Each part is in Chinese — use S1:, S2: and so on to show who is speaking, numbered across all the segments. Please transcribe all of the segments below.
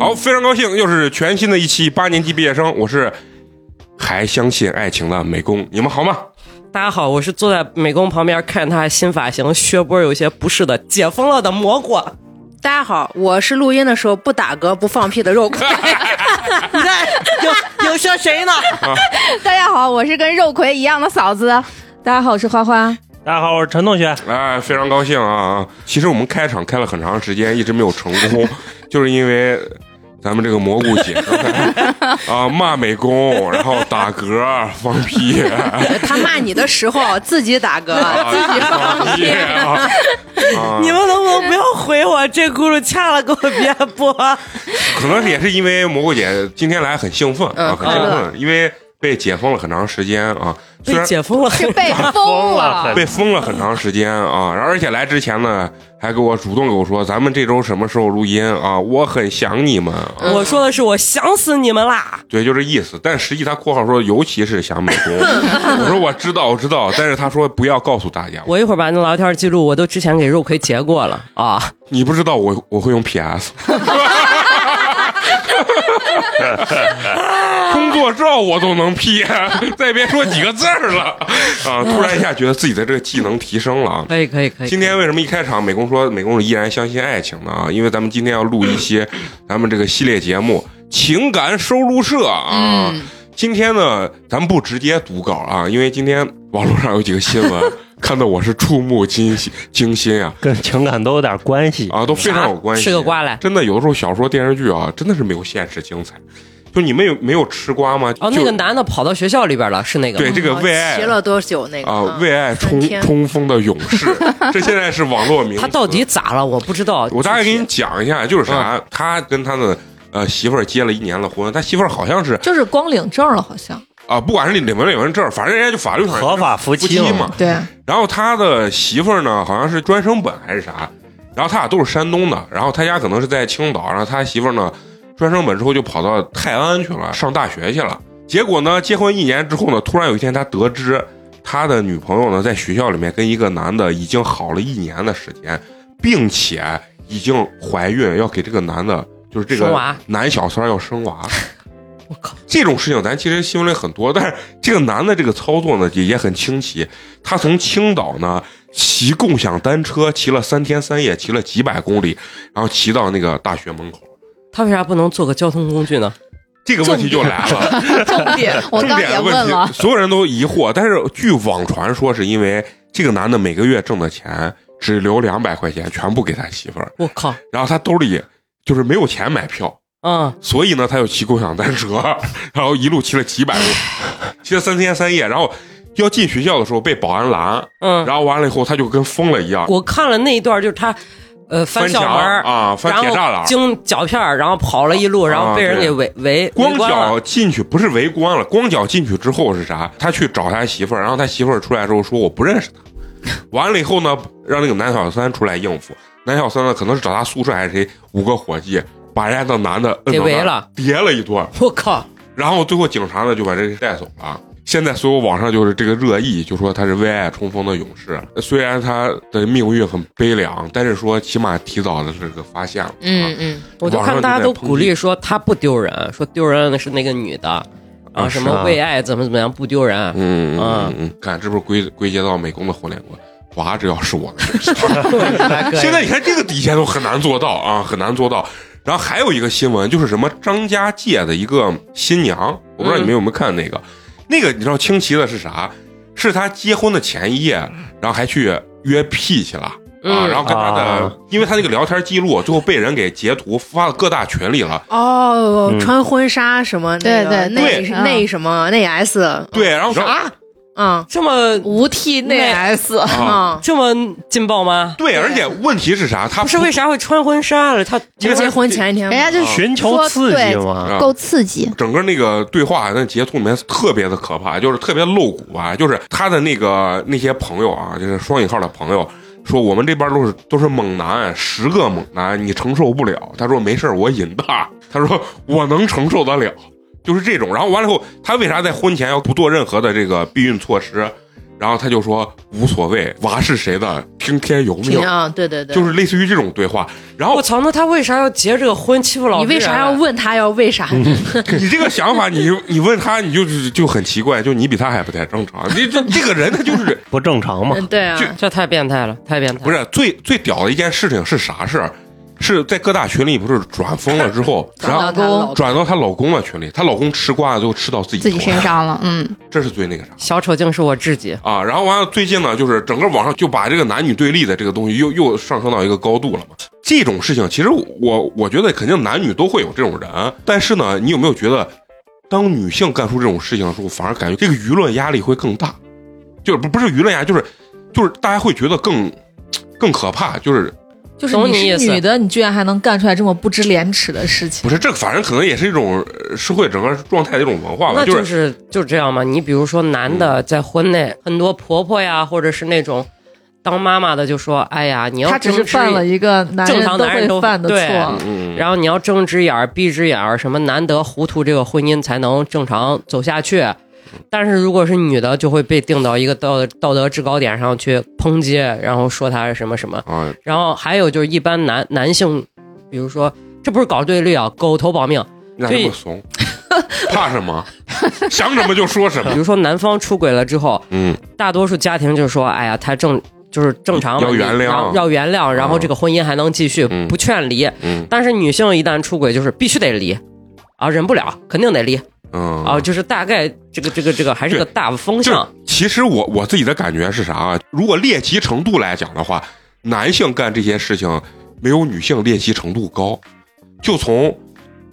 S1: 好，非常高兴，又是全新的一期八年级毕业生，我是还相信爱情的美工，你们好吗？
S2: 大家好，我是坐在美工旁边看他新发型，薛波有些不适的解封了的蘑菇。
S3: 大家好，我是录音的时候不打嗝不放屁 的肉葵。
S2: 你看，影影射谁呢？
S4: 大家好，我是跟肉葵一样的嫂子。
S3: 大家好，我是花花。
S5: 大家好，我是陈同学。
S1: 哎，非常高兴啊！其实我们开场开了很长时间，一直没有成功， 就是因为咱们这个蘑菇姐刚 才啊骂美工，然后打嗝、放 屁、
S3: 哎他骂你的时候自己打嗝，
S1: 啊
S3: 自己放屁。
S1: 屁啊！啊
S2: 你们能不能不要回我？这轱辘掐了，给我别播。
S1: 可能也是因为蘑菇姐今天来很兴奋啊，
S3: 嗯
S1: 很兴奋，因为被解封了很长时间啊。虽
S2: 被
S1: 然
S2: 解封了，
S4: 是被封了，
S1: 被封了很长时间啊，然后而且来之前呢，还给我主动跟我说，咱们这周什么时候录音啊？我很想你们啊，
S2: 我说的是我想死你们啦！
S1: 对，就这意思。但实际他括号说，尤其是想美工，我说我知道，我知道，但是他说不要告诉大家，
S2: 我一会儿把那聊天记录，我都之前给肉葵截过了啊。
S1: 你不知道我我会用 PS。工作照我都能 P，再别说几个字儿了啊！突然一下觉得自己的这个技能提升了啊！
S2: 可以，可以，可以。
S1: 今天为什么一开场美工说美工是依然相信爱情呢？啊，因为咱们今天要录一 些咱们这个系列节目《情感收录社》啊。
S2: 嗯
S1: 今天呢，咱们不直接读稿啊，因为今天网络上有几个新闻，看得我是触目惊心惊心 啊
S5: 跟情感都有点关系。
S1: 啊，都非常有关系。
S2: 吃个瓜来
S1: 真的有的时候小说电视剧啊，真的是没有现实精彩。就你们有没有吃瓜吗？
S2: 哦，
S1: 就
S2: 那个男的哦跑到学校里边了，是那个吗
S1: 对这个为爱
S3: 骑了多久那个？
S1: 啊，为爱冲
S3: 天
S1: 冲锋的勇 士，这现在是网络名词。
S2: 他到底咋了？我不知道。
S1: 我大概给你讲一下，就是啥，他跟他的呃媳妇儿结了一年的婚，他媳妇儿好像是啊、
S6: 就是光领证了，好像
S1: 不管是领没领完证，反正人家就法律上
S5: 合法夫
S1: 夫
S5: 妻
S1: 妻
S5: 嘛
S1: 嘛。
S6: 对，
S1: 然后他的媳妇儿呢，好像是专升本还是啥，然后他俩都是山东的，然后他家可能是在青岛，然后他媳妇儿呢专升本之后就跑到泰安去了，上大学去了。结果呢，结婚一年之后呢，突然有一天他得知他的女朋友呢在学校里面跟一个男的已经好了一年的时间，并且已经怀孕，要给这个男的，就是这
S2: 生
S1: 个
S2: 娃
S1: 男小三儿要生娃。
S2: 我靠，
S1: 这种事情咱其实新闻里很多，但是这个男的这个操作呢也也很清奇，他从青岛呢骑共享单车骑了三天三夜，骑了几百公里，然后骑到那个大学门口。
S2: 他为啥不能做个交通工具呢？
S1: 这个问题就来了，
S6: 重点
S4: 我
S1: 重
S4: 刚
S1: 点
S4: 也
S1: 的问
S4: 问
S1: 题
S4: 了，，
S1: 所有人都疑惑。但是据网传说，是因为这个男的每个月挣的钱只留两百块钱，全部给他媳妇儿，
S2: 我靠，
S1: 然后他兜里就是没有钱买票，
S2: 嗯，
S1: 所以呢，他就骑共享单车，然后一路骑了几百公里，骑了三天三夜，然后要进学校的时候被保安拦，
S2: 嗯
S1: 然后完了以后他就跟疯了一样，
S2: 我看了那一段，就是他，呃，翻校
S1: 墙
S2: 门儿
S1: 啊，翻
S2: 然
S1: 铁栅
S2: 后
S1: 栏。
S2: 经脚片儿，然后跑了一路，然后被人给围围
S1: 嗯光
S2: 围观了
S1: 脚进去不是围观了，光脚进去之后是啥？他去找他媳妇儿，然后他媳妇儿出来之后说我不认识他。完了以后呢，让那个男小三出来应付。男小三呢，可能是找他宿舍还是谁五个伙计，把人家那男的摁到
S2: 给
S1: 那
S2: 围
S1: 儿
S2: 了，
S1: 叠了一顿。
S2: 我靠，
S1: 然后最后警察呢就把这个带走了。现在所有网上就是这个热议，就说他是为爱冲锋的勇士。虽然他的命运很悲凉，但是说起码提早的这个发现了。啊
S3: 嗯，嗯，
S2: 我就
S1: 网上就
S2: 看大家
S1: 在
S2: 都
S1: 抨击
S2: 鼓励说他不丢人，说丢人的是那个女的，啊，什
S5: 是
S2: 么
S5: 啊
S2: 为爱怎么怎么样不丢人，
S1: 嗯嗯
S2: 啊
S1: 嗯嗯，看这不是归归结到美工的婚恋观。娃，这要是我的人，
S2: 大哥
S1: 现在你看这个底线都很难做到啊，很难做到。然后还有一个新闻，就是什么张家界的一个新娘，我不知道你们有没有看
S2: 嗯
S1: 那个，那个你知道清奇的是啥？是他结婚的前一夜，然后还去约 P 去了。啊，
S2: 嗯
S1: 然后跟他的，
S5: 啊
S1: 因为他那个聊天记录最后被人给截图发到各大群里了。
S3: 哦，
S5: 嗯
S3: 穿婚纱什么那个
S6: 对对
S3: 内
S6: 对
S3: 内什么内 S，
S1: 对，然后说啊
S3: 嗯
S2: 这么
S6: 无 T 内 S，
S1: 啊
S3: 嗯，
S2: 这么劲爆吗？
S1: 对，而且问题是啥？他
S2: 不是为啥会穿婚纱了？他
S1: 因为他
S3: 结婚前一天
S6: 人家就
S1: 啊
S6: 是
S5: 寻求
S6: 说
S5: 刺激
S6: 对
S5: 嘛，
S1: 啊
S6: 够刺激，
S1: 整个那个对话那截图里面特别的可怕，就是特别露骨啊，就是他的那个那些朋友啊，就是双引号的朋友。说我们这边都是都是猛男，十个猛男你承受不了。他说没事儿我瘾大。他说我能承受得了。就是这种。然后完了以后，他为啥在婚前要不做任何的这个避孕措施？然后他就说无所谓，娃是谁的，听天由命
S3: 平，啊，对对对，
S1: 就是类似于这种对话。然后
S2: 我操，那他为啥要结这个婚欺负老
S3: 你
S2: 实人啊
S3: 为啥要？问他要为啥？
S1: 你这个想法，你你问他，你就是就很奇怪，就你比他还不太正常。你这这个人他 就是
S5: 不正常嘛。
S3: 嗯，对啊
S1: 就，
S2: 这太变态了，太变态了！
S1: 不是最最屌的一件事情是啥事儿？是在各大群里不是转疯了之后，然后
S3: 找到他老公
S1: 转到她老公的群里，她老公吃瓜了都吃到自己
S6: 自己
S1: 头
S6: 身上了，嗯，
S1: 这是最那个啥
S2: 小丑竟是我自己，
S1: 啊。然后完了，最近呢，就是整个网上就把这个男女对立的这个东西又又上升到一个高度了嘛。这种事情其实我我觉得肯定男女都会有这种人，但是呢，你有没有觉得，当女性干出这种事情的时候，反而感觉这个舆论压力会更大，就是不不是舆论压力，就是就是大家会觉得更更可怕，就是
S6: 就是
S2: 懂
S6: 你
S2: 你意
S6: 是
S2: 思
S6: 女的，你居然还能干出来这么不知廉耻的事
S1: 不，
S6: 情
S1: 是这个，反正可能也是一种呃社会整个状态的一种文化吧，
S2: 那
S1: 就
S2: 啊就是嗯是就这样嘛。你比如说，男的在婚内，很多婆婆呀，或者是那种当妈妈的，就说：“哎呀，你要
S6: 她只是
S2: 睁只
S6: 犯了一个男
S2: 正
S6: 人
S2: 常
S6: 都
S2: 男人都
S6: 会犯的
S2: 对
S6: 错，
S1: 嗯，
S2: 然后你要睁只眼儿闭只眼儿，什么难得糊涂，这个婚姻才能正常走下去。但是如果是女的，就会被定到一个道德道德制高点上去抨击，然后说她是什么什么。
S1: 啊，
S2: 然后还有就是一般男男性，比如说这不是搞对立啊，狗头保命。
S1: 那这么怂，怕什么？想什么就说什么
S2: 比，如说男方出轨了之后，
S1: 嗯，
S2: 大多数家庭就说：“哎呀，他正就是正常嘛，
S1: 要原谅
S2: 然后要原谅，然后这个婚姻还能继续，
S1: 嗯
S2: 不劝离。
S1: 嗯
S2: 但是女性一旦出轨，就是必须得离。”啊，忍不了，肯定得离
S1: 嗯
S2: 啊！就是大概这个这个这个还是个大风
S1: 就是
S2: 向，
S1: 其实我我自己的感觉是啥啊？如果猎奇程度来讲的话，男性干这些事情没有女性猎奇程度高，就从。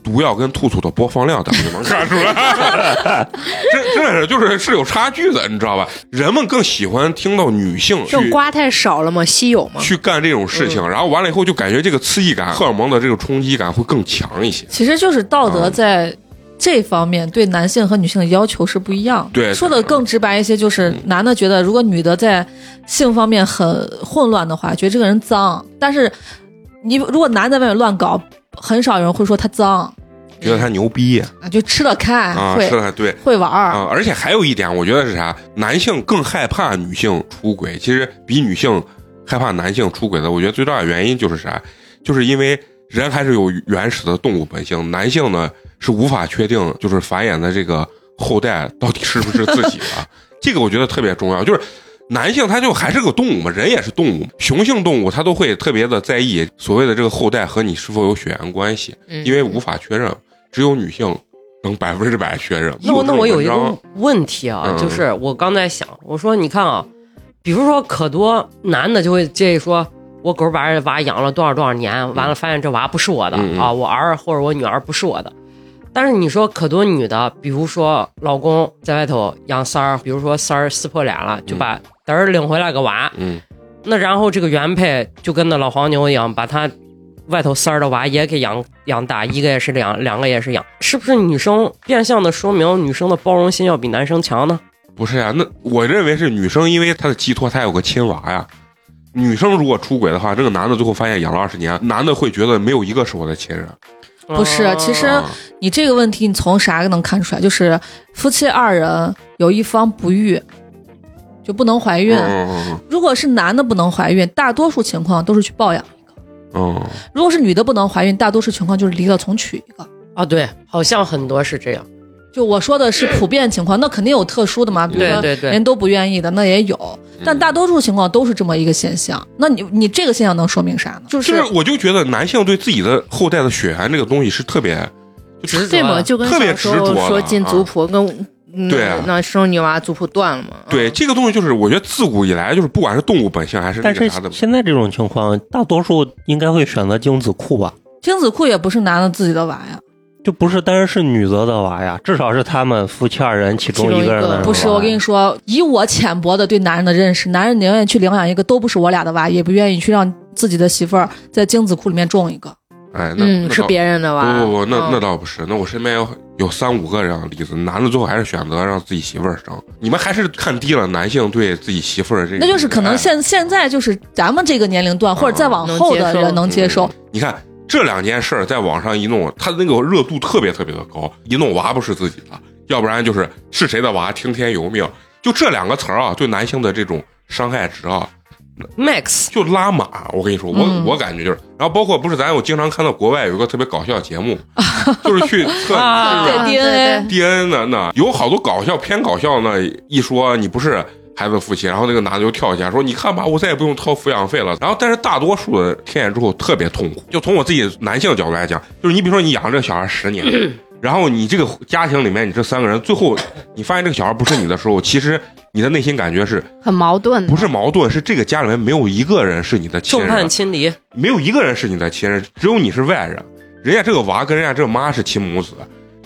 S1: 毒药跟兔兔的播放量，咱们就能 看出来，这真的是就是是有差距的，你知道吧？人们更喜欢听到女性
S3: 这种
S1: 去
S3: 瓜嗯太少了嘛，稀有嘛。
S1: 去干这种事情，然后完了以后就感觉这个刺激感、荷尔蒙的这个冲击感会更强一些。
S6: 其实就是道德
S1: 嗯
S6: 在这方面对男性和女性的要求是不一样。
S1: 对
S6: 说的更直白一些，就是
S2: 嗯
S6: 男的觉得如果女的在性方面很混乱的话，觉得这个人脏；但是你如果男的在外面乱搞，很少有人会说他脏，
S1: 觉得他牛逼
S6: 就吃得开，
S1: 啊，
S6: 会
S1: 是的，对
S6: 会玩儿。
S1: 啊，而且还有一点，我觉得是啥？男性更害怕女性出轨，其实比女性害怕男性出轨的，我觉得最大的原因就是啥？就是因为人还是有原始的动物本性，男性呢是无法确定就是繁衍的这个后代到底是不是自己的，这个我觉得特别重要，就是。男性他就还是个动物嘛，人也是动物，雄性动物他都会特别的在意所谓的这个后代和你是否有血缘关系，
S3: 嗯
S1: 因为无法确认，只有女性能百分之百确认。
S2: 那我那我有一
S1: 这种文
S2: 个
S1: 章
S2: 问题啊，
S1: 嗯
S2: 就是我刚才想，我说你看啊，比如说可多男的就会介意说，我狗把这娃养了多少多少年，完了发现这娃不是我的、
S1: 嗯嗯
S2: 啊，我儿或者我女儿不是我的。但是你说可多女的，比如说老公在外头养三儿，比如说三儿撕破脸了，就把嘚儿领回来个娃，
S1: 嗯，
S2: 那然后这个原配就跟那老黄牛一样，把他外头三儿的娃也给养养大，一个也是两，两个也是养，是不是女生变相的说明女生的包容心要比男生强呢？
S1: 不是呀、那我认为是女生，因为她的寄托，她有个亲娃呀。女生如果出轨的话，这个男的最后发现养了二十年，男的会觉得没有一个是我的亲人。
S6: 不是
S2: 啊
S6: 其实
S1: 啊
S6: 你这个问题，你从啥能看出来？就是夫妻二人有一方不育，就不能怀孕。
S1: 嗯
S6: 如果是男的不能怀孕，大多数情况都是去抱养；
S1: 嗯嗯
S6: 如果是女的不能怀孕，大多数情况就是离了重娶一个。
S2: 啊，对，好像很多是这样。
S6: 就我说的是普遍情况，那肯定有特殊的嘛，比如
S2: 对
S6: 说
S2: 对对
S6: 人，都不愿意的，那也有，但大多数情况都是这么一个现象。那你你这个现象能说明啥呢？就
S1: 嗯，就是我就觉得男性对自己的后代的血缘这个东西是特别
S2: 执着
S3: 对嘛，就跟
S1: 特别
S3: 小时
S1: 执着啊
S3: 候
S1: 了
S3: 说进族谱跟嗯
S1: 对啊
S3: 那生女娃族谱断了嘛。啊
S5: 嗯
S1: 对这个东西，就是我觉得自古以来就是不管是动物本性还是那
S5: 但
S1: 个
S5: 是
S1: 啥的，
S5: 现在这种情况，大多数应该会选择精子库吧？
S6: 精子库也不是男的自己的娃呀，
S5: 就不是单是女的的娃呀，至少是他们夫妻二人其中一个人的
S3: 嗯
S5: 娃
S6: 不是。我跟你说，以我浅薄的对男人的认识，男人宁愿去领养一个都不是我俩的娃，也不愿意去让自己的媳妇儿在精子库里面种一个。
S1: 哎，那
S3: 嗯，
S1: 那
S3: 是
S1: 倒
S3: 别人的娃。
S1: 不不不，
S6: 啊
S1: 那
S3: 嗯
S1: 那倒不是。那我身边有有三五个这样的例子，男的最后还是选择让自己媳妇儿生。你们还是看低了男性对嗯自己媳妇儿的这个，
S6: 那就是可能
S1: 哎
S6: 现现在就是咱们这个年龄段，或者再往后的人能接受。
S1: 嗯你看，这两件事儿在网上一弄，他那个热度特别特别的高，一弄娃不是自己的，要不然就是是谁的娃听天由命，就这两个词儿啊，对男性的这种伤害值啊，
S2: Max
S1: 就拉满。我跟你说，我、
S6: 嗯
S1: 我感觉就是，然后包括不是咱有经常看到国外有一个特别搞笑的节目，就是去测
S2: 啊
S1: 就是
S6: 对 DNA，
S1: DNA 的那有好多搞笑偏搞笑呢，一说你不是孩子夫妻，然后那个男的就跳起来说：“你看吧，我再也不用掏抚养费了。”然后，但是大多数的听见之后特别痛苦。就从我自己男性的角度来讲，就是你比如说你养了这个小孩十年，然后你这个家庭里面你这三个人，最后你发现这个小孩不是你的时候，其实你的内心感觉是
S4: 很矛盾的
S1: 不。是矛盾？是这个家里面没有一个人是你的亲
S2: 众叛
S1: 人，
S2: 亲离，
S1: 没有一个人是你的亲人，只有你是外人。人家这个娃跟人家这个妈是亲母子，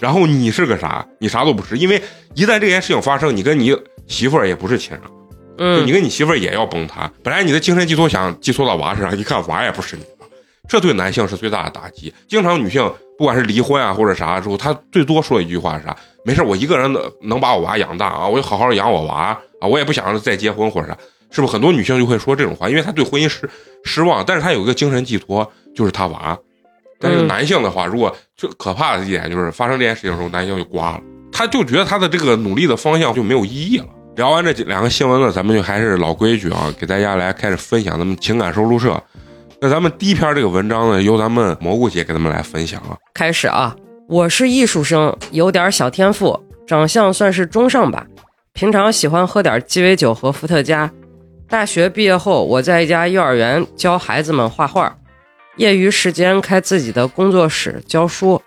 S1: 然后你是个啥？你啥都不是，因为一旦这件事情发生，你跟你媳妇儿也不是亲人，就
S2: 嗯
S1: 你，跟你媳妇儿也要崩塌。本来你的精神寄托想寄托到娃身上，一看娃也不是你的，这对男性是最大的打击。经常女性不管是离婚啊或者啥之后，她最多说一句话是啥？没事，我一个人能能把我娃养大啊，我就好好养我娃啊，我也不想着再结婚或者啥，是不是？很多女性就会说这种话，因为她对婚姻失失望，但是她有一个精神寄托就是她娃。但是
S2: 嗯
S1: 男性的话，如果最可怕的一点就是发生这件事情的时候，男性就瓜了，他就觉得他的这个努力的方向就没有意义了。聊完这几两个新闻呢，咱们就还是老规矩啊，给大家来开始分享咱们情感收录社。那咱们第一篇这个文章呢，由咱们蘑菇姐给咱们来分享啊。
S2: 开始啊！我是艺术生，有点小天赋，长相算是中上吧。平常喜欢喝点鸡尾酒和伏特加。大学毕业后，我在一家幼儿园教孩子们画画，业余时间开自己的工作室教书，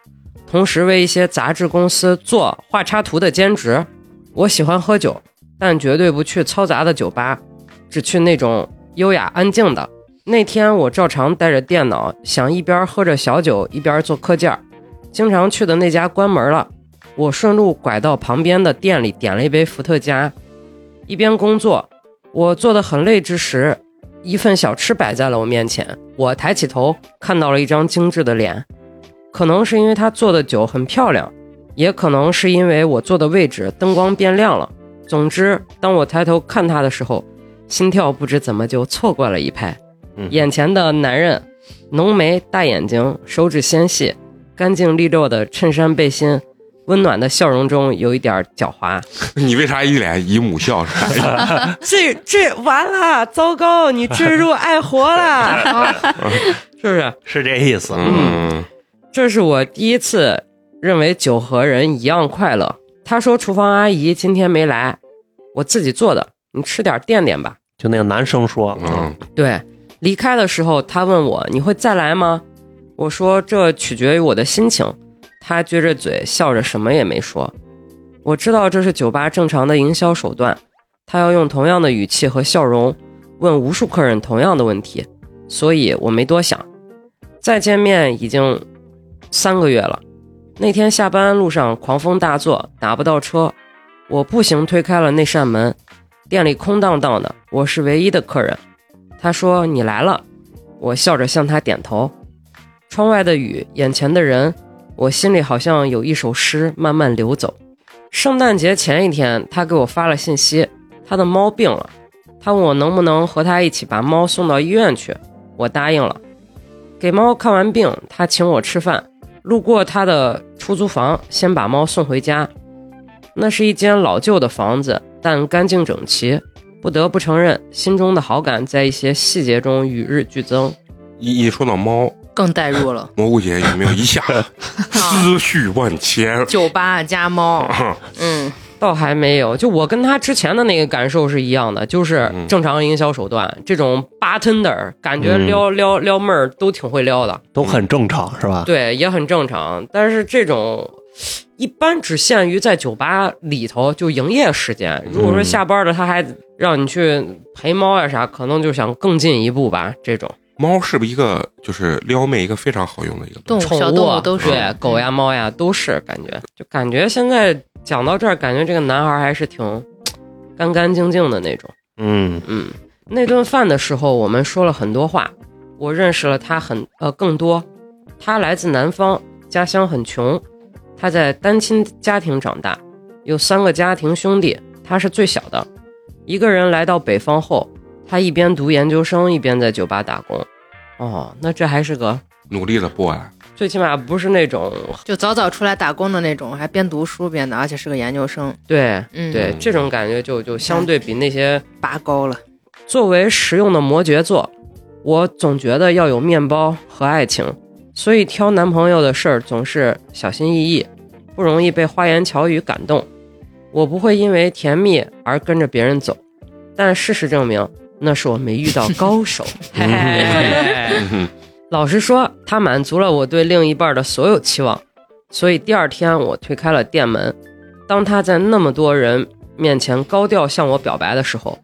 S2: 同时为一些杂志公司做画插图的兼职。我喜欢喝酒，但绝对不去嘈杂的酒吧，只去那种优雅安静的。那天我照常带着电脑，想一边喝着小酒一边做课件儿。经常去的那家关门了，我顺路拐到旁边的店里点了一杯伏特加，一边工作。我做的很累之时，一份小吃摆在了我面前。我抬起头，看到了一张精致的脸。可能是因为他做的酒很漂亮，也可能是因为我坐的位置灯光变亮了。总之，当我抬头看他的时候，心跳不知怎么就错过了一拍。眼前的男人，浓眉大眼睛，手指纤细，干净利落的衬衫背心，温暖的笑容中有一点狡猾。
S1: 你为啥一脸姨母笑是啥意思？
S2: 这这完了，糟糕，你坠入爱河了， 是不是？
S5: 是这意思。
S1: 嗯，
S2: 这是我第一次认为酒和人一样快乐。他说厨房阿姨今天没来，我自己做的，你吃点垫垫吧。
S5: 就那个男生说，
S1: 嗯，
S2: 对，离开的时候他问我你会再来吗？我说这取决于我的心情。他撅着嘴笑着，什么也没说。我知道这是酒吧正常的营销手段，他要用同样的语气和笑容问无数客人同样的问题，所以我没多想。再见面已经三个月了。那天下班路上狂风大作，打不到车，我步行推开了那扇门，店里空荡荡的，我是唯一的客人。他说：“你来了。”我笑着向他点头。窗外的雨，眼前的人，我心里好像有一首诗慢慢流走。圣诞节前一天，他给我发了信息，他的猫病了，他问我能不能和他一起把猫送到医院去，我答应了。给猫看完病，他请我吃饭，路过他的出租房，先把猫送回家。那是一间老旧的房子，但干净整齐，不得不承认，心中的好感在一些细节中与日俱增。
S1: 一一说到猫，
S3: 更代 入了。
S1: 蘑菇姐有没有一下
S2: 啊
S1: 思绪万千？
S3: 酒吧加猫，
S1: 啊
S3: 嗯，
S2: 倒还没有，就我跟他之前的那个感受是一样的，就是
S1: 嗯
S2: 正常营销手段，这种 bartender 感觉撩撩撩妹儿都挺会撩的，
S5: 都很正常是吧？
S2: 对，也很正常。但是这种一般只限于在酒吧里头，就营业时间。如果说下班了，他还让你去陪猫呀、啥，可能就想更进一步吧。这种
S1: 猫是不是一个就是撩妹一个非常好用的一个东
S3: 动物
S1: 西？
S2: 宠物啊
S3: 嗯小动物都是嗯
S2: 对，狗呀、猫呀都是，感觉就感觉现在讲到这儿，感觉这个男孩还是挺干干净净的那种。
S5: 嗯，
S2: 嗯，那顿饭的时候，我们说了很多话，我认识了他很呃更多。他来自南方，家乡很穷，他在单亲家庭长大，有三个家庭兄弟，他是最小的。一个人来到北方后，他一边读研究生，一边在酒吧打工。哦，那这还是个
S1: 努力的 boy，
S2: 最起码不是那种
S3: 就早早出来打工的那种，还边读书边的，而且是个研究生，
S2: 对
S3: 嗯，
S2: 对这种感觉就就相对比那些
S3: 拔高了，
S2: 作为实用的摩羯座，我总觉得要有面包和爱情，所以挑男朋友的事儿总是小心翼翼，不容易被花言巧语感动。我不会因为甜蜜而跟着别人走，但事实证明，那是我没遇到高手。 嘿嘿
S1: 嗯
S2: 老实说，他满足了我对另一半的所有期望，所以第二天我推开了店门。当他在那么多人面前高调向我表白的时候，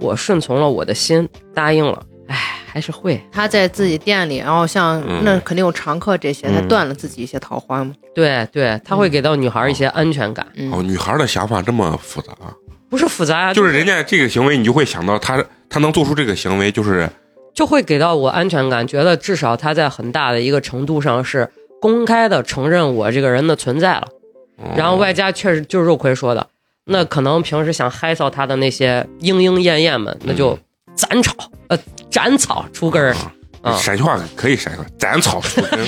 S2: 我顺从了我的心，答应了。哎，还是会
S3: 他在自己店里，然后像、
S1: 嗯
S3: 那肯定有常客这些，
S5: 嗯
S3: 他断了自己一些桃花嘛。
S2: 对对，
S1: 嗯
S2: 他会给到女孩一些安全感，
S3: 嗯，
S1: 哦，女孩的想法这么复杂，啊
S2: 不是复杂，啊
S1: 就是人家这个行为，你就会想到她，她能做出这个行为，就是
S2: 就会给到我安全感，觉得至少他在很大的一个程度上是公开的承认我这个人的存在了。
S1: 嗯
S2: 然后
S1: 哦
S2: 外加确实就是肉葵说的，那可能平时想嗨骚他的那些莺莺燕燕们，那就
S1: 嗯
S2: 斩草呃斩草除根儿啊！
S1: 陕西话可以陕西话，斩草除 根，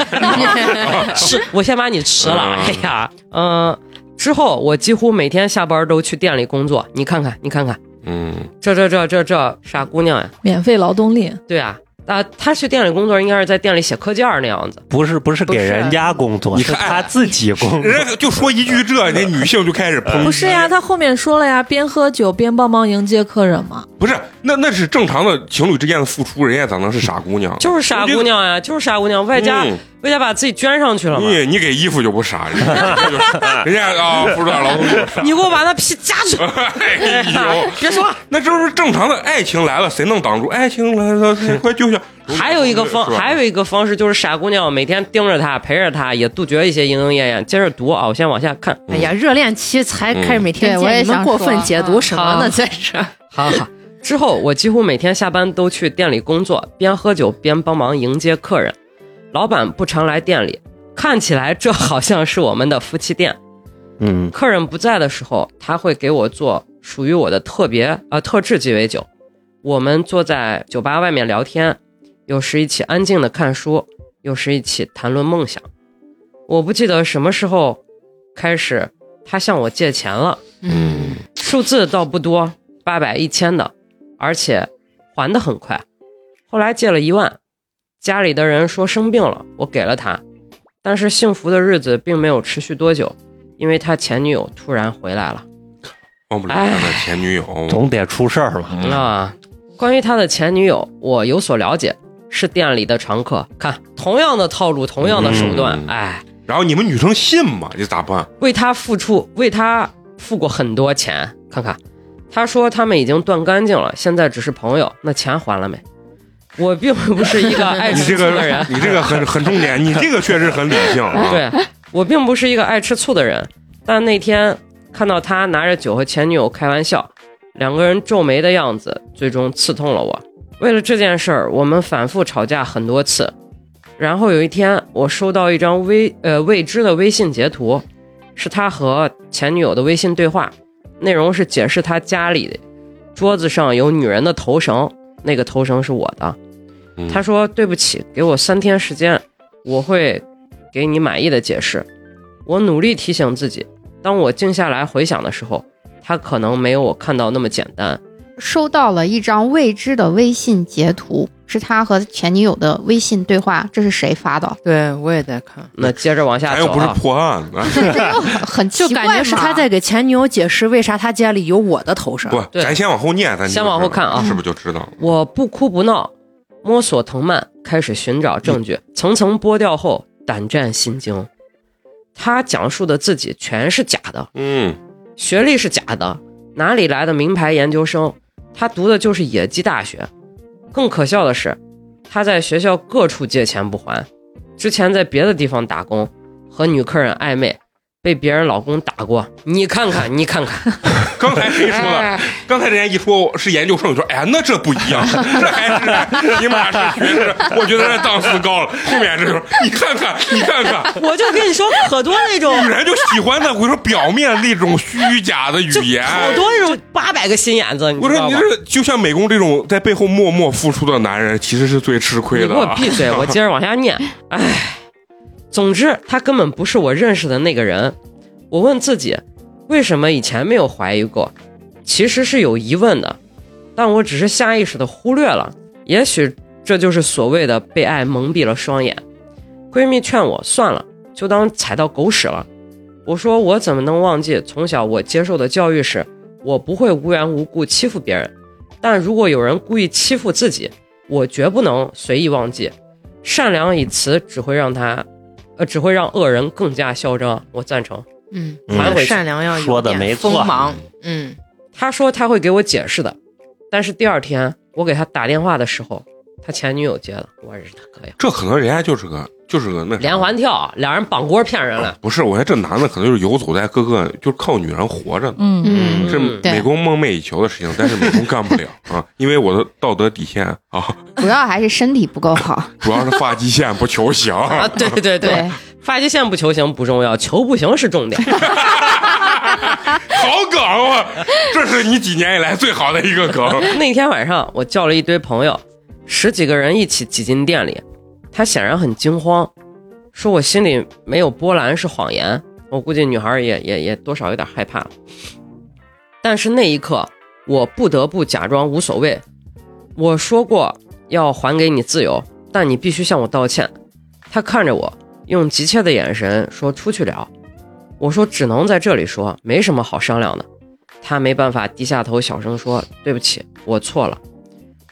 S2: 吃，我先把你吃了。
S1: 嗯
S2: 哎呀，嗯，之后我几乎每天下班都去店里工作，你看看，你看看，
S1: 嗯，
S2: 这这这这这傻姑娘呀，
S6: 免费劳动力，
S2: 对啊。啊，她去店里工作，应该是在店里写课件儿那样子。
S5: 不是不是给
S3: 不是
S5: 人家工作，
S1: 你
S5: 是
S1: 看
S5: 他自己工作。
S1: 人家就说一句这，那女性就开始抨击，
S6: 不
S2: 嗯
S6: 是呀？他后面说了呀，边喝酒边帮忙迎接客人嘛。
S1: 不是，那那是正常的情侣之间的付出，人家咋能是傻姑娘？
S2: 就是傻姑娘呀，就是傻姑娘，外加、
S1: 嗯
S2: 外加把自己捐上去了嘛。
S1: 你你给衣服就不傻，人家 就是人家啊，付出点劳动力。
S2: 你给我把那皮夹住！
S1: 哎呦，
S2: 别说了，
S1: 那这不是正常的爱情来了，谁能挡住爱情来了？谁快救下！
S2: 还有一个方，还有一个方式就是傻姑娘每天盯着他，陪着他，也杜绝一些莺莺燕燕。接着读啊，我先往下看。
S3: 哎呀，热恋期才开始每天
S4: 嗯
S3: 见
S4: 对我也
S3: 你们
S4: 想
S3: 过
S4: 说
S3: 分解读
S4: 嗯
S3: 什么
S2: 啊好
S3: 呢？在 这儿，
S2: 好好。之后，我几乎每天下班都去店里工作，边喝酒边帮忙迎接客人。老板不常来店里，看起来这好像是我们的夫妻店。
S5: 嗯，
S2: 客人不在的时候，他会给我做属于我的特别呃特制鸡尾酒。我们坐在酒吧外面聊天，有时一起安静的看书，有时一起谈论梦想。我不记得什么时候开始，他向我借钱了，
S1: 嗯，
S2: 数字倒不多，八百一千的，而且还的很快。后来借了一万，家里的人说生病了，我给了他。但是幸福的日子并没有持续多久，因为他前女友突然回来了。
S1: 忘不了
S2: 哎
S1: 他的前女友。
S5: 总得出事儿
S1: 嗯
S5: 嘛。
S2: 啊，关于他的前女友，我有所了解，是店里的常客。看，同样的套路，同样的手段，
S1: 嗯
S2: 哎，
S1: 然后你们女生信吗？你咋办？
S2: 为他付出，为他付过很多钱。看看，他说他们已经断干净了，现在只是朋友。那钱还了没？我并不是一个爱
S1: 你这
S2: 吃醋 的人
S1: 个，，你这个很很重点，你这个确实很理性啊。
S2: 对我并不是一个爱吃醋的人。但那天看到他拿着酒和前女友开玩笑，两个人皱眉的样子，最终刺痛了我。为了这件事儿，我们反复吵架很多次。然后有一天，我收到一张微呃未知的微信截图，是他和前女友的微信对话，内容是解释他家里桌子上有女人的头绳，那个头绳是我的
S1: 嗯。
S2: 他说：“对不起，给我三天时间，我会给你满意的解释。”我努力提醒自己，当我静下来回想的时候，他可能没有我看到那么简单。
S4: 收到了一张未知的微信截图，是他和前女友的微信对话，这是谁 发的？
S3: 对我也在看，
S2: 那接着往下
S1: 咱
S2: 走
S1: 又不是
S2: 啊，
S1: 破案，啊
S4: 这就很奇
S3: 就
S4: 怪
S3: 感
S4: 嘛
S3: 觉是他在给前女友解释为啥他家里有我的头绳。
S1: 不，
S2: 啊对
S1: 咱先往后念，咱就
S2: 先往后看啊
S1: 是不是就知道了？
S2: 我不哭不闹，摸索藤蔓，开始寻找证据，
S1: 嗯
S2: 层层剥掉后，胆战心惊。他讲述的自己全是假的，
S1: 嗯，
S2: 学历是假的，哪里来的名牌研究生？他读的就是野鸡大学。更可笑的是，他在学校各处借钱不还，之前在别的地方打工，和女客人暧昧，被别人老公打过，你看看，你看看，
S1: 刚才谁说的？
S2: 哎
S1: 刚才人家一说是研究生，你说哎呀，那这不一样，这还是你们俩是学士，我觉得这档次高了。后面这时候你看看，你看看，
S2: 我就跟你说，可多那种
S1: 女人就喜欢那我说表面那种虚假的语言。
S2: 好多那种八百个心眼子，你
S1: 我
S2: 知
S1: 说
S2: 道
S1: 你
S2: 吧？
S1: 这就像美工这种在背后默默付出的男人，其实是最吃亏
S2: 你给
S1: 的
S2: 我
S1: 啊。
S2: 闭嘴！我接着往 下念。唉，总之他根本不是我认识的那个人。我问自己，为什么以前没有怀疑过？其实是有疑问的，但我只是下意识的忽略了。也许这就是所谓的被爱蒙蔽了双眼。闺蜜劝我算了，就当踩到狗屎了。我说我怎么能忘记从小我接受的教育是，我不会无缘无故欺负别人，但如果有人故意欺负自己，我绝不能随意忘记。善良以词只会让他，呃，只会让恶人更加嚣张。我赞成。
S3: 嗯，
S5: 嗯
S2: 反悔去
S3: 善良要有
S5: 说得
S3: 点
S5: 没错
S3: 锋芒，嗯，
S2: 他说他会给我解释的，但是第二天我给他打电话的时候，他前女友接了。我日他可以，
S1: 这可能人家就是个就是个那啥
S2: 连环跳，俩人绑锅骗人了。
S1: 不是，我觉得这男的可能就是游走在各个，就是靠女人活着呢。
S6: 嗯
S4: 嗯，
S1: 这
S2: 嗯
S4: 对
S1: 美工梦寐以求的事情，但是美工干不了啊，因为我的道德底线啊，
S4: 主要还是身体不 够好。
S1: 主要是发际线不球形。
S2: 啊，对对对
S4: 对，
S2: 发际线不球形不重要，球不行是重点。
S1: 好梗啊！这是你几年以来最好的一个梗。
S2: 那天晚上，我叫了一堆朋友，十几个人一起挤进店里。他显然很惊慌，说我心里没有波澜是谎言。我估计女孩也也也多少有点害怕。但是那一刻，我不得不假装无所谓。我说过要还给你自由，但你必须向我道歉。他看着我，用急切的眼神说：“出去聊。”我说：“只能在这里说，没什么好商量的。”他没办法低下头，小声说：“对不起，我错了。”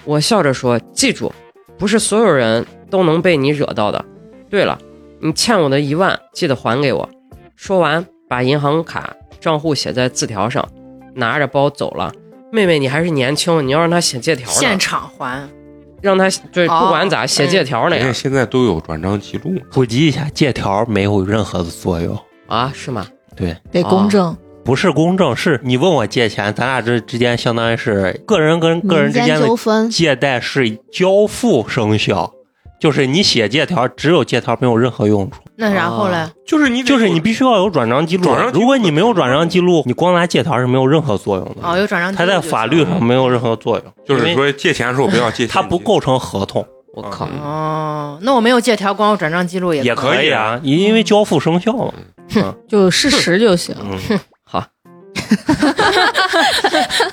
S2: 我笑着说：“记住，不是所有人都能被你惹到的。对了，你欠我的一万，记得还给我。”说完，把银行卡账户写在字条上，拿着包走了。妹妹，你还是年轻，你要让他写借条呢
S3: 现，场还，
S2: 让他对，
S3: 哦
S2: 不管咋写借条那
S1: 人
S2: 样、
S1: 家现在都有转账记录，
S5: 普及一下，借条没有任何的作用，
S2: 啊？是吗？
S5: 对，
S6: 得公正，
S5: 不是公正，是你问我借钱，咱俩这之间相当于是个人跟个人
S4: 民
S5: 之
S4: 间
S5: 间的
S4: 纠纷，
S5: 借贷是交付生效，就是你写借条，只有借条没有任何用处，
S3: 那然后嘞？
S1: 就是你得
S5: 就是你必须要有转账记录。啊
S1: 转账记录
S5: 如果你没有转账记录，你光拿借条是没有任何作用的。
S3: 哦，有转账记
S5: 它
S3: 录就
S5: 在
S3: 行，
S5: 法律上没有任何作用，
S1: 就是
S5: 因为
S1: 说借钱的时候不要借现金，
S5: 它不构成合同，
S2: 我靠！
S1: 嗯
S3: 哦，那我没有借条，光有转账记录也
S5: 也
S1: 可以
S5: 以啊，因为交付生效嘛。
S6: 就事实就行。
S5: 嗯，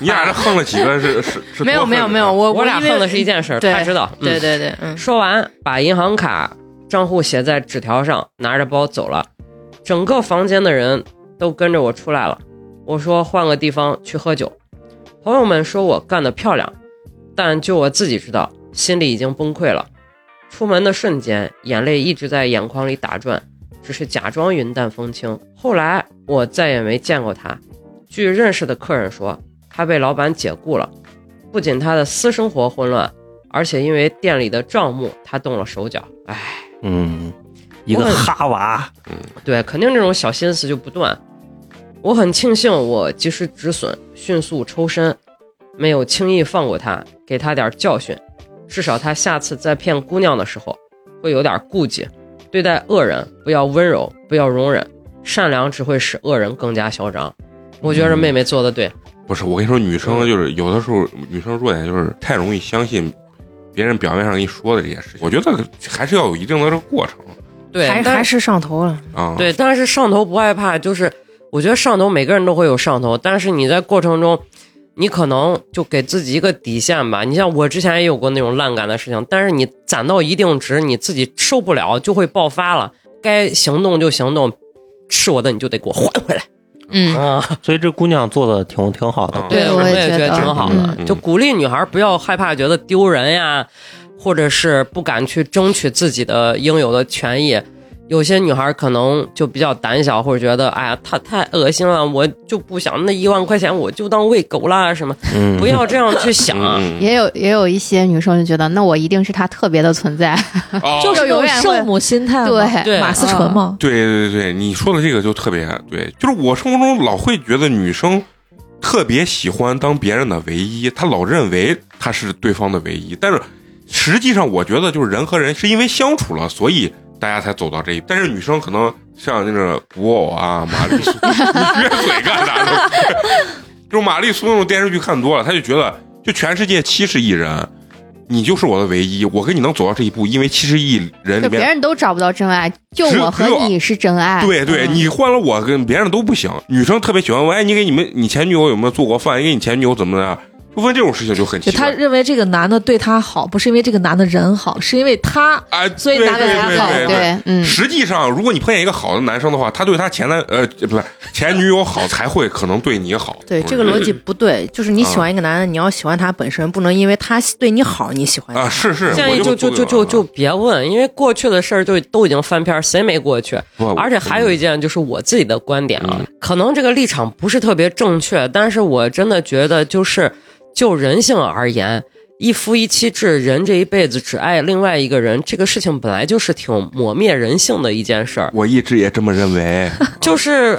S1: 你俩这横了几个是是是？
S3: 没有没有没有，，我
S2: 我俩
S3: 因为
S2: 横的是一件事儿，
S3: 对
S2: 他知道。嗯
S3: 对对对，嗯，
S2: 说完，把银行卡账户写在纸条上，拿着包走了。整个房间的人都跟着我出来了。我说换个地方去喝酒。朋友们说我干得漂亮，但就我自己知道，心里已经崩溃了。出门的瞬间，眼泪一直在眼眶里打转，只是假装云淡风轻。后来我再也没见过他。据认识的客人说，他被老板解雇了，不仅他的私生活混乱，而且因为店里的账目，他动了手脚。哎，
S5: 嗯，一个
S2: 我很
S5: 哈娃，
S2: 对，肯定这种小心思就不断。我很庆幸我及时止损，迅速抽身，没有轻易放过他，给他点教训，至少他下次再骗姑娘的时候会有点顾忌。对待恶人不要温柔，不要容忍，善良只会使恶人更加嚣张。我觉着妹妹做的对，
S1: 不是我跟你说，女生就是有的时候女生弱点就是太容易相信别人表面上跟你说的这些事情，我觉得还是要有一定的这个过程
S2: 对，
S3: 还
S2: 但
S3: 还是上头了，
S1: 啊。
S2: 对，但是上头不害怕，就是我觉得上头每个人都会有上头，但是你在过程中，你可能就给自己一个底线吧。你像我之前也有过那种烂感的事情，但是你攒到一定值，你自己受不了就会爆发了，该行动就行动，吃我的你就得给我还回来
S3: 嗯，
S2: 啊！
S5: 所以这姑娘做的挺挺好的
S1: 嗯。
S4: 对
S2: 我
S4: 我也
S2: 也觉
S4: 觉
S2: 得
S4: 得
S2: 挺好的，
S1: 嗯
S2: 就鼓励女孩不要害怕觉得丢人呀，或者是不敢去争取自己的应有的权益。有些女孩可能就比较胆小，或者觉得哎呀，他太恶心了，我就不想那一万块钱，我就当喂狗啦什么，
S1: 嗯
S2: 不要这样去想。
S1: 嗯
S4: 也有也有一些女生就觉得，那我一定是他特别的存在，
S1: 嗯哦
S6: 就是那
S4: 永
S6: 种
S4: 远会
S6: 圣母心态嘛，
S4: 对嗯
S2: 对
S6: 马思纯嘛，
S1: 对对对，你说的这个就特别对，就是我生活中老会觉得女生特别喜欢当别人的唯一，她老认为她是对方的唯一，但是实际上我觉得就是人和人是因为相处了，所以大家才走到这一步。但是女生可能像那种古偶啊、玛丽苏，你撅嘴干啥呢？就是玛丽苏那种电视剧看多了，她就觉得就全世界七十亿人。你就是我的唯一，我跟你能走到这一步，因为七十亿人里
S4: 就别
S1: 面，
S4: 人都找不到真爱，就
S1: 只有
S4: 我和
S1: 只有
S4: 你是真爱。
S1: 对对，
S4: 嗯
S1: 你换了我跟别人都不行。女生特别喜欢问，哎，你给你们你前女友有没有做过饭？你给你前女友怎么样？就问这种事情就很
S6: 就
S1: 奇
S6: 他
S1: 怪。
S6: 认为这个男的对他好，不是因为这个男的人好，是因为他
S1: 哎，
S6: 所以
S1: 对
S6: 男的
S1: 对
S6: 才
S1: 对
S6: 好
S1: 对
S4: 对，嗯，
S1: 实际上，如果你碰见一个好的男生的话，他对他前男呃不是前女友好，才会可能对你好。
S3: 对，这个逻辑不对，就是你喜欢一个男的，你要喜欢他本身，不能因为他对你好，你喜欢他
S1: 啊，是是，
S2: 建议
S1: 我
S2: 就
S1: 就
S2: 就就就就别问，因为过去的事儿就都已经翻篇儿，谁没过去？
S1: 不
S2: 而且还有一件就是我自己的观点啊，可能这个立场不是特别正确，但是我真的觉得就是就人性而言，一夫一妻制，人这一辈子只爱另外一个人，这个事情本来就是挺磨灭人性的一件事儿，
S1: 我一直也这么认为。
S2: 就是。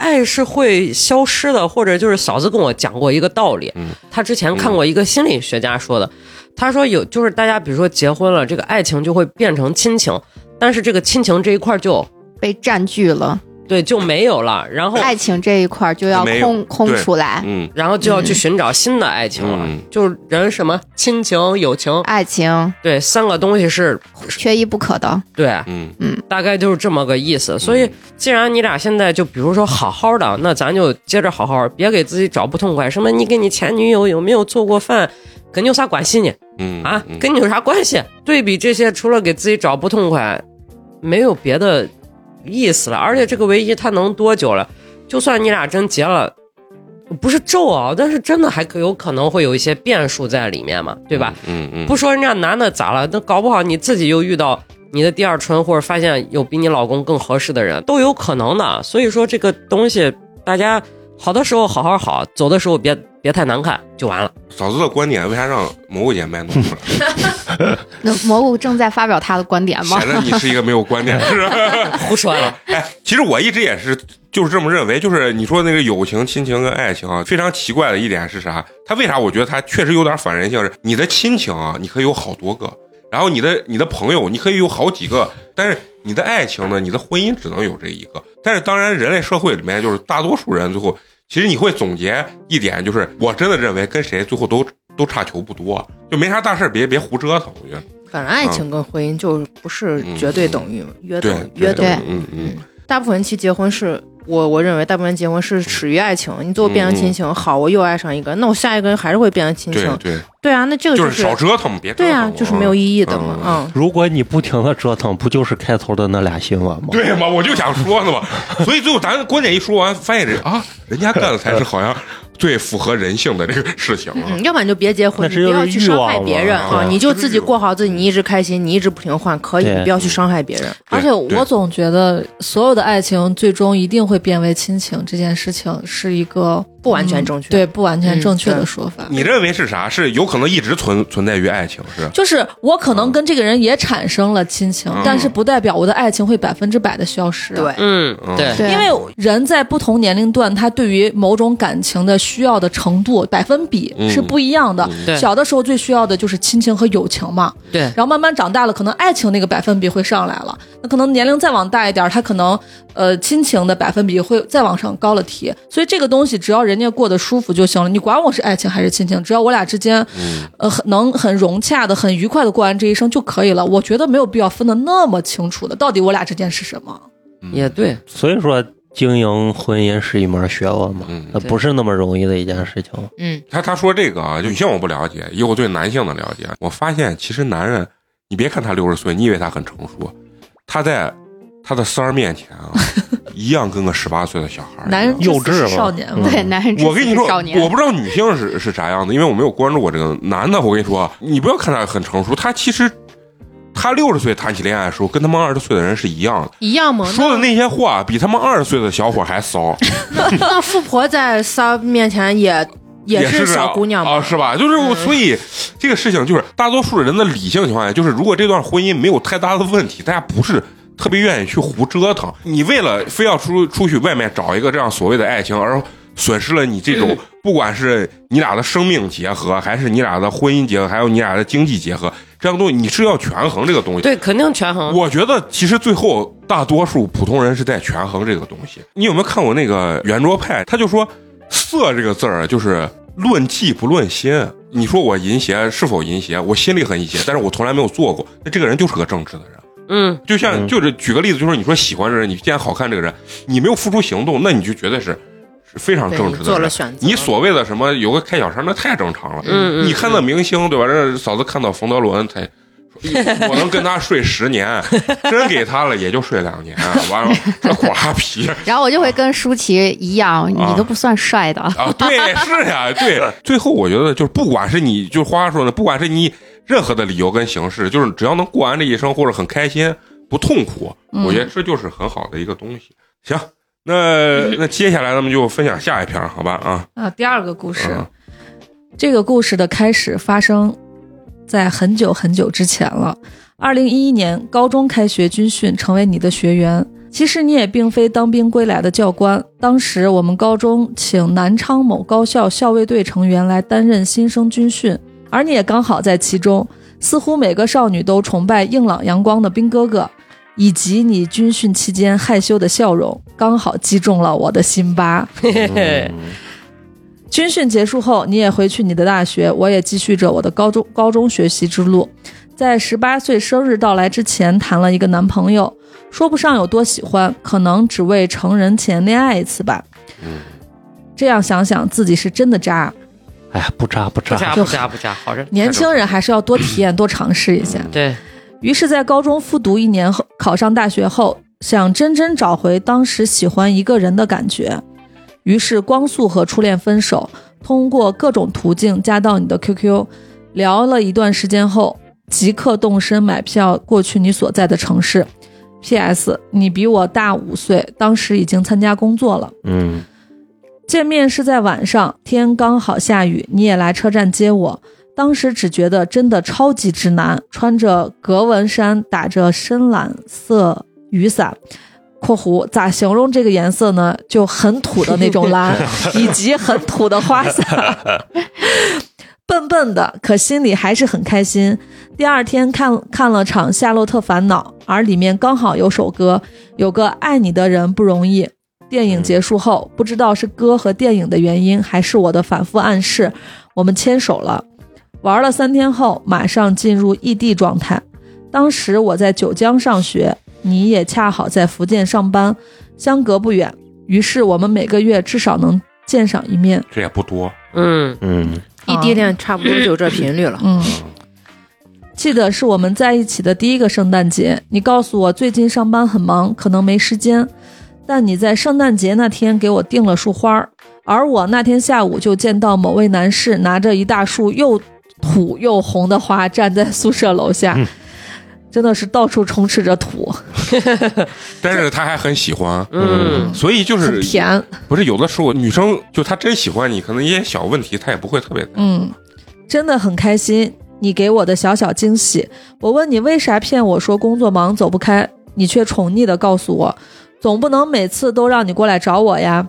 S2: 爱是会消失的，或者就是嫂子跟我讲过一个道理，
S1: 嗯
S2: 她之前看过一个心理学家说的，他说有就是大家比如说结婚了，这个爱情就会变成亲情，但是这个亲情这一块儿就
S4: 被占据了，
S2: 对就没有了，然后
S4: 爱情这一块儿就要
S1: 哦没有
S4: 空空
S1: 对
S4: 出来。
S1: 嗯，
S2: 然后就要去寻找新的爱情了。
S1: 嗯
S2: 就是人什么亲情、友情，
S4: 爱情
S2: 对三个东西是
S4: 缺一不可的，
S2: 对，
S1: 嗯，
S2: 大概就是这么个意思。所以，既然你俩现在就比如说好好的，那咱就接着好好，别给自己找不痛快。什么你跟你前女友有没有做过饭，跟你有啥关系呢？
S1: 嗯
S2: 啊，
S1: 嗯
S2: 跟你有啥关系？对比这些，除了给自己找不痛快，没有别的意思了。而且这个唯一他能多久了？就算你俩真结了，不是咒啊，但是真的还可有可能会有一些变数在里面嘛，对吧？？
S1: 嗯嗯，
S2: 不说人家男的咋了，那搞不好你自己又遇到你的第二春，或者发现有比你老公更合适的人，都有可能的。所以说这个东西，大家好的时候好好好，走的时候别别太难看就 完了。
S1: 嫂子的观点为啥让蘑菇姐卖弄出来？
S4: 那蘑菇正在发表他的观点吗
S1: 显？得你是一个没有观点的人。
S2: 胡说了，
S1: 哎，其实我一直也是就是这么认为，就是你说那个友情、亲情跟爱情啊，非常奇怪的一点是啥？它为啥我觉得它确实有点反人性？是你的亲情啊，你可以有好多个，然后你的你的朋友，你可以有好几个，但是你的爱情呢，你的婚姻只能有这一个。但是当然，人类社会里面就是大多数人最后，其实你会总结一点，就是我真的认为跟谁最后都都差球不多，就没啥大事儿，别别胡折腾，我觉得。
S3: 反正爱情跟婚姻就不是绝对等于，约
S1: 对
S3: 等，
S1: 对
S3: 约等于。
S1: 嗯嗯
S3: 大部分人其实结婚是我我认为大部分人结婚是始于爱情，你最后变成亲情，好，我又爱上一个，那我下一个人还是会变成亲
S1: 嗯，对
S3: 情，
S1: 对，
S3: 对啊，那这个
S1: 就是是少折腾，别折腾
S3: 对
S1: 我。
S3: 啊，就是没有意义的嘛，
S1: 嗯
S3: 嗯
S5: 如果你不停的折腾，不就是开头的那俩新闻 吗？
S1: 对嘛，我就想说呢嘛，所以最后咱观点一说完，发现人啊，人家干的才是好像最符合人性的这个事情啊。
S3: 嗯，要不然你就别结
S5: 那
S3: 婚，你
S5: 这
S3: 不
S5: 就是
S3: 要去伤害
S5: 欲望
S3: 别人
S5: 嘛
S3: 啊，
S5: 对
S3: 你就自己过好自己，你一直开心，你一直不停换，可以，
S5: 对
S3: 你不要去伤害别人。
S1: 对
S6: 而且我
S1: 对
S6: 总觉得，所有的爱情最终一定会变为亲情，这件事情是一个
S3: 不完全正确
S6: 嗯对不完全正确
S3: 嗯
S6: 的
S3: 对
S6: 说法。
S1: 你认为是啥？是有可能一直存存在于爱情是？
S6: 就是我可能跟这个人也产生了亲情，
S1: 嗯
S6: 但是不代表我的爱情会百分之百的消失。，啊
S3: 对，啊
S2: 嗯，对。
S4: 对，啊
S6: 因为人在不同年龄段，他对于某种感情的需要的程度百分比
S1: 嗯
S6: 是不一样的。
S2: 对
S6: 小的时候最需要的就是亲情和友情嘛，
S2: 对
S6: 然后慢慢长大了，可能爱情那个百分比会上来了。那可能年龄再往大一点，他可能呃亲情的百分比会再往上高了提。所以这个东西，只要人家过得舒服就行了。你管我是爱情还是亲情，只要我俩之间，呃，很能很融洽的、很愉快的过完这一生就可以了。我觉得没有必要分得那么清楚的，到底我俩之间是什么。
S1: 嗯
S2: 也对，
S5: 所以说，经营婚姻是一门学问嘛，
S1: 嗯
S5: 那不是那么容易的一件事情。
S3: 嗯，
S1: 他他说这个啊，就女性我不了解，以我对男性的了解，我发现其实男人，你别看他六十岁，你以为他很成熟，他在他的三儿面前啊，一样跟个十八岁的小孩儿一样。
S6: 男人
S5: 幼稚
S6: 是
S5: 嘛
S6: 少年嘛
S5: 嗯，
S4: 对男人之
S1: 我跟
S4: 死
S1: 你
S4: 是
S1: 说，
S4: 少年
S1: 我不知道女性是啊是啥样子，因为我没有关注过这个男的。我跟你说，你不要看他很成熟，他其实他六十岁谈起恋爱的时候，跟他们二十岁的人是一样的。
S3: 一样
S4: 哦
S3: 吗？
S1: 说的那些话比他们二十岁的小伙还骚，
S3: 那那富婆在仨面前也也
S1: 是
S3: 是
S1: 这
S3: 小
S1: 样
S3: 姑娘
S1: 啊，
S3: 吗？
S1: 是吧？就是我，
S3: 嗯
S1: 所以这个事情就是大多数人的理性情况下，就是如果这段婚姻没有太大的问题，大家不是特别愿意去胡折腾。你为了非要出出去外面找一个这样所谓的爱情，而损失了你这
S3: 嗯
S1: 种不管是你俩的生命结合，还是你俩的婚姻结合，还有你俩的经济结合，这样东西你是要权衡这个东西。
S2: 对，肯定权
S5: 嗯
S2: 衡。
S1: 我觉得其实最后大多数普通人是在权衡这个东西。你有没有看过那个圆桌派？他就说“色”这个字儿就是论迹不论心。你说我淫邪是否淫邪？我心里很淫邪，但是我从来没有做过。那这个人就是个正直的人。
S2: 嗯，
S1: 就像
S5: 嗯
S1: 就是举个例子，就是你说喜欢这个人，你既然好看这个人，你没有付出行动，那你就绝对是是非常
S3: 对
S1: 正
S3: 你
S1: 直的
S3: 做了
S1: 人。
S3: 选择，
S1: 你所谓的什么有个开小差，那太正常了。
S2: 嗯嗯
S1: 你看到明星对吧？这嫂子看到冯德伦，她说哎呦我能跟他睡十 年，真给他了也就睡两年，完了这瓜皮
S4: 然后我就会跟舒淇一样，
S1: 啊
S4: 你都不算帅 的，
S1: 啊！对，是呀，对。最后我觉得就是，不管是你就是花花说的，不管是你任何的理由跟形式，就是只要能过完这一生，或者很开心不痛苦，
S6: 嗯
S1: 我觉得这就是很好的一个东西。行，那那接下来咱们就分享下一篇，好吧？啊，
S6: 啊，第二个故事，
S1: 嗯
S6: 这个故事的开始发生在很久很久之前了。二零一一年高中开学军训，成为你的学员。其实你也并非当兵归来的教官。当时我们高中请南昌某高校校卫队成员来担任新生军训，而你也刚好在其中。似乎每个少女都崇拜硬朗阳光的兵哥哥，以及你军训期间害羞的笑容，刚好击中了我的心巴。
S2: 嘿嘿，
S5: 嗯
S6: 军训结束后，你也回去你的大学，我也继续着我的高中高中学习之路。在十八岁生日到来之前，谈了一个男朋友，说不上有多喜欢，可能只为成人前恋爱一次吧。这样想想，自己是真的渣。
S5: 哎，不渣
S2: 不
S5: 不渣，
S2: 加不加不加，好着。
S6: 年轻人还是要多体验、多尝试一下。
S2: 对，
S6: 于是，在高中复读一年后，考上大学后，想真真找回当时喜欢一个人的感觉，于是光速和初恋分手，通过各种途径加到你的 QQ，聊了一段时间后，即刻动身买票过去你所在的城市。P.S. 你比我大五岁，当时已经参加工作了。
S5: 嗯，
S6: 见面是在晚上，天刚好下雨，你也来车站接我。当时只觉得真的超级直男，穿着格纹衫，打着深蓝色雨伞（括弧咋形容这个颜色呢？就很土的那种蓝，以及很土的花伞），笨笨的，可心里还是很开心。第二天看看了场《夏洛特烦恼》，而里面刚好有首歌，有个爱你的人不容易。电影结束后，不知道是歌和电影的原因，还是我的反复暗示，我们牵手了。玩了三天后，马上进入异地状态。当时我在九江上学，你也恰好在福建上班，相隔不远，于是我们每个月至少能见上一面。
S1: 这也不多。
S2: 嗯，
S5: 嗯，
S3: 异地恋差不多就这频率了。
S6: 嗯，记得是我们在一起的第一个圣诞节，你告诉我最近上班很忙，可能没时间，但你在圣诞节那天给我订了束花儿，而我那天下午就见到某位男士拿着一大束又土又红的花站在宿舍楼下。
S1: 嗯
S6: 真的是到处充斥着土，
S1: 但是他还很喜欢，
S2: 嗯，
S1: 所以就
S6: 很
S1: 是
S6: 甜。
S1: 不是有的时候女生就她真喜欢你，可能一些小问题她也不会特别在意。
S6: 嗯，真的很开心你给我的小小惊喜。我问你为啥骗我说工作忙走不开，你却宠溺的告诉我，总不能每次都让你过来找我呀。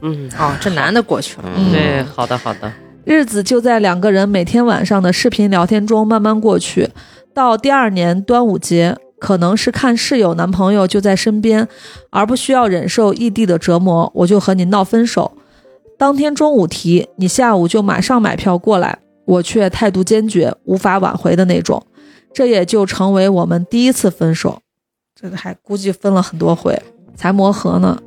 S2: 嗯，
S3: 哦，这男的过去了，
S1: 嗯
S2: 对，好的好的，
S6: 日子就在两个人每天晚上的视频聊天中慢慢过去。到第二年端午节，可能是看室友男朋友就在身边，而不需要忍受异地的折磨，我就和你闹分手。当天中午提，你下午就马上买票过来，我却态度坚决，无法挽回的那种。这也就成为我们第一次分手，这个还估计分了很多回才磨合呢。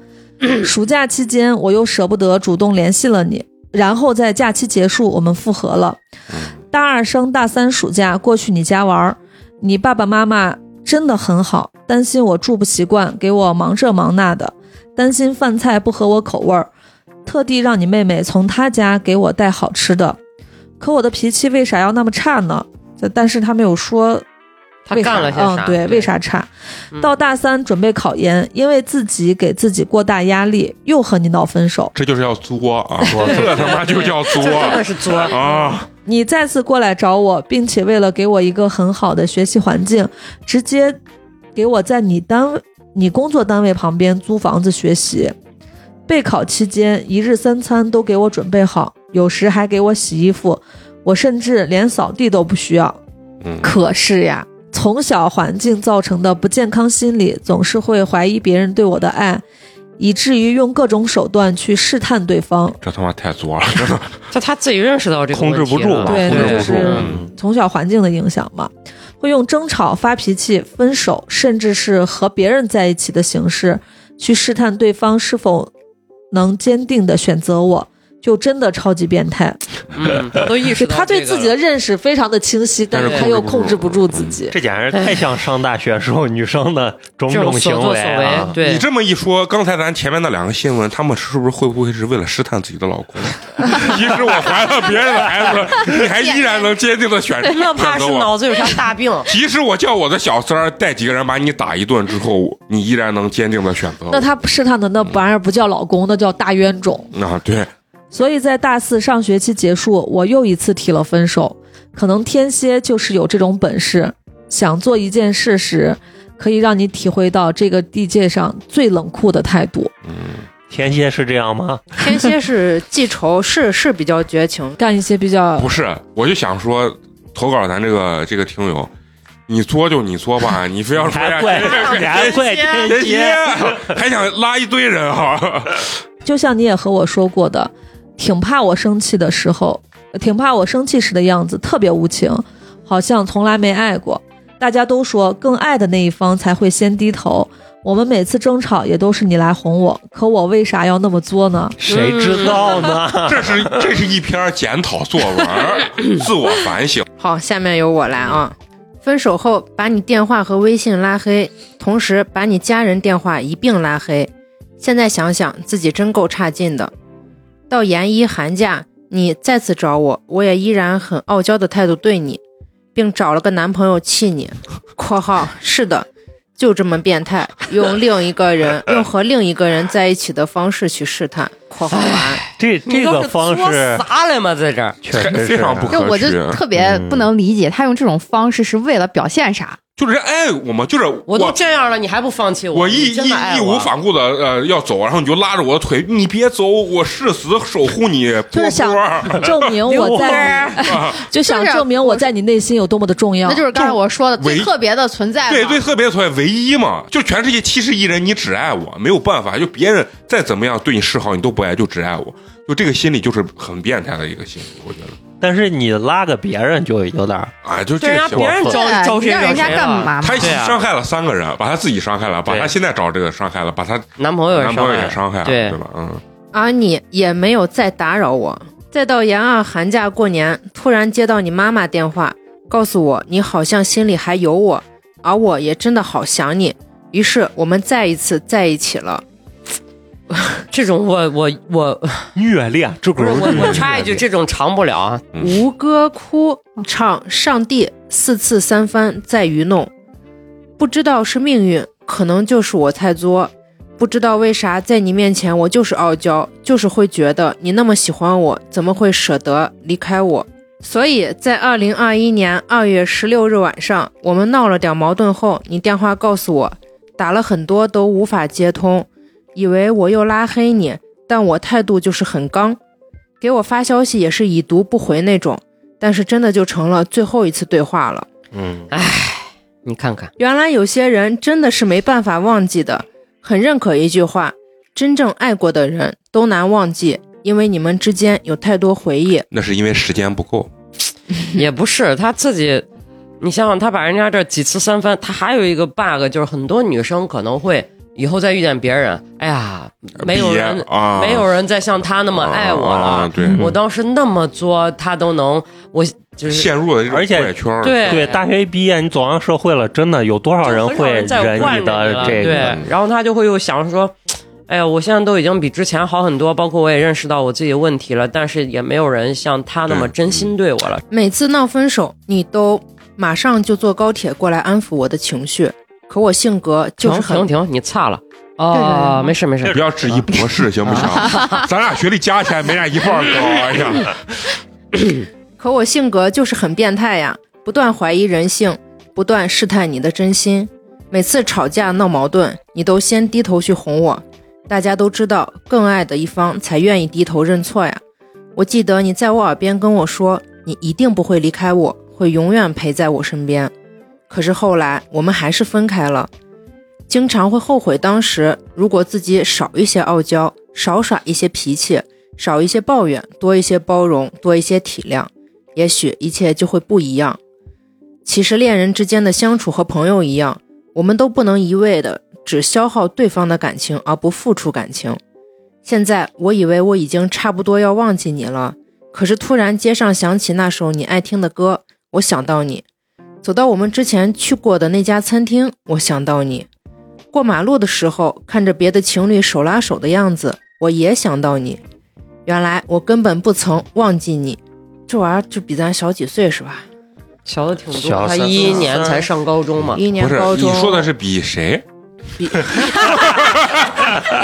S6: 暑假期间，我又舍不得主动联系了你，然后在假期结束，我们复合了。
S2: 嗯
S6: 大二升大三暑假过去你家玩儿，你爸爸妈妈真的很好，担心我住不习惯，给我忙这忙那的，担心饭菜不合我口味儿，特地让你妹妹从她家给我带好吃的。可我的脾气为啥要那么差呢？但是他没有说
S2: 他
S6: 为
S2: 干了些啥
S6: 嗯，对，
S2: 对
S6: 为啥差？
S2: 嗯
S6: 到大三准备考研，因为自己给自己过大压力，又和你闹分手。
S1: 这就是要作啊！这他妈就叫 作
S2: 真的是作，
S1: 啊！
S6: 你再次过来找我，并且为了给我一个很好的学习环境，直接给我在你单位、你工作单位旁边租房子学习。备考期间，一日三餐都给我准备好，有时还给我洗衣服，我甚至连扫地都不需要。
S1: 嗯，
S6: 可是呀，从小环境造成的不健康心理，总是会怀疑别人对我的爱，以至于用各种手段去试探对方。
S1: 这他妈太作了，真的。
S2: 就他自己认识到这个
S5: 控制不
S2: 问
S5: 住
S2: 题了
S5: 吧，
S6: 对
S5: 控制
S6: 对
S5: 不住
S6: 是。
S5: 嗯
S6: 从小环境的影响嘛，会用争吵、发脾气、分手，甚至是和别人在一起的形式，去试探对方是否能坚定的选择我。就真的超级变态，
S2: 嗯，他都意识
S6: 就
S2: 到
S6: 他
S2: 这
S6: 对
S2: 个
S6: 自己的认识非常的清晰，但
S1: 但
S2: 是
S6: 是他又控制不住自己。
S5: 这简直太像上大学时候女生的种
S2: 这种 所
S5: 行
S2: 作所
S5: 为
S2: 为
S5: 啊，！
S2: 对
S1: 你，这么一说，刚才咱前面那两个新闻，他们是不是会不会是为了试探自己的老公？即使我怀了别人的孩子，你还依然能坚定的选
S2: 那怕
S1: 选择
S2: 是
S1: 我。
S2: 脑子有啥大病。
S1: 即使我叫我的小三儿带几个人把你打一顿之后，你依然能坚定的选择我。
S6: 那他试探的那玩意儿不叫老公，那叫大冤种。
S1: 啊，对，
S6: 所以在大四上学期结束，我又一次提了分手。可能天蝎就是有这种本事，想做一件事时，可以让你体会到这个地界上最冷酷的态度。
S5: 天蝎是这样吗？
S3: 天蝎是记仇，是是比较绝情，
S6: 干一些比较
S1: 不是，我就想说，投稿咱这个这个听友，你作就你作吧，你非要说
S5: 还
S1: 呀
S5: 怪
S1: 天
S5: 还怪天
S1: 天
S5: 蝎
S1: 蝎，还想拉一堆人哈。
S6: 就像你也和我说过的，挺怕我生气的时候，挺怕我生气时的样子，特别无情，好像从来没爱过。大家都说，更爱的那一方才会先低头。我们每次争吵也都是你来哄我，可我为啥要那么作呢？
S5: 谁知道
S2: 嗯
S5: 呢？
S1: 这是这是一篇检讨作文，自我反省。
S3: 好，下面由我来啊。分手后把你电话和微信拉黑，同时把你家人电话一并拉黑。现在想想自己真够差劲的。到研一寒假，你再次找我，我也依然很傲娇的态度对你，并找了个男朋友气你。（括号是的，就这么变态，用另一个人用和另一个人在一起的方式去试探。）（括号完。
S5: 这
S2: 你
S5: 这个方
S2: 都是
S5: 式
S2: 作啥了吗？在这儿，
S5: 确实是啊
S1: 非常不
S4: 这我就
S1: 可取
S4: 特别
S5: 嗯
S4: 不能理解，他用这种方式是为了表现啥？
S1: 就是爱我嘛，就是
S2: 我都
S1: 我
S2: 这样了，你还不放弃
S1: 我
S2: 你
S1: 义
S2: 真
S1: 义
S2: 的爱
S1: 义
S2: 我
S1: 无反顾的呃要走，然后你就拉着我的腿，你别走，我誓死守护你。
S6: 就
S1: 波
S6: 是想
S1: 波，
S6: 证明我 在，
S5: 啊
S6: 就想证明我在你内心有多么的重要
S4: 那。就是刚才我说的最
S1: 嗯唯
S4: 特别的存在嘛。
S1: 对对，特别所谓唯一嘛，就全世界七十亿人，你只爱我，没有办法，就别人再怎么样对你示好，你都不爱，就只爱我，就这个心理就是很变态的一个心理，我觉得，
S5: 但是你拉个别人就有点儿，
S1: 啊，就这
S2: 对
S1: 个
S2: 人
S1: 想
S2: 家
S1: 法
S2: 别人
S5: 我
S2: 招
S4: 对啊
S2: 招谁
S4: 你让人家
S2: 惹谁
S4: 干
S2: 了
S4: 嘛嘛？
S1: 他一起
S5: 对啊
S1: 伤害了三个人，把他自己伤害了，把
S5: 对
S1: 他现在找这个伤害了，把他
S2: 男朋友也
S1: 男朋友
S2: 害
S1: 也伤害了，
S2: 对
S1: 对吧？嗯，
S3: 而你也没有再打扰我。再到研二寒假过年，突然接到你妈妈电话，告诉我你好像心里还有我，而我也真的好想你。于是我们再一次在一起了。
S2: 这种我我 我
S5: 虐恋，这
S2: 不
S5: 不
S2: 是我我插
S5: 虐
S2: 一句，
S5: 恋
S2: 这种长不了啊。
S1: 嗯
S3: 吴哥哭唱上帝四次三番在愚弄，不知道是命运，可能就是我太作。不知道为啥，在你面前我就是傲娇，就是会觉得你那么喜欢我，怎么会舍得离开我？所以在二零二一年二月十六日晚上，我们闹了点矛盾后，你电话告诉我，打了很多都无法接通，以为我又拉黑你，但我态度就是很刚，给我发消息也是已读不回那种，但是真的就成了最后一次对话了。
S5: 嗯，
S2: 你看看，
S3: 原来有些人真的是没办法忘记的，很认可一句话：真正爱过的人都难忘记，因为你们之间有太多回忆。
S1: 那是因为时间不够，
S2: 也不是他自己，你想想，他把人家这几次三番，他还有一个 bug，就是很多女生可能会以后再遇见别人，哎呀，
S1: 呃
S2: 没有
S1: 憋
S2: 人。
S1: 啊，
S2: 没有人再像他那么爱我了，嗯
S1: 啊对，
S2: 我当时那么作，他都能，我就是
S1: 陷入了这种
S5: 而且
S1: 怪圈儿，
S2: 对
S5: 对，大学一毕业你走上社会了，真的有多少人会
S2: 很少人再
S5: 忍
S2: 惯
S5: 你
S2: 着你
S5: 的
S2: 了
S5: 这个？
S2: 对，然后他就会又想说，哎呀，我现在都已经比之前好很多，包括我也认识到我自己的问题了，但是也没有人像他那么
S1: 对
S2: 真心对我了。
S3: 每次闹分手，你都马上就坐高铁过来安抚我的情绪。可我性格就
S2: 停
S3: 是
S2: 停
S3: 很
S2: 停，你差了
S4: 对对
S2: 哦，
S4: 对
S2: 没事没事，
S1: 不要质疑博士行不 行？咱俩学历加起来没俺一半儿高，哎呀，
S3: 可我性格就是很变态呀，不断怀疑人性，不断试探你的真心。每次吵架闹矛盾，你都先低头去哄我。大家都知道，更爱的一方才愿意低头认错呀。我记得你在我耳边跟我说，你一定不会离开我，会永远陪在我身边。可是后来我们还是分开了，经常会后悔当时如果自己少一些傲娇，少耍一些脾气，少一些抱怨，多一些包容，多一些体谅，也许一切就会不一样。其实恋人之间的相处和朋友一样，我们都不能一味的只消耗对方的感情而不付出感情。现在我以为我已经差不多要忘记你了，可是突然街上响起那首你爱听的歌，我想到你；走到我们之前去过的那家餐厅，我想到你；过马路的时候看着别的情侣手拉手的样子，我也想到你。原来我根本不曾忘记你，这玩意儿就比咱小几岁是吧？
S2: 小的挺
S5: 小
S2: 多，他
S5: 三
S2: 一一
S5: 四
S2: 年才上高中嘛，
S3: 一
S1: 不
S3: 年
S1: 是
S3: 高中，
S1: 你说的是比谁？
S3: 比
S1: 哎，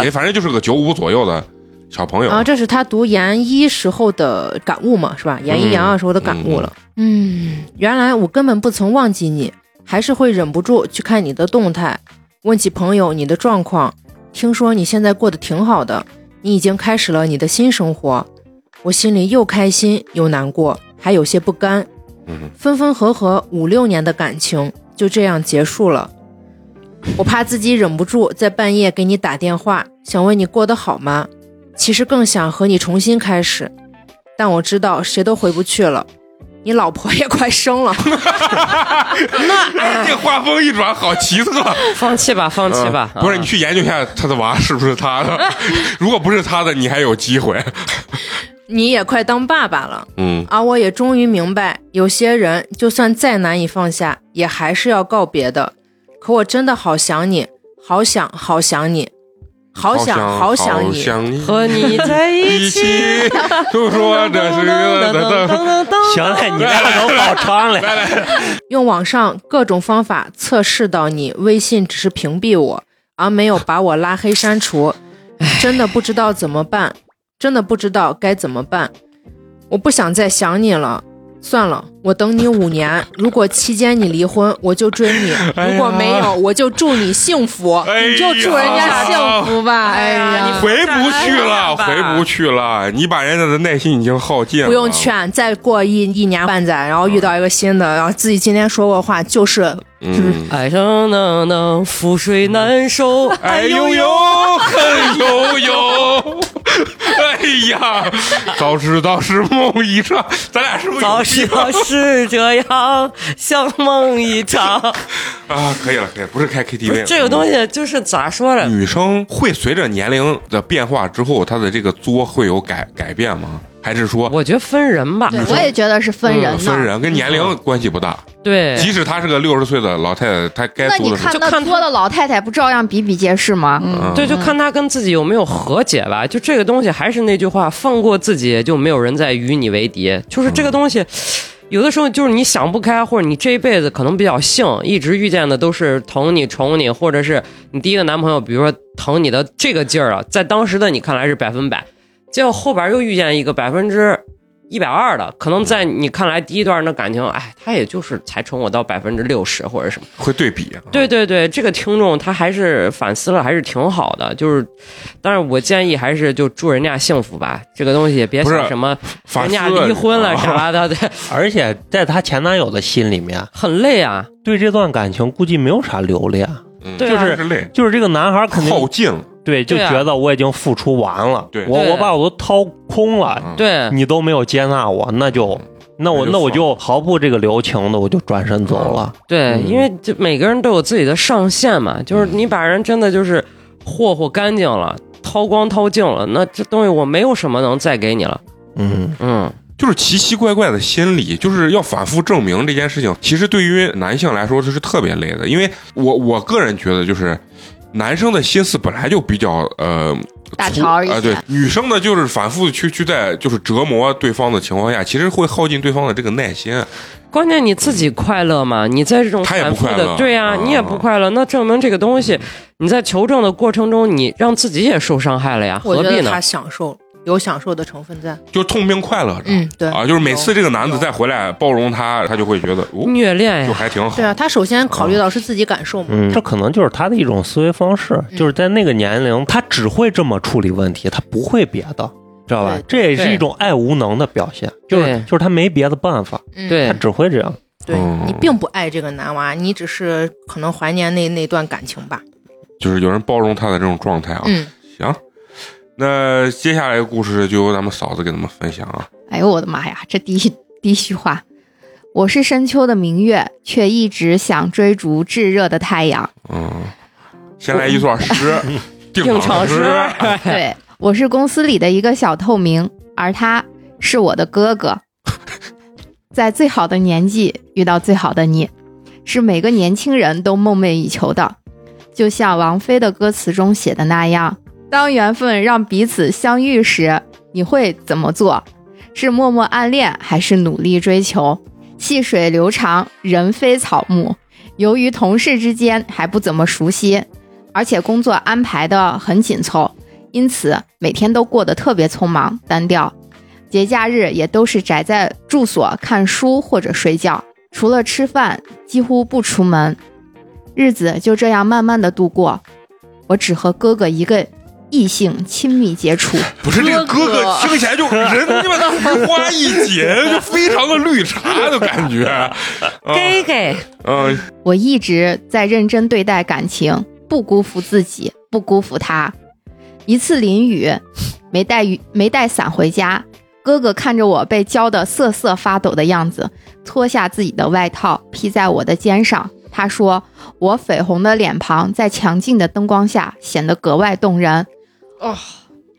S1: 反正就是个九五左右的小朋友
S3: 啊，，这是他读研一时候的感悟嘛，是吧？研一、
S1: 嗯
S3: 研二时候的感悟了。
S4: 嗯，
S3: 原来我根本不曾忘记你，还是会忍不住去看你的动态，问起朋友你的状况。听说你现在过得挺好的，你已经开始了你的新生活，我心里又开心又难过，还有些不甘。
S1: 嗯
S3: 分分合合五六年的感情就这样结束了。我怕自己忍不住在半夜给你打电话，想问你过得好吗？其实更想和你重新开始，但我知道谁都回不去了。你老婆也快生了，
S1: 这画风一转，好奇特。
S3: 嗯
S2: 放弃吧，放弃吧，
S1: 嗯不是，
S2: 啊
S1: 你去研究一下他的娃是不是他 的，如果不是他的，你还有机会。
S3: 你也快当爸爸了。
S1: 嗯，
S3: 而我也终于明白，有些人就算再难以放下，也还是要告别的。可我真的好想你，好想好想你，好想
S1: 好
S3: 想你。
S1: 想你
S2: 和你在一
S1: 一
S2: 起。
S1: 起， 就说这是个
S5: 行了，你这个能爆仓了。
S3: 用网上各种方法测试到你微信只是屏蔽我，而没有把我拉黑删除，真的不知道怎么办，真的不知道该怎么办。我不想再想你了，算了，我等你五年。如果期间你离婚，我就追你；
S1: 哎呀
S3: 如果没有，我就祝你幸福。
S1: 哎
S3: 你就祝人家幸福吧。哎
S2: 呀
S3: 呀，
S1: 回不去了，回不去了，你把人家的耐心已经耗尽了。
S3: 不用，劝，再过一一年半载，然后遇到一个新的，然后自己今天说过话就是
S1: 嗯，
S2: 爱上能能，覆水难收。
S1: 哎呦呦，恨悠悠。 哎呀，早知道是梦一场，咱俩是不是有
S2: 早知道是这样，像梦一场。
S1: 啊？可以了，可以了，不是开 KTV
S2: 不是
S1: 了
S2: 这个东西，就是咋说呢？
S1: 女生会随着年龄的变化之后，她的这个作会有改改变吗？还是说
S2: 我觉得分人吧，
S4: 对，我也觉得是分人
S1: 嗯
S4: 呢。
S1: 分人跟年龄关系不大？
S2: 对，
S1: 即使她是个六十岁的老太太，她该
S4: 那
S1: 做
S4: 你
S1: 的事
S4: 看
S1: 情，
S4: 那
S2: 嗯就看他
S4: 作的老太太不照样比比皆是吗？
S1: 嗯
S2: 对，就看他跟自己有没有和解吧。就这个东西，还是那句话，放过自己，就没有人再与你为敌。就是这个东西，有的时候就是你想不开，或者你这一辈子可能比较幸，一直遇见的都是疼你、宠你，或者是你第一个男朋友，比如说疼你的这个劲儿啊，在当时的你看来是百分百，结果后边又遇见一个百分之。一百二的，可能在你看来，第一段的感情，哎，他也就是才宠我到百分之六十或者什么。
S1: 会对比。啊
S2: 对对对，这个听众他还是反思了，还是挺好的。就是，但是我建议还是就祝人家幸福吧。这个东西也别
S1: 不是
S2: 想什么
S1: 反
S2: 人
S1: 思啊
S2: 家离婚了
S1: 你知道吗
S2: 啥的，对，
S5: 而且在她前男友的心里面，
S2: 很累啊。
S5: 对这段感情估计没有啥留恋，
S1: 嗯
S2: 对啊
S1: 就是累，
S5: 就是这个男孩肯定
S1: 耗尽了。
S5: 对，就
S2: 对啊
S5: 觉得我已经付出完了，
S1: 对
S5: 我
S2: 对
S5: 我把我都掏空了，
S1: 嗯，
S2: 对，
S5: 你都没有接纳我，那就那我
S1: 那就
S5: 那我
S1: 放
S5: 就毫不这个留情的，我就转身走了。
S2: 对，
S5: 嗯
S2: 因为就每个人都有自己的上限嘛，就是你把人真的就是霍霍干净了，掏光掏净了，那这东西我没有什么能再给你了。
S5: 嗯，
S2: 嗯，
S1: 就是奇奇怪怪的心理，就是要反复证明这件事情。其实对于男性来说，这是特别累的，因为我我个人觉得，就是男生的心思本来就比较呃
S4: 大吵一
S1: 啊，对
S4: 下，，
S1: 女生呢就是反复去去在就是折磨对方的情况下，其实会耗尽对方的这个耐心。
S2: 关键你自己快乐嘛？你在这种
S1: 他也
S2: 反
S1: 不
S2: 复
S1: 快乐
S2: 的，对呀、
S1: 啊
S2: 你也不快乐，那证明这个东西你在求证的过程中，你让自己也受伤害了呀，
S3: 我
S2: 何
S3: 觉
S2: 必
S3: 得
S2: 呢
S3: 他？享受有享受的成分在。
S1: 就是痛并快乐着。
S3: 嗯对
S1: 啊，就是每次这个男子
S3: 有
S1: 再回来包容她，她就会觉得哦，
S2: 虐恋
S1: 就
S2: 呀，
S1: 还挺好
S3: 对。啊，他首先考虑到是自己感受嘛。
S5: 嗯，这可能就是他的一种思维方式，就是在那个年龄，他只会这么处理问题，他不会别的，知道吧
S3: 对？
S5: 这也是
S2: 对
S5: 一种爱无能的表现，就
S2: 对
S5: 是就是他没别的办法，
S3: 嗯
S2: 对
S5: 他只会这样。
S3: 对哦
S1: 嗯
S3: 你并不爱这个男娃，你只是可能怀念那那段感情吧。
S1: 就是有人包容她的这种状态啊。
S3: 嗯，
S1: 行，那接下来的故事就由咱们嫂子给咱们分享啊。
S4: 哎呦我的妈呀，这第一第一句话，我是深秋的明月，却一直想追逐炙热的太阳。
S1: 嗯，先来一段诗，定
S2: 定
S1: 场
S2: 场
S1: 诗
S2: 诗。
S1: 啊
S4: 对，我是公司里的一个小透明，而他是我的哥哥。在最好的年纪遇到最好的你，是每个年轻人都梦寐以求的。就像王菲的歌词中写的那样，当缘分让彼此相遇时，你会怎么做？是默默暗恋，还是努力追求？细水流长，人非草木。由于同事之间还不怎么熟悉，而且工作安排的很紧凑，因此每天都过得特别匆忙单调。节假日也都是宅在住所看书或者睡觉，除了吃饭几乎不出门，日子就这样慢慢的度过。我只和哥哥一个异性亲密接触，
S1: 不是这个哥
S6: 哥哥
S1: 哥听起来就人他妈的如花一紧，就非常的绿茶的感觉。
S2: 给给，
S1: 嗯，
S4: 我一直在认真对待感情，不辜负自己，不辜负他。一次淋雨，没带雨没带伞回家，哥哥看着我被浇得瑟瑟发抖的样子，脱下自己的外套披在我的肩上。他说：“我绯红的脸庞在强劲的灯光下显得格外动人。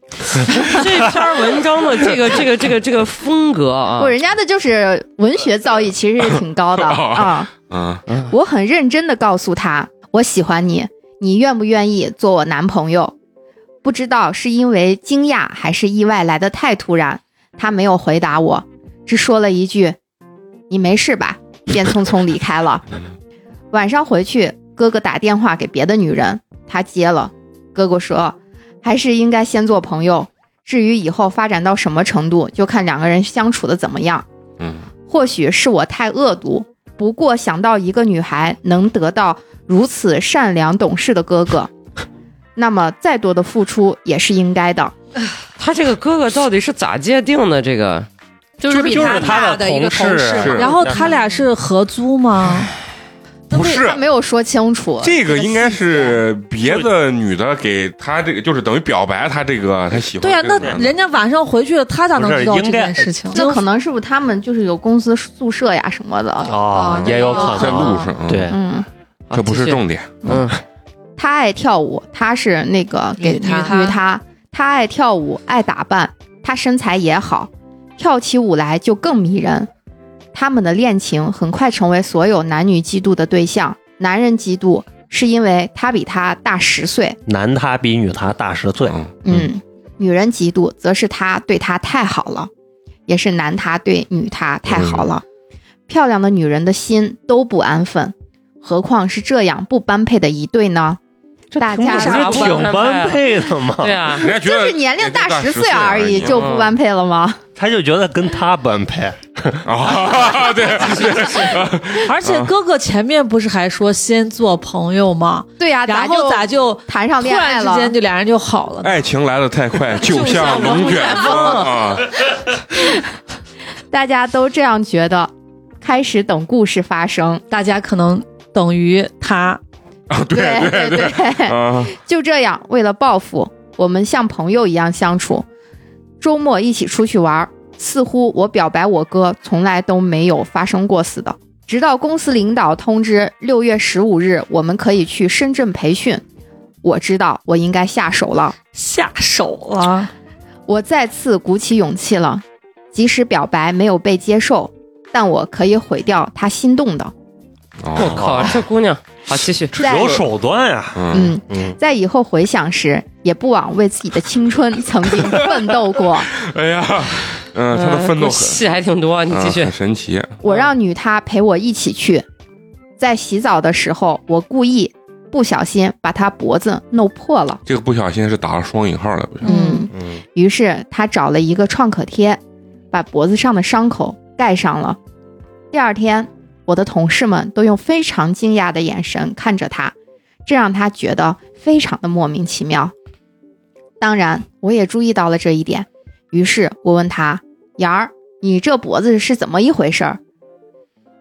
S2: 这篇文章的这个这个这个这个风格啊
S4: 不，，人家的就是文学造诣其实是挺高的啊。
S1: 嗯
S2: 嗯
S4: 我很认真的告诉他，我喜欢你，你愿不愿意做我男朋友？不知道是因为惊讶还是意外来的太突然，他没有回答我，只说了一句：“你没事吧？”便匆匆离开了。晚上回去，哥哥打电话给别的女人，他接了。哥哥说，还是应该先做朋友，至于以后发展到什么程度，就看两个人相处的怎么样。
S1: 嗯，
S4: 或许是我太恶毒，不过想到一个女孩能得到如此善良懂事的哥哥， 那么再多的付出也是应该的。
S2: 他这个哥哥到底是咋界定的？这个
S6: 就是
S5: 就是他
S6: 大
S5: 的
S6: 一个
S5: 同事
S6: 嘛
S1: 是
S6: 然后他俩是合租吗？
S5: 哎
S1: 不
S6: 那为
S1: 是
S4: 他。没有说清楚，
S1: 这个应该是别的女的给他这个，就是等于表白他这个他喜欢
S6: 对呀、
S1: 这个
S6: 那
S1: 男的。
S6: 人家晚上回去，他咋能知道
S5: 不
S6: 这
S5: 是应该
S6: 件事情？
S4: 那可能是不是他们就是有公司宿舍呀什么
S1: 哦
S4: 的？
S5: 啊，也有可
S1: 在路
S5: 能。
S1: 上，嗯，
S5: 对，
S4: 嗯，
S1: 这不是重点。
S2: 啊嗯，
S4: 他爱跳舞，他是那个给
S3: 女他
S4: 女他，他爱跳舞，爱打扮，他身材也好，跳起舞来就更迷人。他们的恋情很快成为所有男女嫉妒的对象，男人嫉妒是因为他比他大十岁，
S5: 男他比女他大十岁，
S1: 嗯，
S4: 嗯，女人嫉妒则是他对他太好了，也是男他对女他太好了。
S3: 嗯
S4: 漂亮的女人的心都不安分，何况是这样不般配的一对呢？大
S5: 不
S4: 家
S5: 是
S2: 啥不
S5: 挺般配的吗？
S2: 对 啊，
S1: 人家觉
S4: 就
S1: 得
S4: 是年龄大
S1: 十
S4: 十岁而已，嗯
S1: 已，嗯
S4: 就不般配了 吗？
S5: 他就觉得跟他般配，
S1: 啊， 对，
S6: 而且
S5: 嗯
S6: 哥哥前面不是还说先做朋友吗？
S4: 对呀、
S6: 然
S4: 咱
S6: 后咋就
S4: 谈上
S6: 突
S4: 恋爱
S6: 然之
S4: 了？
S6: 间就俩人就好
S5: 哎
S6: 了呢？
S1: 爱情来得太快， 就像龙卷风 啊！
S4: 大家都这样觉得，开始等故事发生。
S6: 大家可能等于他
S1: 啊，
S4: 对
S1: 对
S4: 对，嗯
S1: 啊，
S4: 就这样，为了报复，我们像朋友一样相处，周末一起出去玩儿。似乎我表白我哥从来都没有发生过似的。直到公司领导通知六月十五日我们可以去深圳培训，我知道我应该下手了。
S6: 下手 了，
S4: 我再次鼓起勇气了，即使表白没有被接受，但我可以毁掉他心动的。
S2: 我
S1: 哦
S2: 靠，这姑娘，好继续，
S5: 有
S4: 在
S5: 手段呀。啊
S1: 嗯
S4: 嗯，
S5: 嗯，
S4: 在以后回想时，也不枉为自己的青春曾经奋斗过。
S1: 哎呀，嗯， 他的奋斗很
S2: 戏还挺多，你继
S1: 啊
S2: 续
S1: 很。神奇。
S4: 我让女她陪我一起去，在洗澡的时候，我故意不小心把她脖子弄破了。
S1: 这个不小心是打了双引号的，不是？
S4: 嗯，
S1: 嗯，
S4: 于是她找了一个创可贴，把脖子上的伤口盖上了。第二天，我的同事们都用非常惊讶的眼神看着她，这让她觉得非常的莫名其妙。当然，我也注意到了这一点，于是我问她：“妍儿，你这脖子是怎么一回事儿？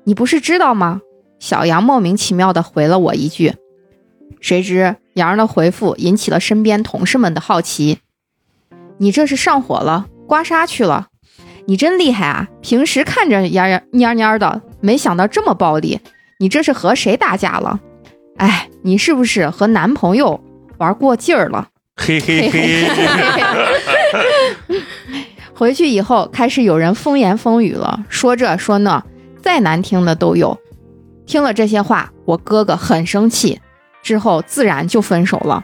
S4: 你不是知道吗？”小杨莫名其妙的回了我一句，谁知杨儿的回复引起了身边同事们的好奇：“你这是上火了，刮痧去了？你真厉害啊！平时看着蔫儿蔫蔫的，没想到这么暴力。你这是和谁打架了？哎，你是不是和男朋友玩过劲儿了？”
S5: 嘿嘿嘿，
S4: 回去以后，开始有人风言风语了，说这说那，再难听的都有。听了这些话，我哥哥很生气，之后自然就分手了。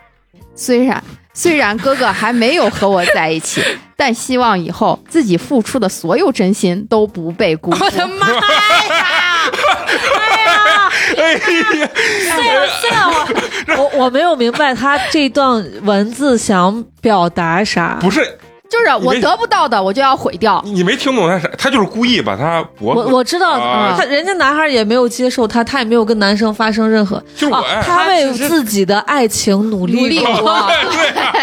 S4: 虽然虽然哥哥还没有和我在一 起，但希望以后自己付出的所有真心都不被辜 负。
S2: 妈呀！
S1: 哎呀，
S6: 对了对了，我我我没有明白他这段文字想表达啥。
S1: 不是，
S4: 就是我得不到的，我就要毁掉。
S1: 你没听懂他啥？他就是故意把他脖
S6: 我
S1: 子，
S6: 我知道，嗯
S1: 啊
S6: 他人家男孩也没有接受他，他也没有跟男生发生任何，
S1: 就是我哎
S6: 啊、他为自己的爱情努力
S4: 努力
S6: 过
S4: 过，
S1: 对啊，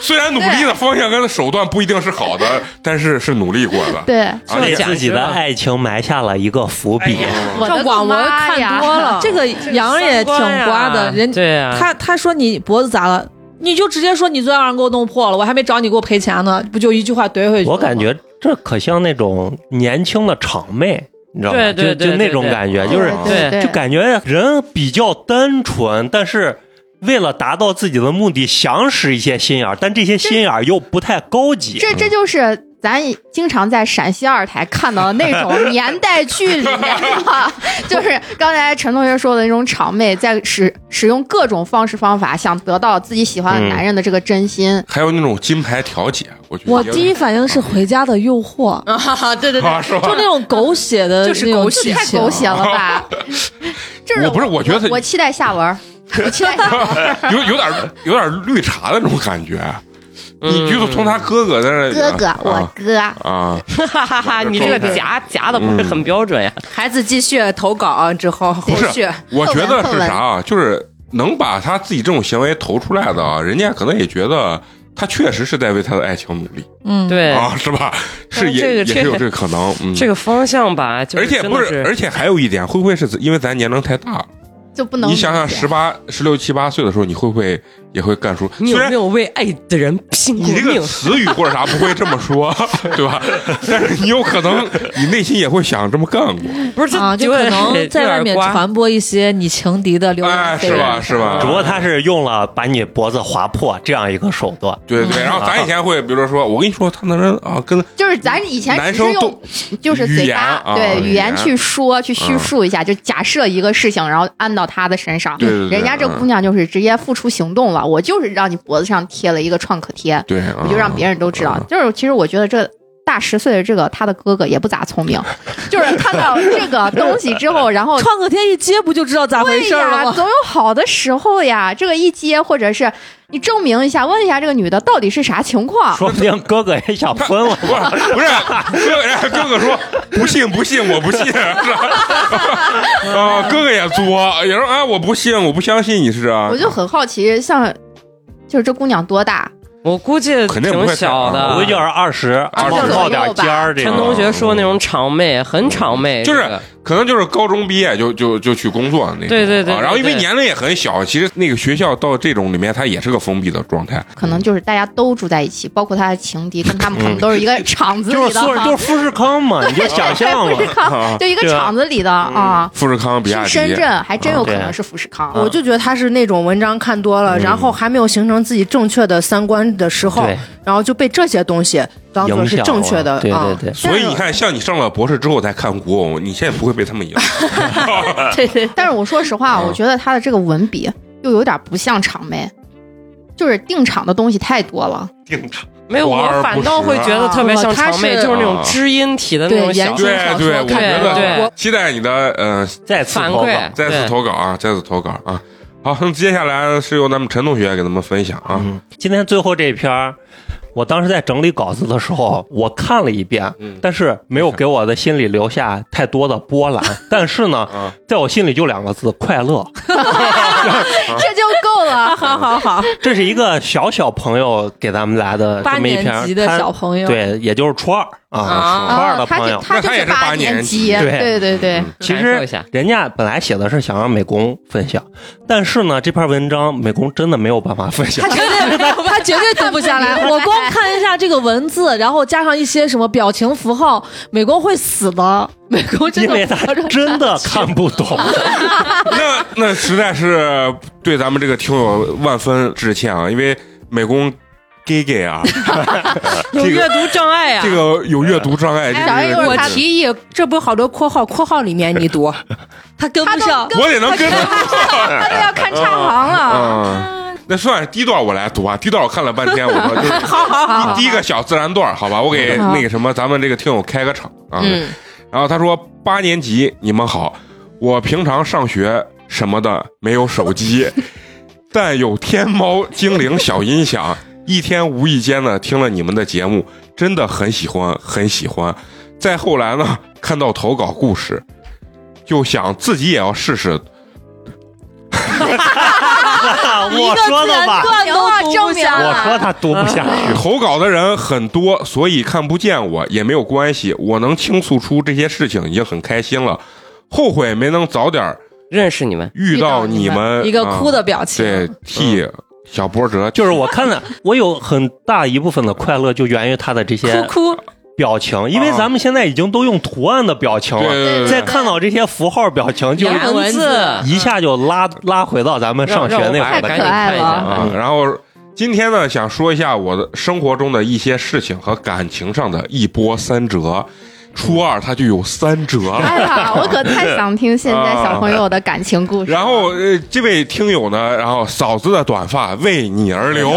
S1: 虽然努力的方向跟手段不一定是好的，啊但是是努力过的。
S4: 对，
S1: 啊
S5: 为
S1: 你
S5: 自己的爱情埋下了一个伏笔。
S1: 哎嗯
S4: 我的
S6: 上网文
S4: 妈呀
S6: 看多了，这个羊也挺瓜的，人
S2: 嗯对啊呀，
S6: 他他说你脖子咋了？你就直接说你昨天晚上给我弄破了，我还没找你给我赔钱呢，不就一句话怼回去了吗？
S5: 我感觉这可像那种年轻的场妹，你知道吗？
S2: 对对
S5: 就就
S2: 对
S5: 那
S2: 对
S5: 种
S2: 对
S5: 感觉，
S1: 对
S5: 就是
S4: 对对
S5: 就感觉人比较单纯，但是为了达到自己的目的，想使一些心眼儿，但这些心眼儿又不太高级。
S4: 这这就是咱经常在陕西二台看到的那种年代剧里面的， 就是刚才陈同学说的那种场妹，在使使用各种方式方法，想得到自己喜欢的男人的这个真心。
S1: 还有那种金牌调解，我觉得
S6: 我第一反应是《回家的诱惑》
S3: 啊， 哈哈对对
S1: 啊是吧
S6: 就？那种狗血 的，
S3: 就是
S6: 呃那种
S3: 狗血
S6: 剧
S4: 太
S6: 情
S4: 狗血了吧！ 这
S1: 哦我不是我觉得
S4: 我期待下 文儿，我期待下文儿
S1: 有有点有点绿茶的那种感觉。
S2: 嗯
S1: 你就是从他哥哥在那里
S4: 哥哥，
S1: 啊
S4: 我哥，
S1: 啊，
S2: 哈哈哈！ 你这个夹夹的不是很标准呀？
S3: 孩子继续投稿啊，之后后
S1: 不是
S3: 续，
S1: 我觉得是啥啊？就是能把他自己这种行为投出来的啊，人家可能也觉得他确实是在为他的爱情努力
S6: 嗯，
S2: 对，
S1: 啊，是吧？是
S2: 但
S1: 也
S2: 这个
S1: 也是有
S2: 这
S1: 这个可能，嗯，
S2: 这个方向吧，就
S1: 而且
S2: 真
S1: 不
S2: 的
S1: 是，而且还有一点，会不会是因为咱年龄太大？
S4: 就不能
S1: 你想想，
S4: 理解
S1: 十八、十六、七八岁的时候，你会不会也会干出？
S2: 你
S1: 虽
S2: 有
S1: 然
S2: 没有为爱的人拼过
S1: 你这个？
S2: 命
S1: 词语或者啥不会这么 说，对吧？但是你有可能，你内心也会想这么干过，
S2: 不是，这
S6: 啊，就可能在外面
S2: 有点瓜
S6: 传播一些你情敌的流
S1: 哎，
S6: 言蜚
S1: 是吧？
S6: 语。
S1: 是吧？
S5: 只不过他是用了把你脖子划破这样一个手段。
S1: 对对。然后咱以前会，比如说，我跟你说，他那人啊，跟
S4: 就是咱以前
S1: 男
S4: 只是
S1: 生
S4: 用
S1: 都
S4: 就是嘴
S1: 语言
S4: 巴
S1: 啊
S4: 对
S1: 语
S4: 语言
S1: 言嗯
S4: 去说去叙述一下，就假设一个事情，然后按到他的身上。
S1: 对对对
S4: 人家这
S1: 嗯
S4: 姑娘就是直接付出行动了，我就是让你脖子上贴了一个创可贴，
S1: 对，
S4: 我就让别人都知
S1: 嗯
S4: 道。就是其实我觉得这。大十岁的这个他的哥哥也不 咋聪明，就是看到这个东西之后，然后
S6: 创可贴一接不就知道咋回
S4: 对
S6: 事儿了
S4: 呀，
S6: 吗？
S4: 总有好的时 候呀。这个一接，或者是你证明一下，问一下这个女的到底是啥情况。
S5: 说不定哥哥也想分了，
S1: 不是啊不是，哥哥，人家哥哥说不信不信，我不信，是吧？啊，哥哥也作，也说啊，我不信，我不相信你是啊
S4: 我，就很好奇，像就是这姑娘多大？
S2: 我估计
S1: 肯定不会
S2: 挺小
S1: 太
S2: 的。
S1: 啊
S5: 我就是二十，
S1: 二十
S5: 冒冒点尖儿这
S2: 陈
S5: 种。
S2: 同学说那种场妹，很场妹，
S1: 就是
S2: 这个
S1: 可能就是高中毕业就就就去工作的那种，
S2: 对对对
S1: 啊然后因为
S2: 对对
S1: 年龄也很小，其实那个学校到这种里面，它也是个封闭的状态。
S4: 可能就是大家都住在一起，包括他的情敌，跟他们可能都是一个厂子
S5: 就
S4: 里
S5: 是
S4: 的
S5: 说，
S4: 哈，
S5: 就是富士康嘛，你就想象啊嘛
S4: 富士康，就一个厂子里的
S5: 嗯
S4: 啊，
S1: 富士康、比亚
S4: 是
S1: 迪、
S4: 深圳，还真有可
S5: 对
S4: 能是富士康。
S5: 嗯
S3: 我就觉得他是那种文章看多了，然后还没有形成自己正确的三观的时候
S5: 对，
S3: 然后就被这些东西当做
S5: 影
S3: 是
S5: 响
S3: 正确
S5: 了
S3: 的
S5: 对
S3: 啊
S5: 对。 对。
S1: 所以你看，像你上了博士之后才看古偶，你现在不会被他们影响。
S4: 但是我说实话，
S1: 嗯
S4: 我觉得他的这个文笔又有点不像厂妹，就是定场的东西太多了。
S5: 定场
S2: 没有，
S1: 华
S2: 我
S1: 而
S2: 反
S1: 不哦
S2: 倒
S1: 实
S2: 会觉得特别像
S6: 啊它
S2: 长妹，
S6: 是
S2: 就是那种知音体的那种
S6: 对
S2: 小说
S6: 言情
S1: 对
S6: 小
S1: 对，我觉
S6: 说看
S2: 对对
S1: 得期待你的呃
S5: 再次
S2: 反
S5: 投稿，
S2: 馈，
S1: 再次
S2: 对
S1: 投稿啊，再次投稿啊。好，那接下来是由咱们陈同学给咱们分享啊。
S5: 嗯，今天最后这一篇儿，我当时在整理稿子的时候，我看了一遍，
S1: 嗯
S5: 但是没有给我的心里留下太多的波 澜。但是呢，
S1: 啊
S5: 在我心里就两个字：快乐。
S4: 这就够了。
S3: 好好好，
S5: 这是一个小小朋友给咱们来的
S6: 八
S5: 这么一篇
S6: 年
S5: 儿，
S6: 级的
S5: 他
S6: 小朋友，
S5: 对，也就是初二啊，
S1: 啊
S5: 初二的
S4: 哦他
S5: 朋
S4: 就
S5: 友。
S1: 那
S4: 他就
S1: 他也是八
S4: 八
S1: 年
S4: 级，
S1: 级
S5: 对嗯
S4: 对对对，
S5: 其
S2: 感受一
S5: 实
S2: 下
S5: 人家本来写的是想让美工分享，但是呢，这篇文章美工真的没有办法分享
S6: 他。绝对 他绝对读不下来。 我光看一下这个文字，然后加上一些什么表情符号，美工会死 的。美工真
S5: 因为
S6: 的
S5: 他真的看不 懂，
S1: 那那实在是对咱们这个听友万分致歉啊，因为美工 gay gay 啊，
S2: 有
S1: 这
S2: 阅
S1: 个
S2: 读障碍啊呀
S1: 这。个有阅读障碍，这
S4: 哎
S1: 个
S4: 小 A，
S3: 我
S1: 这个
S3: 提议，这不有好多括号，括号里面你 读，
S6: 他跟不上。
S1: 我得能跟他
S4: 他都要看差行
S3: 嗯
S4: 了。
S1: 啊。那算是第一段我来读啊，第一段我看了半天，我说就是
S3: 好好好，
S1: 第一个小自然段儿，好吧，我给那个什么咱们这个听友开个场啊。
S3: 嗯，
S1: 然后他说八年级你们好，我平常上学什么的没有手 机，但有天猫精灵小音响，一天无意间呢听了你们的节目，真的很喜欢，很喜欢。再后来呢，看到投稿故事，就想自己也要试试。
S5: 我说的吧，
S6: 啊
S5: 我说他读不下 去。
S1: 投稿的人很多，所以看不见我也没有关系，我能倾诉出这些事情已经很开心了。后悔没能早点
S2: 认识你们，
S1: 遇到你们，
S6: 一个哭
S1: 啊
S6: 的表情，
S5: 嗯
S1: 对替小波折，
S5: 就是我看了，我有很大一部分的快乐就源于他的这些
S3: 哭哭，
S5: 表情，因为咱们现在已经都用图案的表情
S1: 对
S5: 了，
S1: 对对
S5: 再
S1: 对，
S5: 看到这些符号表情，就
S6: 看
S2: 文
S6: 文
S2: 字
S6: 字
S5: 一下就拉拉回到咱们上学那会儿
S4: 太
S5: 的
S4: 可爱了
S1: 啊，然后。今天呢，想说一下我的生活中的一些事情和感情上的一波三折。初二他就有三折了，
S4: 哎呀，我可太想听现在小朋友的感情故事 了。
S1: 然后呃，这位听友呢，然后嫂子的短发为你而 流。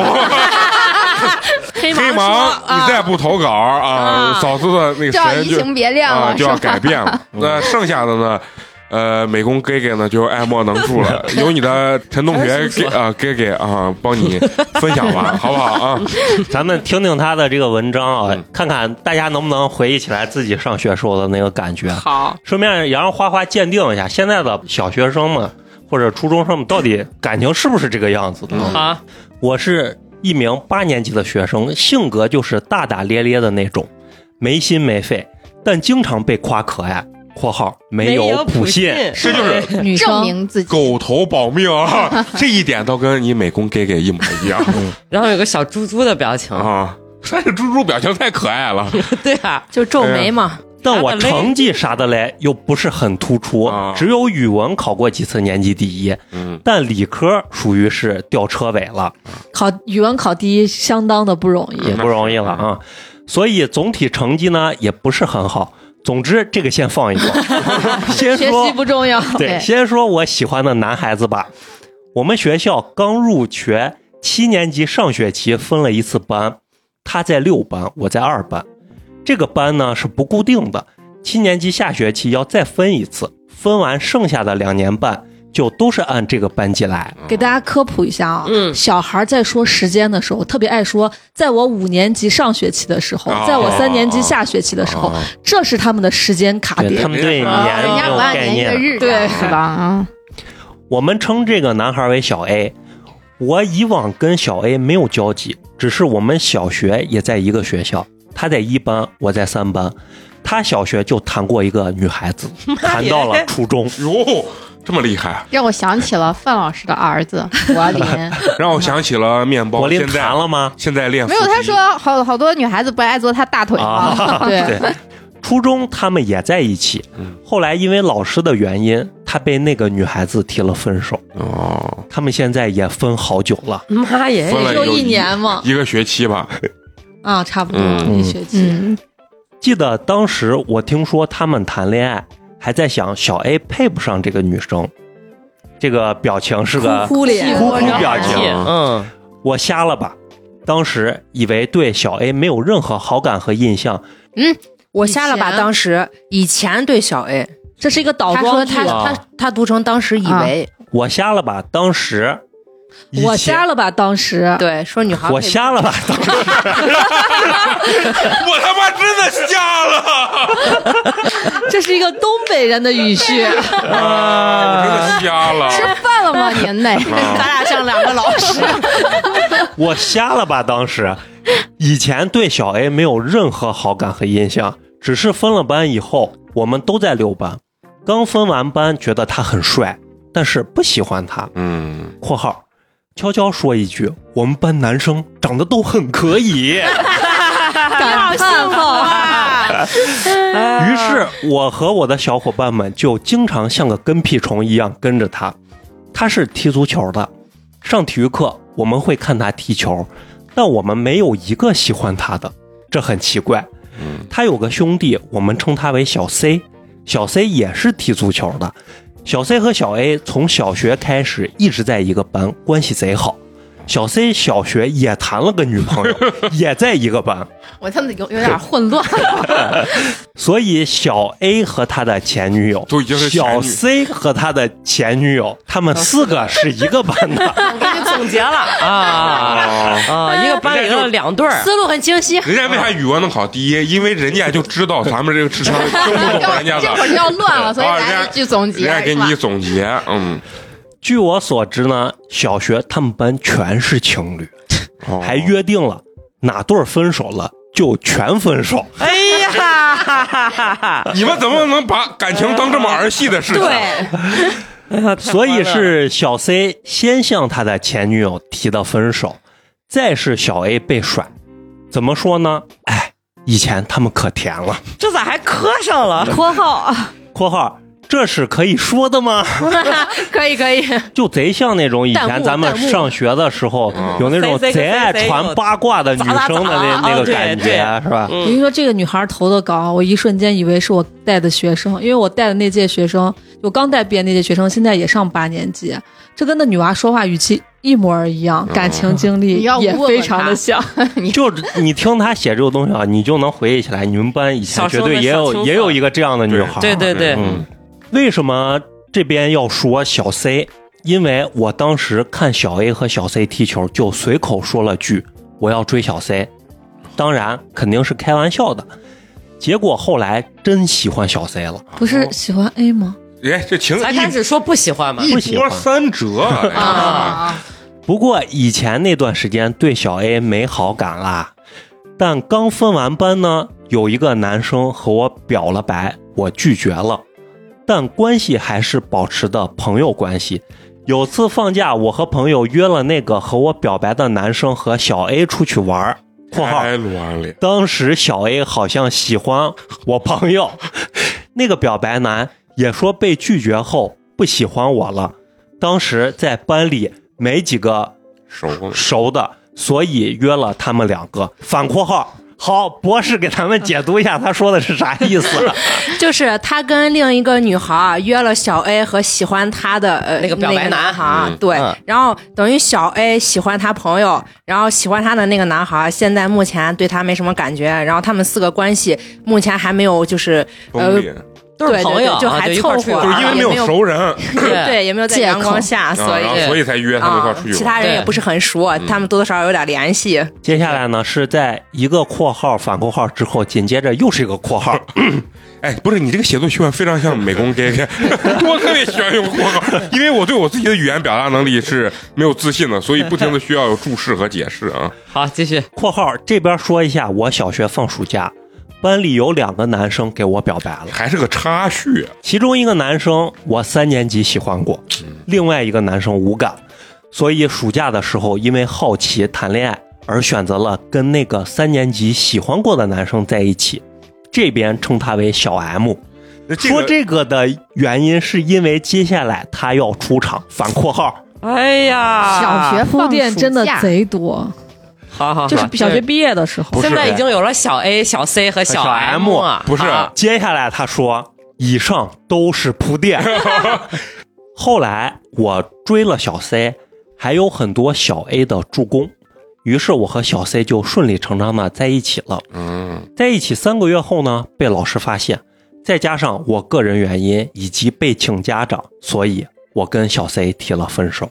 S3: 黑
S1: 黑
S3: 说
S1: 芒，你再不投稿啊，嫂子的那个
S4: 就要
S1: 神
S4: 移
S1: 就
S4: 情别恋
S1: 啊
S4: 了，
S1: 就是要
S4: 吧？嗯
S1: 改变了。那剩下的呢？呃，美工 gay gay 呢就爱莫能助了，由你的陈同学 gay 啊 gay gay 啊帮你分享吧， 好不好啊？
S5: 咱们听听他的这个文章啊
S1: 嗯，
S5: 看看大家能不能回忆起来自己上学时候的那个感觉。
S3: 好，
S5: 顺便也让花花鉴定一下，现在的小学生们或者初中生们到底感情是不是这个样子的？
S2: 啊，
S5: 我是一名八年级的学生，性格就是大大咧咧的那种，没心没肺，但经常被夸可爱（括号没有普信）。
S1: 这就是
S6: 女
S4: 证
S6: 生
S4: 明自己。
S1: 狗头保命 啊，这一点倒跟你美工 gay gay 一模一样
S4: 嗯
S2: 然后有个小猪猪的表情，
S1: 啊。但是猪猪表情太可爱了，
S2: 对啊，
S3: 就皱
S1: 哎
S3: 眉嘛，
S5: 但我成绩啥的嘞，又不是很突出
S1: 啊，
S5: 只有语文考过几次年级第一，
S1: 嗯，
S5: 但理科属于是吊车尾了，
S6: 考语文考第一相当的不容易
S5: 也。不容易了啊。所以总体成绩呢也不是很好。总之，这个先放一放，先
S6: 学
S5: 说
S6: 习不重要，
S5: 对，
S4: 对
S5: 先说我喜欢的男孩子吧。我们学校刚入学七年级上学期分了一次班，他在六班，我在二班。这个班呢是不固定的，七年级下学期要再分一次，分完剩下的两年半就都是按这个班级来。
S6: 给大家科普一下啊。
S2: 嗯
S6: 小孩在说时间的时候，特别爱说，在我五年级上学期的时候
S5: 哦
S1: 啊，
S6: 在我三年级下学期的时候
S1: 啊，
S6: 这是他们的时间卡
S5: 对他
S6: 点。
S5: 们对
S1: 啊
S5: 年
S4: 人家
S5: 没有
S4: 不按
S5: 概
S4: 年一
S5: 念
S4: 个
S5: 的，
S4: 日
S6: 对
S4: 的，是吧？啊，
S5: 我们称这个男孩为小 A。我以往跟小 A 没有交集，只是我们小学也在一个学校，他在一班，我在三班。他小学就谈过一个女孩子，谈到了初中。
S1: 哟，这么厉害，
S4: 让我想起了范老师的儿子柏林。
S1: 让我想起了面包。
S5: 柏林
S1: 现在
S5: 谈了吗？
S1: 现在练
S4: 没有，
S1: 腹
S4: 他
S1: 肌
S4: 说好好多女孩子不爱坐他大腿吗？
S5: 啊，
S6: 对
S5: 对，初中他们也在一起
S1: 嗯，
S5: 后来因为老师的原因，他被那个女孩子提了分手。
S1: 哦，
S5: 他们现在也分好久了。
S2: 妈耶，
S1: 分了
S6: 就
S1: 有
S6: 一年嘛，
S1: 一个学期吧，
S6: 啊，差不多
S1: 嗯
S6: 一学期。
S4: 嗯，
S5: 记得当时我听说他们谈恋爱，还在想小 A 配不上这个女生，这个表情是个
S6: 哭脸
S5: 嗯哭哭
S2: 然后
S5: 表
S2: 气
S1: 啊
S5: 情。
S2: 哎嗯，
S5: 我瞎了吧？当时以为对小 A 没有任何好感和印象，
S3: 我瞎了吧？
S6: 以前
S3: 当时以前对小 A，
S6: 这是一个倒
S3: 他
S6: 装
S3: 说
S6: 句
S3: 他。
S5: 啊
S3: 他他读成当时以
S2: 啊
S3: 为，
S5: 我瞎了吧？当时，以
S6: 我
S5: 前
S6: 瞎，了吧？当时
S3: 对，说女孩
S5: 我瞎了吧？当时，
S1: 我他妈真的瞎了，
S6: 这是一个东北人的语 序，
S1: 我真的瞎了。
S4: 吃饭了吗？您那
S1: 啊
S4: 俩像两个老 师，
S5: 我瞎了吧？当时，以前对小 A 没有任何好感和印象，只是分了班以后，我们都在六班。刚分完班，觉得他很帅，但是不喜欢他。
S1: 嗯，
S5: （括号）悄悄说一句，我们班男生长得都很可以。
S6: 感叹号。
S5: 于是，我和我的小伙伴们就经常像个跟屁虫一样跟着他。他是踢足球的，上体育课我们会看他踢球，但我们没有一个喜欢他的，这很奇怪。
S1: 嗯
S5: 他有个兄弟，我们称他为小 C，小 C 也是踢足球的。小 C 和小 A 从小学开始一直在一个班，关系贼好。小 C 小学也谈了个女 朋友，也在一个班。
S4: 我他妈有有点混乱。
S5: 所以小 A 和他的前女友
S1: 都已经是前女
S5: 小 C 和他的前女友，他们四个是一个班的。
S2: 我给你总结了啊
S1: 啊，
S2: 啊！一个班里头两对儿，
S3: 思路很清晰。
S1: 人家为啥语文能考第一？因为人家就知道咱们这个智商听不懂人家
S4: 这会儿
S1: 的，
S4: 要乱了，所以
S1: 啊
S4: 来
S1: 人
S4: 一
S1: 家
S4: 句总结，
S1: 人家给你
S4: 是
S1: 一
S4: 吧
S1: 总结，嗯，
S5: 据我所知呢，小学他们班全是情侣，
S1: 哦
S5: 还约定了哪对儿分手了就全分手。
S2: 哎呀，哈哈哈！
S1: 你们怎么能把感情当这么儿戏的事情？
S6: 对，
S5: 所以是小 C 先向他的前女友提的分手，再是小 A 被甩。怎么说呢？哎，以前他们可甜了。
S2: 这咋还磕上了？
S6: 括号
S5: （括号）这是可以说的吗？
S3: 可以可 以，
S5: 就贼像那种以前咱们上学的时候
S1: 幕
S5: 有那种
S2: 贼
S5: 贼爱传八卦的女生的那那个感觉，啊是吧？
S6: 我跟你说，这个女孩头都高，我一瞬间以为是我带的学生，因为我带的那届学生，我刚带毕业那届学生，现在也上八年级，这跟那女娃说话语气一模一样，感情经历
S4: 你要
S6: 也
S4: 问问
S6: 非常
S4: 她
S6: 的像。
S5: 就是你听她写这个东西啊，你就能回忆起来，你们班以前绝对也
S2: 小时候的小情
S5: 有
S2: 况
S5: 也有一个这样的女孩。
S2: 对对对，
S5: 嗯，为什么这边要说小 C？因为我当时看小 A 和小 C 踢球，就随口说了句“我要追小 C”，当然肯定是开玩笑的。结果后来真喜欢小 C 了。
S6: 不是喜欢 A 吗？
S1: 人家这情
S2: 咱开
S1: 一
S2: 始说不喜欢嘛，
S5: 不
S1: 一
S5: 喜
S1: 波
S5: 欢
S1: 三折
S4: 啊啊
S1: 啊！
S4: 啊！
S5: 不过以前那段时间对小 A 没好感啦，但刚分完班呢，有一个男生和我表了白，我拒绝了，但关系还是保持的朋友关系。有次放假，我和朋友约了那个和我表白的男生和小 A 出去玩儿（括号
S1: 太乱了，
S5: 当时小 A 好像喜欢我朋友， 那个表白男也说被拒绝后不喜欢我了。当时在班里没几个
S1: 手
S5: 熟的，所以约了他们两个。反括号，好，博士给咱们解读一下，他说的是啥意思？
S3: 就是他跟另一个女孩儿约了小 A 和喜欢他的呃
S2: 那个表白男
S3: 孩儿，
S1: 嗯
S3: 对，
S2: 嗯
S3: 然后等于小 A 喜欢他朋友，然后喜欢他的那个男孩儿现在目前对他没什么感觉，然后他们四个关系目前还没有就是呃
S1: 崩裂，
S2: 都是朋友啊，
S3: 对对对就还
S2: 一块儿
S3: 凑
S2: 出去
S3: 合
S1: 就是
S2: 玩
S1: 因为没有熟人，
S2: 对
S3: 对也没有在阳光下，
S1: 啊
S3: 所以
S1: 然后所以才约他们一块儿
S3: 啊
S1: 出去玩。
S3: 其他人也不是很熟，他们多多少少有点联系，
S5: 接下来呢，是在一个括号反括号之后，紧接着又是一个括号。
S1: 哎，不是你这个写作习惯非常像美工 K K，我特别喜欢用括号，因为我对我自己的语言表达能力是没有自信的，所以不停的需要有注释和解释啊。
S2: 好，继续。
S5: 括号这边说一下，我小学放暑假，班里有两个男生给我表白了。
S1: 还是个插叙，
S5: 其中一个男生我三年级喜欢过，另外一个男生无感，所以暑假的时候因为好奇谈恋爱而选择了跟那个三年级喜欢过的男生在一起，这边称他为小 M。说这个的原因是因为接下来他要出场，反括号。
S2: 哎呀，
S4: 小学
S6: 铺垫真的
S4: 放暑假
S6: 贼多，
S2: 好好，
S6: 就是小学
S2: 毕
S6: 毕业的时候
S5: 啊不，是
S2: 现在已经有了小 A、小 C 和小
S5: 小
S2: M，啊
S1: 不是
S2: 啊
S5: 接下来他说，以上都是铺垫。 后来我追了小 C，还有很多小 A 的助攻。于是我和小 C 就顺理成章的在一起了。
S1: 嗯，
S5: 在一起三个月后呢，被老师发现，再加上我个人原因以及被请家长，所以我跟小 C 提了分手。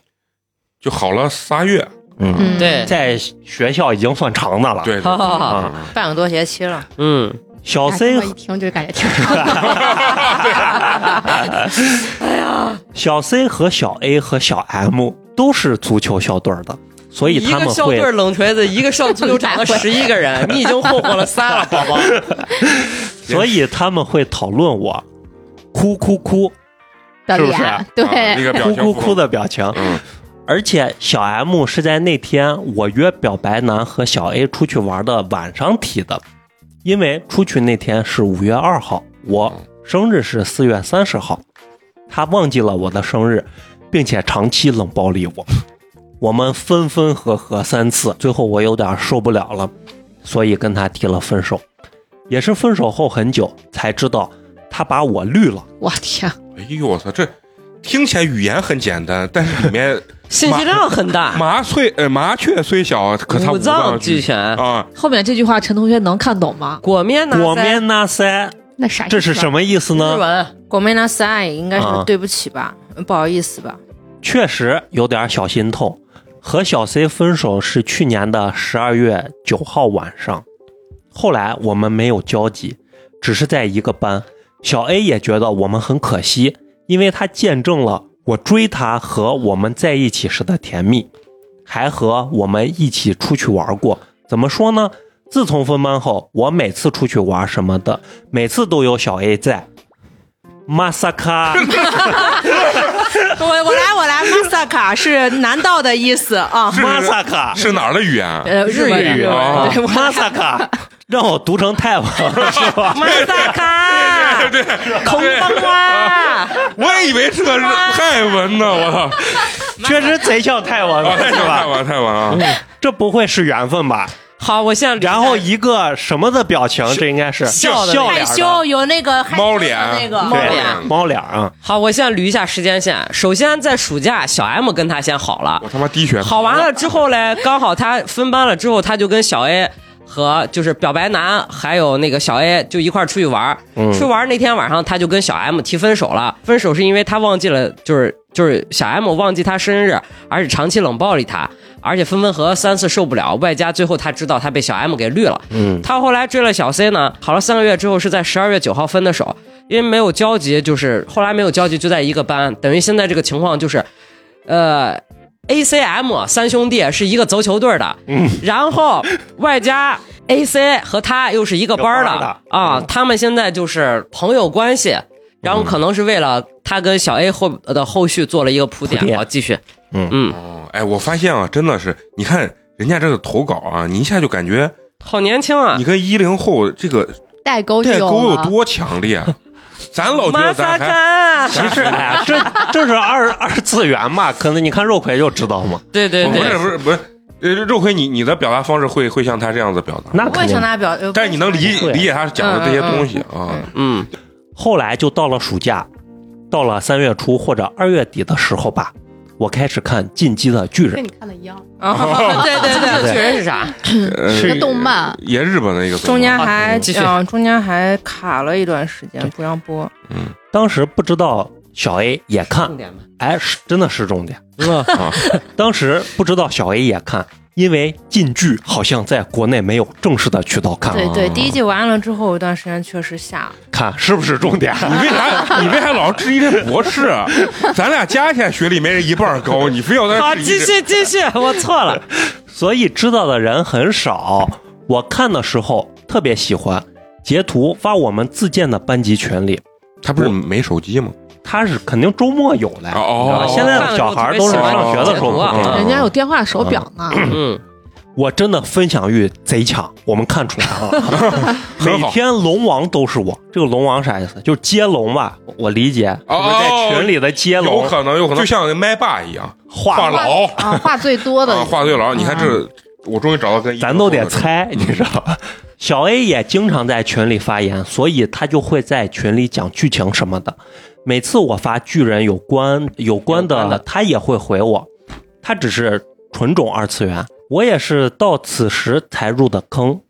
S1: 就好了仨月，
S5: 嗯，
S4: 嗯，
S2: 对
S5: 在学校已经算长的了。
S1: 对，
S2: 好
S3: 哦
S2: 好好
S1: 嗯
S3: 半个多学期了，
S2: 嗯，
S5: 小
S4: 哎这
S5: C
S4: 么一听就感觉挺长的。
S5: 小 C 和小 A 和小 M 都是足球校队儿的，所以
S2: 一
S5: 他
S2: 个
S5: 们
S2: 校队
S5: 会
S2: 冷锤子，一个上足球场的十一个人，你已经霍霍了仨了，宝宝。
S5: 所以他们会讨论我，哭哭哭，
S4: 的
S5: 是不
S4: 脸，
S5: 是
S1: 啊那
S4: 对，
S1: 个表
S5: 哭
S1: 情
S5: 哭
S1: 符合
S5: 哭的表情。
S1: 嗯
S5: 而且小 M 是在那天我约表白男和小 A 出去玩的晚上提的，因为出去那天是五月二号，我生日是四月三十号，他忘记了我的生日，并且长期冷暴力我。我们分分合合三次，最后我有点受不了了，所以跟他提了分手。也是分手后很久才知道，他把我绿了。
S6: 我天，
S1: 哎呦我操，这听起来语言很简单，但是里面
S2: 信息量很大，
S1: 麻雀呃麻雀虽小，可它
S2: 五脏俱
S1: 俱
S2: 全。
S1: 啊，
S6: 后面这句话陈同学能看懂吗？
S2: 果面呢？
S5: 果面那塞，
S4: 那啥意思啊？
S5: 这是什么意思
S2: 日
S3: 哎
S5: 呢？
S1: 嗯
S2: 文，
S3: 我们那三爱应该
S5: 啊
S3: 是对不起吧，不好意思吧，
S5: 确实有点小心痛。和小 C 分手是去年的十二月九号晚上，后来我们没有交集，只是在一个班。小 A 也觉得我们很可惜，因为他见证了我追他和我们在一起时的甜蜜，还和我们一起出去玩过。怎么说呢？自从分班后，我每次出去玩什么的，每次都有小 A 在。马萨卡。
S3: 我我来我来，masaka 是难道的意思 啊？
S5: 马萨 卡
S1: 是哪儿的语言？啊
S3: 呃，日
S2: 文
S3: 语
S1: 日文
S3: 啊
S1: 哦
S3: 对
S5: 马萨卡，让我读成泰文了是吧？
S2: 马萨卡，
S1: 对，
S2: 空
S1: 对
S2: 邦哇，
S1: 我也以为是个日泰文呢，我操，
S5: 确实贼像泰文
S1: 啊
S5: 哦 了
S1: 太
S5: 是
S1: 像泰
S5: 吧？嗯
S1: 文泰文啊，
S5: 这不会是缘分吧？
S2: 好，我现在
S5: 然后一个什么的表情，这应该是
S2: 笑的
S5: 笑
S3: 害
S5: 脸的
S3: 羞有那个害羞
S1: 猫
S3: 的
S1: 脸
S3: 那个
S2: 猫脸
S5: 对猫脸啊，
S2: 好，我现在捋一下时间线。首先在暑假，小 M 跟他先好了
S1: 我，他妈低血糖
S2: 好完了之后嘞，刚好他分班了之后，他就跟小 A 和就是表白男还有那个小 A 就一块儿出去玩儿。出去玩儿那天晚上，他就跟小 M 提分手了。分手是因为他忘记了，就是就是小 M 忘记他生日，而且长期冷暴力他，而且分分合合三次受不了，外加最后他知道他被小 M 给绿了。
S5: 嗯，
S2: 他后来追了小 C 呢，好了三个月之后是在十二月九号分的手，因为没有交集，就是后来没有交集就在一个班，等于现在这个情况就是，呃。A C M 三兄弟是一个足球队的，
S5: 嗯
S2: 然后外加 A C 和他又是一个班儿的
S5: 一个班儿嗯
S2: 啊，他们现在就是朋友关系，然后可能是为了他跟小 A 后呃的后续做了一个铺
S5: 铺
S2: 垫。
S5: 垫
S2: 好，继续，
S5: 嗯
S2: 嗯，
S1: 哦哎，我发现啊，真的是，你看人家这个投稿啊，你一下就感觉
S2: 好年轻啊
S1: 你！跟一零后这个
S4: 代沟就
S1: 代
S4: 有
S1: 沟有
S4: 了
S1: 多强烈啊，咱老觉
S2: 马
S1: 得
S2: 萨
S1: 咱还
S2: 卡，
S5: 其实哎呀，这这是二 二次元嘛，可能你看肉葵就知道嘛，
S2: 对对
S1: 不是
S2: 对，
S1: 不是不是，呃，肉葵你你的表达方式会会像他这样子表达吗，
S5: 那
S3: 不
S5: 肯
S3: 会
S5: 定
S3: 向。他表，呃
S1: 但是你能理
S3: 不会向
S5: 对
S1: 理解他讲的这些东西啊，
S2: 嗯，
S5: 后来就到了暑假，到了三月初或者二月底的时候吧，我开始看《进击的巨人
S4: 跟你看的一样，
S3: 他 对对 对，
S2: 这个巨人是啥？
S1: 呃
S5: 是
S4: 个动漫
S1: 也日本的一个动
S3: 中间
S1: 漫
S3: 还
S2: 嗯继续
S3: 嗯，中间还卡了一段时间不让播，》，
S5: 当时不知道小 A 也看，
S2: 点吧。
S5: 哎，是真的是重点。
S2: 嗯，
S1: 啊，
S5: 当时不知道小 A 也看，因为禁剧好像在国内没有正式的渠道看，啊
S3: 对
S1: 哦
S3: 对，第一季完了之后，有段时间确实下了，
S5: 看是不是重 点？
S1: 你为啥你为啥老质疑这博士？啊？咱俩加起来学历没人一半高，你非要在
S2: 好，
S5: 啊
S1: 这质
S2: 继
S1: 疑这。
S2: 续继续，我错了。
S5: 所以知道的人很少。我看的时候特别喜欢，截图发我们自建的班级群里，
S1: 他不是没手机吗？
S5: 他是肯定周末有嘞。你知道吧
S1: 哦
S5: 现在的小孩都是上学的时候不
S2: 看了之后特别喜欢这个图啊
S5: 看
S6: 人家有电话手表呢，
S2: 嗯，
S5: 我真的分享欲贼强，我们看出来了。每
S1: 很好
S5: 天龙王都是我，这个龙王啥意思？就是接龙吧，我理解，
S1: 哦
S5: 就是在群里的接
S1: 有
S5: 龙
S1: 可能，有可能，就像麦霸一样
S5: 画
S1: 话痨
S4: 啊，话最多的
S1: 啊，画对了。你看
S2: 嗯
S1: 这，我终于找到跟
S5: 咱都得猜，你知道吧？小 A 也经常在群里发言，所以他就会在群里讲剧情什么的。每次我发巨人有关有关
S2: 有关
S5: 的
S2: 的，
S5: 他也会回我。他只是纯种二次元，我也是到此时才入的坑，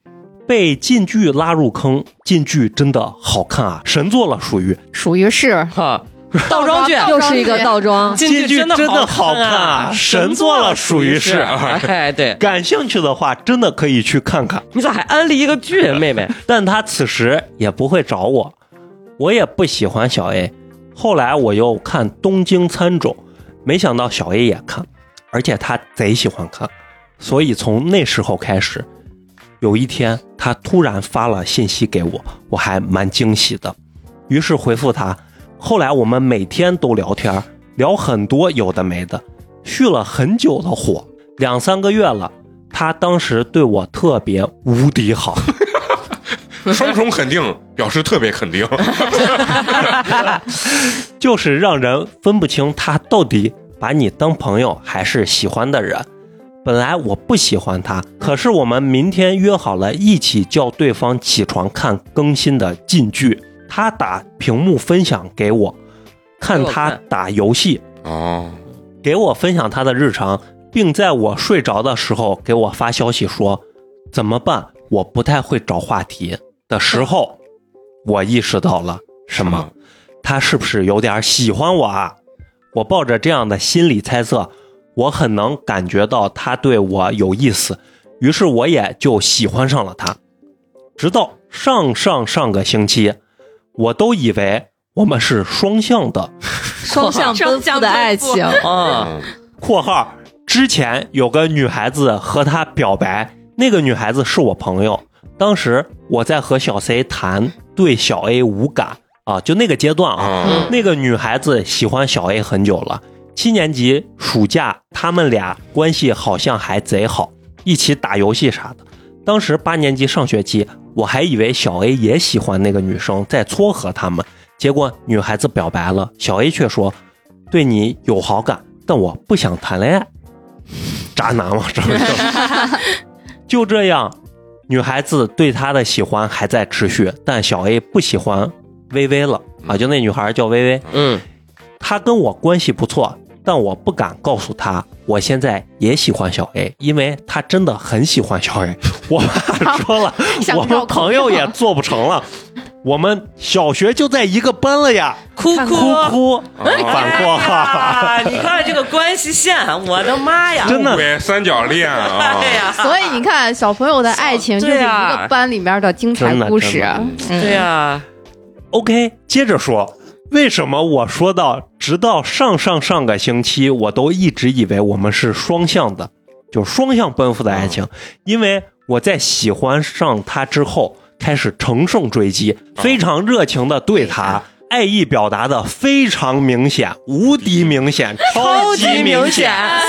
S5: 被进剧拉入坑，进剧真的好看啊，神作了属于。
S4: 属于是
S2: 哈，啊倒装句
S4: 倒
S6: 又是一个倒装。
S5: 进去
S2: 真
S5: 真的好看
S2: 啊
S5: 啊，神作了属于是
S2: 哎，对，
S5: 感兴趣的话，真的可以去看看。
S2: 你咋还安利一个 剧，妹妹？
S5: 但他此时也不会找我，我也不喜欢小 A。后来我又看《东京参种》，没想到小 A 也看，而且他贼喜欢看，所以从那时候开始，有一天他突然发了信息给我，我还蛮惊喜的，于是回复他。后来我们每天都聊天，聊很多有的没的，续了很久的火，两三个月了。他当时对我特别无敌好，
S1: 双重肯定表示特别肯 定。
S5: 就是让人分不清他到底把你当朋友还是喜欢的人。本来我不喜欢他，可是我们明天约好了一起叫对方起床看更新的进剧。他打屏幕分享给我，看他打游戏，
S1: 哦，
S5: 给我分享他的日常，并在我睡着的时候给我发消息说：“怎么办？我不太会找话题。”的时候，我意识到了什么？他是不是有点喜欢我啊？我抱着这样的心理猜测，我很能感觉到他对我有意思，于是我也就喜欢上了他。直到上上上个星期，我都以为我们是双向的。
S6: 双向奔赴的爱情，
S2: 啊，
S1: 嗯
S5: （括号之前有个女孩子和他表白，那个女孩子是我朋友，当时我在和小 C 谈对小 A 无感啊，就那个阶段啊，
S1: 啊，
S5: 那个女孩子喜欢小 A 很久了。七年级暑假，他们俩关系好像还贼好，一起打游戏啥的。当时八年级上学期，我还以为小 A 也喜欢那个女生，在撮合他们。结果女孩子表白了，小 A 却说对你有好感，但我不想谈恋爱。渣男嘛，这不是？就这样，女孩子对他的喜欢还在持续，但小 A 不喜欢微微了啊，就那女孩叫微微。
S2: 嗯，
S5: 他跟我关系不错，但我不敢告诉他，我现在也喜欢小 A，因为他真的很喜欢小 A，我怕说了
S4: 想，
S5: 我
S4: 找
S5: 们
S4: 朋
S5: 朋友
S4: 友
S5: 也做不成了。我们小学就在一个班了呀，
S2: 哭
S5: 哭哭，反括号，
S2: 哎呀你看这个关系线，我的妈呀！
S5: 真的
S1: 对，三角恋啊，
S2: 嗯哎呀，
S4: 所以你看，小朋友的爱情就是一
S2: 对啊
S4: 个班里面的精彩
S5: 真的
S4: 故事
S5: 真。的
S2: 对呀，
S5: OK，接着说，为什么我说到直到上上上个星期，我都一直以为我们是双向的，就是双向奔赴的爱情，因为我在喜欢上他之后，开始乘胜追击，非常热情的对他。爱意表达的非常明显，无敌明显，超级明显，
S2: 哎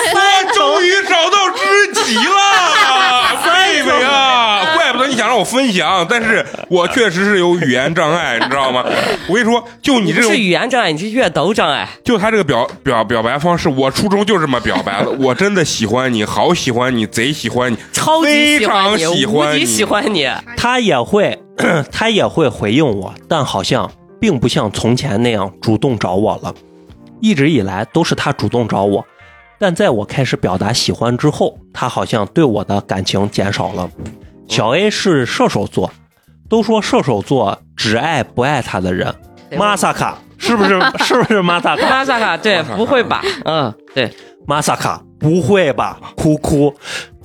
S1: 我终于找到知己 了，妹
S2: 哎
S1: 妹啊！怪不得你想让我分享，但是我确实是有语言障碍，你知 道吗？我跟你说，就你
S2: 你不
S1: 这种
S2: 是，语言障碍，你是阅读障碍。
S1: 就他这个表表表白方式，我初中就这么表白的。我真的喜欢你，好喜欢你，贼喜欢你，
S2: 超级喜欢你，
S1: 非常喜
S2: 无
S1: 欢你
S2: 敌喜欢你。
S5: 他也会， 他也会回应我，但好像并不像从前那样主动找我了。一直以来都是他主动找我，但在我开始表达喜欢之后，他好像对我的感情减少了。小 A 是射手座，都说射手座只爱不爱他的人。马萨卡是不是？ 是不是马萨卡？
S2: 拉萨卡对，不会吧？嗯，对，
S5: 马萨卡，不会吧？哭哭。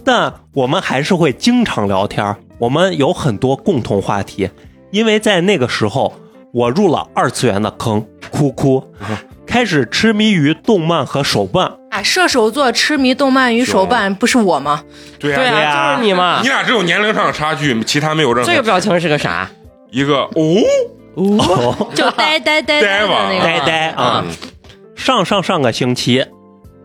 S5: 但我们还是会经常聊天儿，我们有很多共同话题，因为在那个时候我入了二次元的坑，哭哭，开始痴迷于动漫和手办。
S3: 啊，射手座痴迷动漫与手办，不是我吗？
S1: 对
S2: 对
S1: 呀、
S2: 啊，
S5: 呀
S2: 就是你嘛
S1: 你。俩只有年龄上的差距，其他没有任何。
S2: 这个表情是个啥？
S1: 一个哦，
S3: 就呆呆呆
S1: 呆吧
S3: 的那个。
S5: 呆呆啊
S1: 嗯！
S5: 上上上个星期，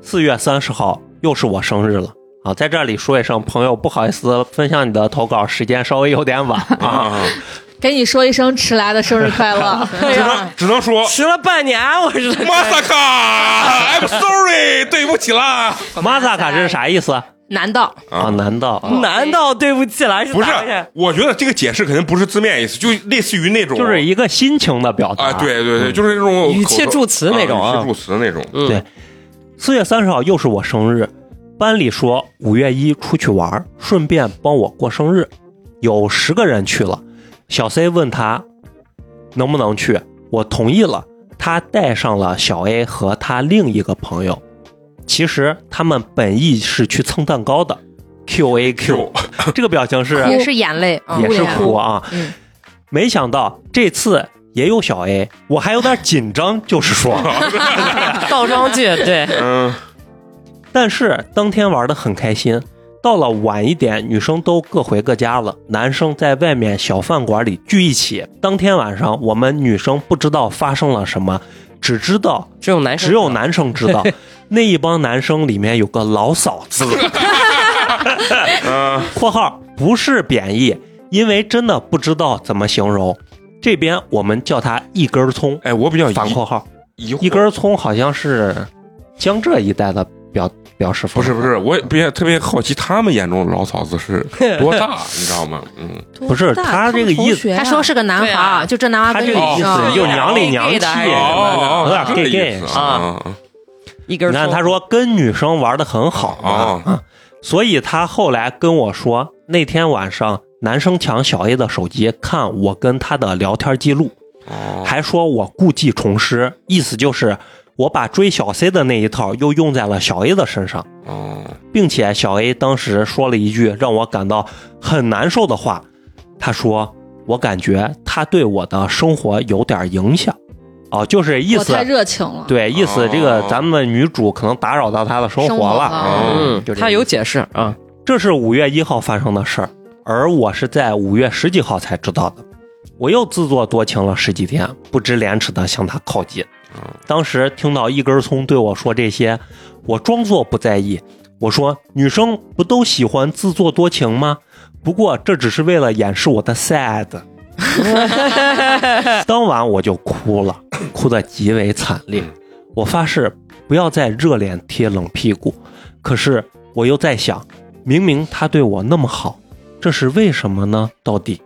S5: 四月三十号又是我生日了啊！在这里说一声，朋友，不好意思，分享你的投稿时间稍微有 点晚啊。
S1: 啊，
S6: 给你说一声迟来的生日快乐。
S2: 对啊
S1: 只
S2: 呀，
S1: 能只能说
S2: 迟了半年，我是
S1: 马萨卡，I'm sorry，对不起啦。
S5: 马萨卡是啥意思啊？
S3: 男的，
S1: 啊
S5: 难道
S2: 难道对不起了？是
S1: 不
S2: 咋
S1: 是
S2: 回事？，
S1: 我觉得这个解释肯定不是字面意思，就类似于那种
S5: 就是一个心情的表达？
S1: 啊，对对对，就是那种
S2: 语气
S1: 口头
S2: 助词那种
S1: 啊
S2: 啊
S1: 语气助词那种。
S2: 嗯
S5: 对，四月三十号又是我生日，班里说五月一出去玩儿，顺便帮我过生日，有十个人去了。小 C 问他能不能去，我同意了。他带上了小 A 和他另一个朋友，其实他们本意是去蹭蛋糕的。Q A Q，这个表情是
S2: 也是眼泪，啊
S5: 也是
S4: 呀
S5: 哭啊。
S2: 嗯
S5: 没想到这次也有小 A，我还有点紧张，就是说，
S2: 倒装句，对，
S1: 嗯，
S5: 但是当天玩的很开心。到了晚一点，女生都各回各家了，男生在外面小饭馆里聚一起。当天晚上，我们女生不知道发生了什么，只知道
S2: 只有男生
S5: 只有男生知道，那一帮男生里面有个老嫂子。（括号不是贬义，因为真的不知道怎么形容。这边我们叫她一根葱，
S1: 哎，我比较疑
S5: 反括号
S1: 疑惑
S5: 一根葱好像是江浙一带的表表示
S1: 不
S5: 方法，
S1: 是不是，我也别特别好奇他们眼中的老嫂子是多大，你知道吗？嗯，
S5: 不是他这个意思
S3: 他说是个男
S2: 对
S3: 孩
S2: 啊
S3: 儿，就这男孩
S5: 他
S3: 跟
S5: 这
S3: 你
S5: 个意
S1: 哦
S5: 思
S1: 就
S5: 又
S1: 是
S5: 娘里娘
S2: gay
S5: 气，
S2: 的还是
S5: 有
S1: 哦
S5: 点
S1: 哦，这
S5: gay
S1: 个意
S5: gay
S1: 思。
S2: 啊
S1: 嗯
S2: 一根
S5: 你
S2: 葱。
S5: 看他说跟女生玩的很好嘛，
S1: 哦
S5: 啊所以他后来跟我说，那天晚上男生抢小 A 的手机看我跟他的聊天记录，
S1: 哦，
S5: 还说我故技重施，意思就是我把追小 C 的那一套又用在了小 A 的身上。
S1: 哦，
S5: 并且小 A 当时说了一句让我感到很难受的话，他说：“我感觉他对我的生活有点影响。”哦，就是意
S6: 我
S5: 思
S6: 太热情了。
S5: 对意思，这个咱们女主可能打扰到他的生
S4: 生
S5: 活
S4: 活
S5: 了。
S4: 了
S5: 嗯
S2: 嗯，
S5: 就这
S2: 他有
S5: 意思
S2: 解释啊，
S5: 这是五月一号发生的事儿，而我是在五月十几号才知道的。我又自作多情了十几天，不知廉耻的向他靠近。当时听到一根葱对我说这些，我装作不在意。我说：“女生不都喜欢自作多情吗？不过这只是为了掩饰我的 sad。”当晚我就哭了，哭得极为惨烈。我发誓不要再热脸贴冷屁股，可是我又在想，明明他对我那么好，这是为什么呢？到底？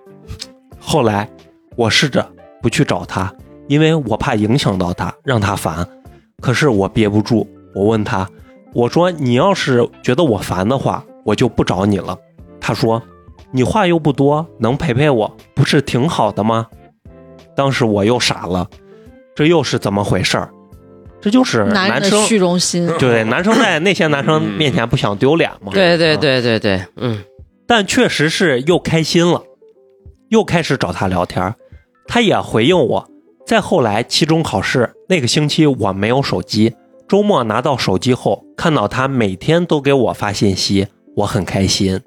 S5: 后来我试着不去找他，因为我怕影响到他，让他烦。可是我憋不住，我问他，我说你要是觉得我烦的话，我就不找你了。他说，你话又不多，能陪陪我，不是挺好的吗？当时我又傻了，这又是怎么回事儿？这就是
S6: 男人
S5: 男
S6: 的
S5: 生
S6: 虚荣心，
S5: 对，男生在那些男生面前不想丢脸嘛。
S2: 对对
S5: 啊，
S2: 对对对，嗯，
S5: 但确实是又开心了，又开始找他聊天儿，他也回应我。再后来期中考试那个星期我没有手机，周末拿到手机后，看到他每天都给我发信息，我很开心。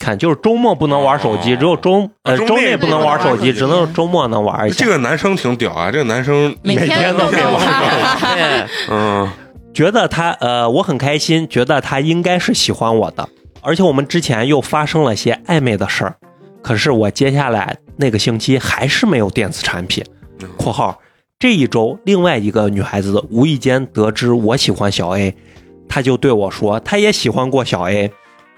S5: 看，就是周末不能玩手机，
S1: 哦
S5: 只有周呃
S1: 周
S5: 周
S1: 内
S5: 内不能玩手机，只能周末能玩一下
S1: 这。个男生挺屌啊，这个男生
S4: 每天都
S5: 每天
S4: 能
S5: 都
S4: 玩。
S2: 对，
S1: 嗯，
S5: 觉得他呃，我很开心，觉得他应该是喜欢我的，而且我们之前又发生了些暧昧的事儿。可是我接下来那个星期还是没有电子产品
S1: 嗯
S5: （括号这一周另外一个女孩子无意间得知我喜欢小 A，她就对我说她也喜欢过小 A，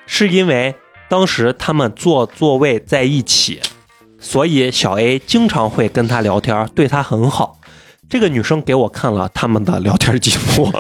S5: 是因为当时他们坐座位在一起，所以小 A 经常会跟她聊天，对她很好。这个女生给我看了他们的聊天记录，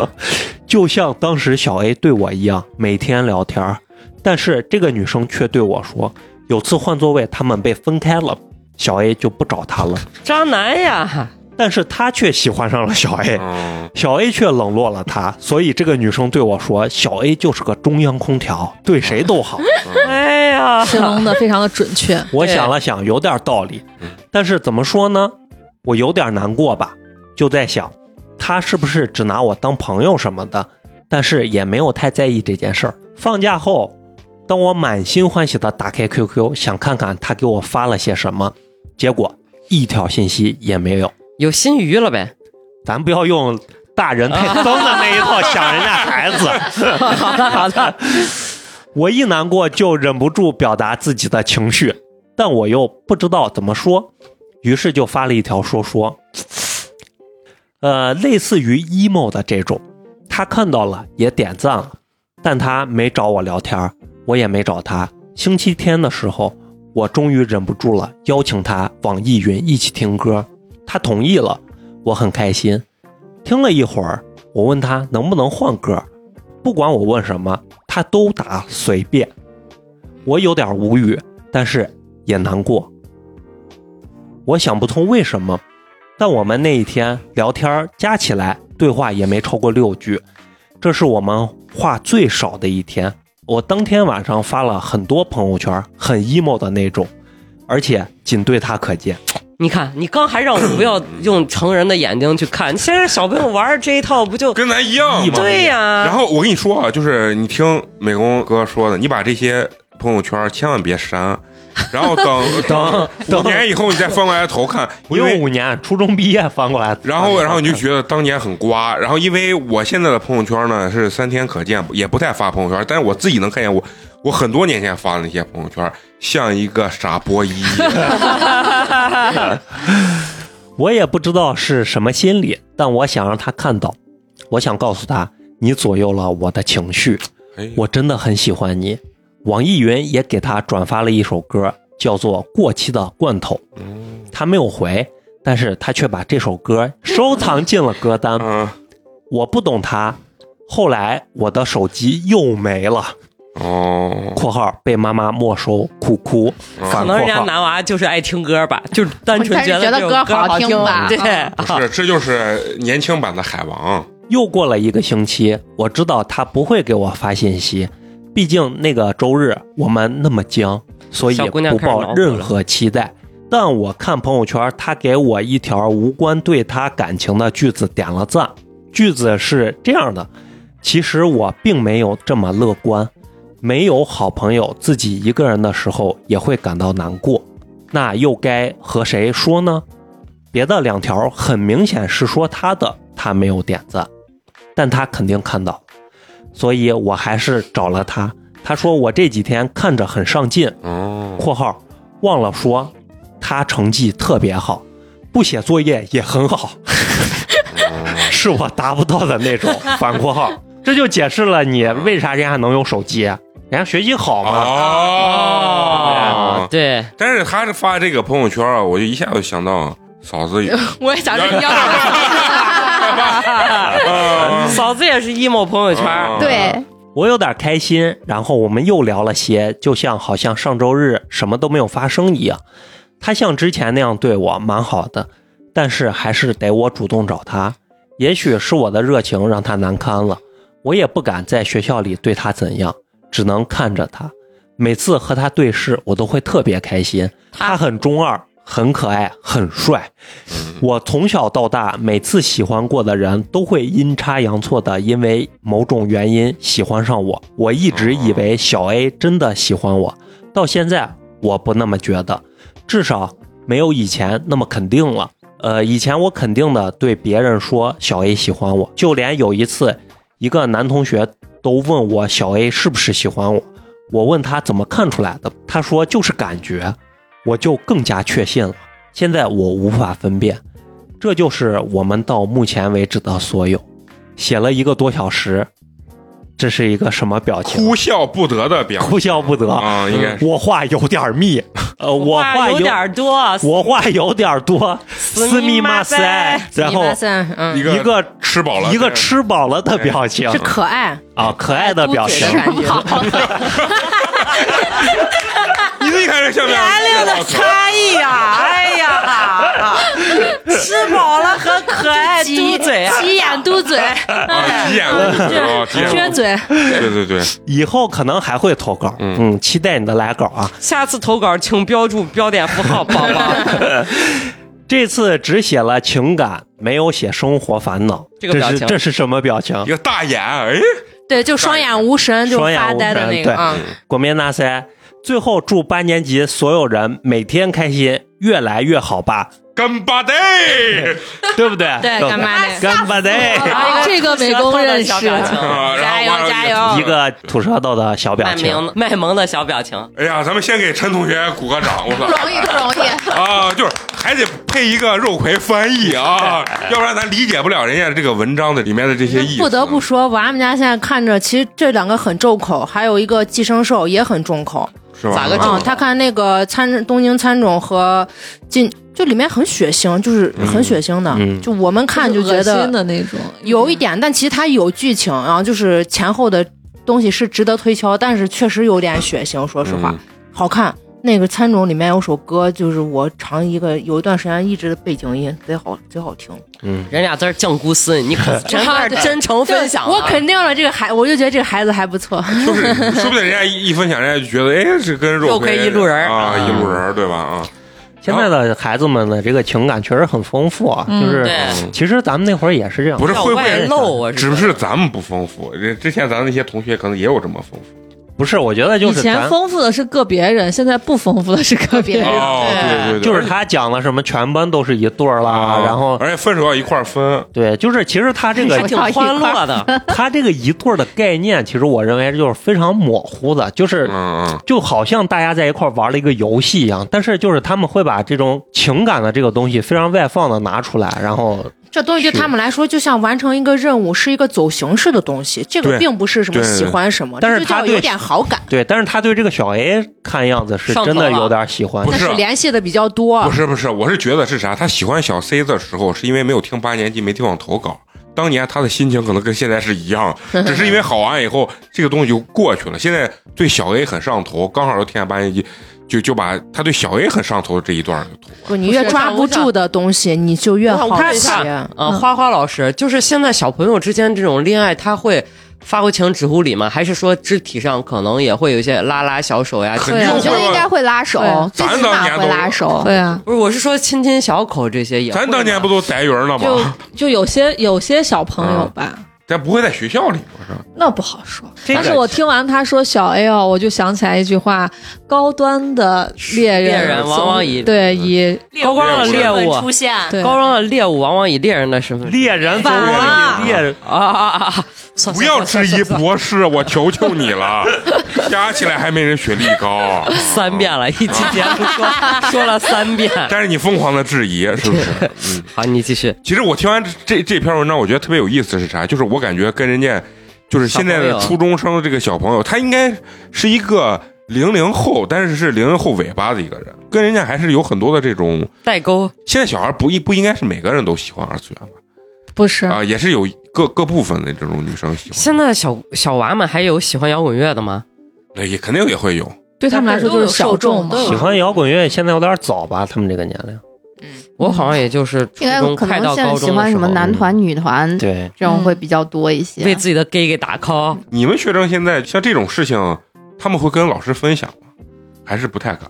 S5: 就像当时小 A 对我一样，每天聊天儿。但是这个女生却对我说，有次换座位，他们被分开了，小 A 就不找她了。
S2: 渣男呀，
S5: 但是她却喜欢上了小 A，
S1: 嗯
S5: 小 A 却冷落了她。所以这个女生对我说，小 A 就是个中央空调，对谁都好。
S2: 哎呀，
S6: 形容的非常的准 确。
S5: 我想了想，有点道理
S1: 嗯，
S5: 但是怎么说呢？我有点难过吧，就在想，他是不是只拿我当朋友什么的？但是也没有太在意这件事儿。放假后，当我满心欢喜的打开 QQ，想看看他给我发了些什么，结果一条信息也没有。
S2: 有新鱼了呗？
S5: 咱不要用大人太脏的那一套想人家孩子。
S2: 好的好的，
S5: 我一难过就忍不住表达自己的情绪，但我又不知道怎么说，于是就发了一条说说，呃，类似于 emo 的这种。他看到了也点赞了，但他没找我聊天儿，我也没找他。星期天的时候，我终于忍不住了，邀请他网易云一起听歌，他同意了，我很开心。听了一会儿，我问他能不能换歌，不管我问什么，他都打随便，我有点无语，但是也难过。我想不通为什么，但我们那一天聊天儿加起来对话也没超过六句，这是我们话最少的一天。我当天晚上发了很多朋友圈，很 emo 的那种，而且仅对他可见。
S2: 你看，你刚还让我不要用成人的眼睛去看，现在小朋友玩这一套不就
S1: 跟咱一样
S5: 一
S1: 嘛
S5: 模。
S2: 对呀、
S1: 然后我跟你说啊，就是你听美工哥说的，你把这些朋友圈千万别删，然 后等
S5: 等
S1: 五
S5: 等，
S1: 年以后你再翻过来头看，
S5: 不
S1: 因为
S5: 用五年，哎初中毕业翻过来，
S1: 然后，然后你就觉得当年很瓜。然后，因为我现在的朋友圈呢是三天可见，也不太发朋友圈，但是我自己能看见我我很多年前发的那些朋友圈，像一个傻波一。
S5: 我也不知道是什么心理，但我想让他看到，我想告诉他，你左右了我的情绪，
S1: 哎
S5: 我真的很喜欢你。网易云也给他转发了一首歌，叫做《过期的罐头》，
S1: 嗯
S5: 他没有回，但是他却把这首歌收藏进了歌单。
S1: 嗯
S5: 我不懂他。后来我的手机又没了
S1: 哦
S5: （括号被妈妈没收），哭哭。
S2: 可
S5: 反括
S2: 能人家
S5: 号
S2: 男娃就是爱听歌吧，就是单纯
S4: 但是
S2: 得
S4: 觉得
S2: 这首
S4: 歌好
S2: 好
S4: 听吧
S2: 对，
S1: 不是，这就是年轻版的海王。
S5: 又过了一个星期，我知道他不会给我发信息，毕竟那个周日我们那么僵，所以
S2: 小姑娘
S5: 不
S2: 开始
S5: 抱
S2: 恼火
S5: 任
S2: 了
S5: 何期待。但我看朋友圈，他给我一条无关对他感情的句子点了赞，句子是这样的：其实我并没有这么乐观，没有好朋友，自己一个人的时候也会感到难过，那又该和谁说呢？别的两条很明显是说他的，他没有点赞，但他肯定看到，所以我还是找了他。他说我这几天看着很上进，
S1: 哦，
S5: 括号忘了说，他成绩特别好，不写作业也很好，是我达不到的那种。反括号，这就解释了你为啥人家能有手机，啊人家学习好嘛。
S2: 哦
S1: 哦，，
S2: 对，
S1: 但是他是发这个朋友圈啊，我就一下就想到嫂子。
S6: 我也想着你要干嘛
S1: 嗯
S2: 嫂子也是 emo 朋友圈，
S1: 啊
S4: 嗯对，
S5: 我有点开心，然后我们又聊了些，就像好像上周日什么都没有发生一样。他像之前那样对我蛮好的，但是还是得我主动找他。也许是我的热情让他难堪了，我也不敢在学校里对他怎样，只能看着他。每次和他对视，我都会特别开心。他很中二，很可爱，很帅。我从小到大，每次喜欢过的人都会阴差阳错的因为某种原因喜欢上我。我一直以为小 A 真的喜欢我，到现在我不那么觉得，至少没有以前那么肯定了。呃，以前我肯定的对别人说小 A 喜欢我，就连有一次，一个男同学都问我小 A 是不是喜欢我，我问他怎么看出来的，他说就是感觉，我就更加确信了。现在我无法分辨，这就是我们到目前为止的所有。写了一个多小时，这是一个什么表情？
S1: 哭笑不得的表
S5: 哭笑不得。
S1: 啊，应该是
S5: 我话有点密，呃，我
S2: 话
S5: 话
S2: 有点多，
S5: 我话有点多，
S2: 斯密马塞
S5: 然后
S3: 三，嗯，
S1: 一
S5: 一
S1: 个
S5: 个
S1: 吃饱了，哎
S5: 一个吃饱了的表情
S3: 是可爱，
S5: 啊，可爱的表情
S3: 嘟嘴的感觉。
S1: 你自己看这像不像？
S2: 年龄的差异啊，哎呀，吃饱了和可爱嘟嘴啊，
S3: 挤眼嘟嘴，
S1: 啊，急眼了，啊，急眼了
S6: 撅嘴，
S1: 对对对，
S5: 以后可能还会投稿，嗯，期待你的来稿啊。
S2: 下次投稿请标注标点符号，宝 宝，
S5: 这次只写了情感，没有写生活烦恼，
S2: 这个表情
S5: 是这是什么表情
S1: 一？个大眼，哎，
S3: 对，就双眼无神，就
S5: 双眼
S3: 发呆的
S5: 无神
S3: 那个
S5: 对
S3: 啊，
S1: 嗯
S5: 国民大赛。最后祝八年级所有人每天开心，越来越好吧，
S1: 干巴爹，
S5: 对不对？
S3: 对干巴爹
S5: 干巴爹，
S6: 啊这个美工认识
S2: 舌头的小表情
S1: 啊，
S3: 加
S1: 然后
S3: 油
S1: 我
S3: 加！油！
S5: 一个吐舌头的小表
S2: 卖
S5: 情。
S2: 萌卖萌的小表情，
S1: 哎呀，咱们先给陈同学鼓个掌，我
S4: 不
S1: 操！
S4: 容易，不容易。
S1: 啊，就是还得配一个肉葵翻译啊，要不然咱理解不了人家这个文章的里面的这些意思。啊
S3: 不得不说，娃们家现在看着，其实这两个很重口，还有一个寄生兽也很重口。
S1: 是吧？
S2: 咋个
S3: 啊、
S2: 重
S3: 他看那个参东京参种和进，就里面很血腥，就是很血腥的，
S5: 嗯
S3: 就我们看就
S6: 就
S3: 觉
S6: 恶心
S3: 得
S6: 的那种，
S3: 有一点，但其实它有剧情啊，就是前后的东西是值得推敲，但是确实有点血腥，说实话，
S1: 嗯
S3: 好看。那个参种里面有首歌，就是我尝一个有一段时间一直背景音，贼好贼好听。
S5: 嗯，
S2: 人俩字儿酱姑丝，你 可真有点真诚分享啊。
S3: 我肯定了，这个孩我就觉得这个孩子还不错。
S1: 就是说不定人家一一分享，人家就觉得哎，这跟
S2: 肉
S1: 肉
S2: 魁一路人儿
S1: 啊，
S2: 嗯
S1: 一路人儿对吧？啊，
S5: 现在的孩子们的这个情感确实很丰富啊，
S6: 嗯
S5: 就是
S2: 对
S5: 其实咱们那会儿也是这样，
S1: 不是
S2: 要
S1: 会不
S2: 外
S1: 会
S2: 露，我
S1: 只是咱们不丰富，人之前咱那些同学可能也有这么丰富。
S5: 不是，我觉得就
S6: 以
S5: 是
S6: 前
S5: 咱
S6: 丰富的是个别人，现在不丰富的是个别人。
S1: 哦，对对对，
S5: 就是他讲了什么全班都是一对儿啦，
S1: 啊
S5: 然后
S1: 而且分手要一块儿分，
S5: 对，就是其实他这 个
S2: 还挺欢乐的，呃
S5: 他这个一对儿的概念，其实我认为就是非常模糊的，就是
S1: 嗯嗯，
S5: 就好像大家在一块儿玩了一个游戏一样，但是就是他们会把这种情感的这个东西非常外放的拿出来，然后
S3: 这东西对他们来说，就像完成一个任务，是一个走形式的东西。这个
S1: 对
S3: 并不是什么
S1: 对对
S3: 喜欢什么，
S5: 但是
S3: 这就
S5: 他
S3: 叫
S5: 对
S3: 有点好感，
S5: 对，但是他对这个小 A 看样子是真的有点喜欢
S1: 不，
S3: 但
S1: 是啊
S3: 是联系的比较多。
S1: 不是不是，我是觉得是啥？他喜欢小 C 的时候，是因为没有听八年级，没地方投稿。当年他的心情可能跟现在是一样，只是因为好完以后，这个东西就过去了。现在对小 A 很上头，刚好又听见八年级，就就把他对小 A 很上头的这一段儿就投
S3: 不，你
S2: 不是
S3: 越抓不住的东西，你就越
S2: 我
S3: 好
S2: 看一
S3: 奇。
S2: 下啊，
S6: 嗯
S2: 花花老师，就是现在小朋友之间这种恋爱，他会发挥情指乎礼吗？还是说肢体上可能也会有一些拉拉小手呀？
S1: 肯
S2: 亲
S1: 定
S4: 我觉得应该会拉手
S6: 对啊，
S4: 最
S1: 咱
S4: 起
S1: 当年
S4: 码会
S1: 都
S4: 拉手。
S6: 对啊，
S2: 不是，我是说亲亲小口这些也会吗。
S1: 咱当年不都逮鱼儿了
S6: 就
S1: 吗？
S6: 就有些有些小朋友
S5: 嗯
S6: 吧，
S1: 咱不会在学校里吗？是吧
S6: 那不好说。
S5: 这个
S6: 但是我听完他说小 A 哦，我就想起来一句话：高端的猎人，
S2: 猎人往往以
S5: 嗯
S6: 对以
S2: 高光的猎物
S7: 出现，
S6: 对
S2: 高中的猎物往往以猎人的身份
S5: 猎人总
S7: 反
S5: 是
S7: 了
S5: 以猎人
S2: 啊啊啊啊！算
S1: 不要
S2: 算
S1: 质
S2: 算
S1: 疑
S2: 算
S1: 博士，我求求你了，加起来还没人学历高。
S2: 三遍了，一期节目说说了三遍。
S1: 但是你疯狂的质疑，是不是？嗯，
S2: 好，你继续。
S1: 其实我听完这这这篇文章，我觉得特别有意思是啥？就是我感觉跟人家，就是现在
S2: 小
S1: 的
S2: 朋友
S1: 初中生这个小朋友，他应该是一个零零后，但是是零零后尾巴的一个人，跟人家还是有很多的这种。
S2: 代沟，
S1: 现在小孩不一不应该是每个人都喜欢二啊次元吧？
S6: 不是
S1: 啊，也是有各各部分的这种女生喜欢，啊
S2: 现在小小娃们还有喜欢摇滚乐的吗？
S1: 那呃也肯定也会有。
S6: 对他们来说就是小众嘛
S7: 都有。
S5: 喜欢摇滚乐，现在有点早吧？他们这个年龄，
S2: 我好像也就是初
S4: 嗯应该
S2: 中
S4: 可
S2: 快到
S4: 能现
S2: 高
S4: 在
S2: 中
S4: 喜欢什么男团、女团
S5: 对，
S4: 这种会比较多一些。
S2: 为自己的 gay 给打 call，
S1: 你们学生现在像这种事情，他们会跟老师分享吗？还是不太敢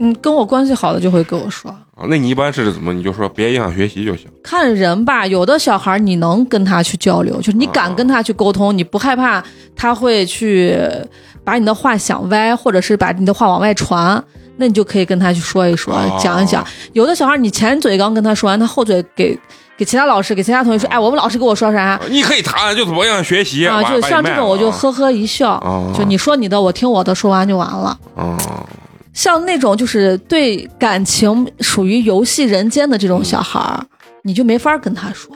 S6: 嗯，跟我关系好的就会跟我说，
S1: 啊？那你一般是怎么？你就说别影响学习就行。
S6: 看人吧。有的小孩你能跟他去交流，就是你敢跟他去沟通，你不害怕他会去把你的话想歪，或者是把你的话往外传。那你就可以跟他去说一说，
S1: 哦
S6: 讲一讲。有的小孩，你前嘴刚跟他说完，他后嘴给给其他老师、给其他同学说，哎，我们老师跟我说啥，
S1: 啊你可以谈，就怎么样学习
S6: 啊，
S1: 把
S6: 就
S1: 把你
S6: 像
S1: 卖
S6: 这种我
S1: 了
S6: 就呵呵一笑
S1: 哦，
S6: 就你说你的，我听我的，说完就完了。
S1: 啊，
S6: 像那种就是对感情属于游戏人间的这种小孩儿，你就没法跟他说，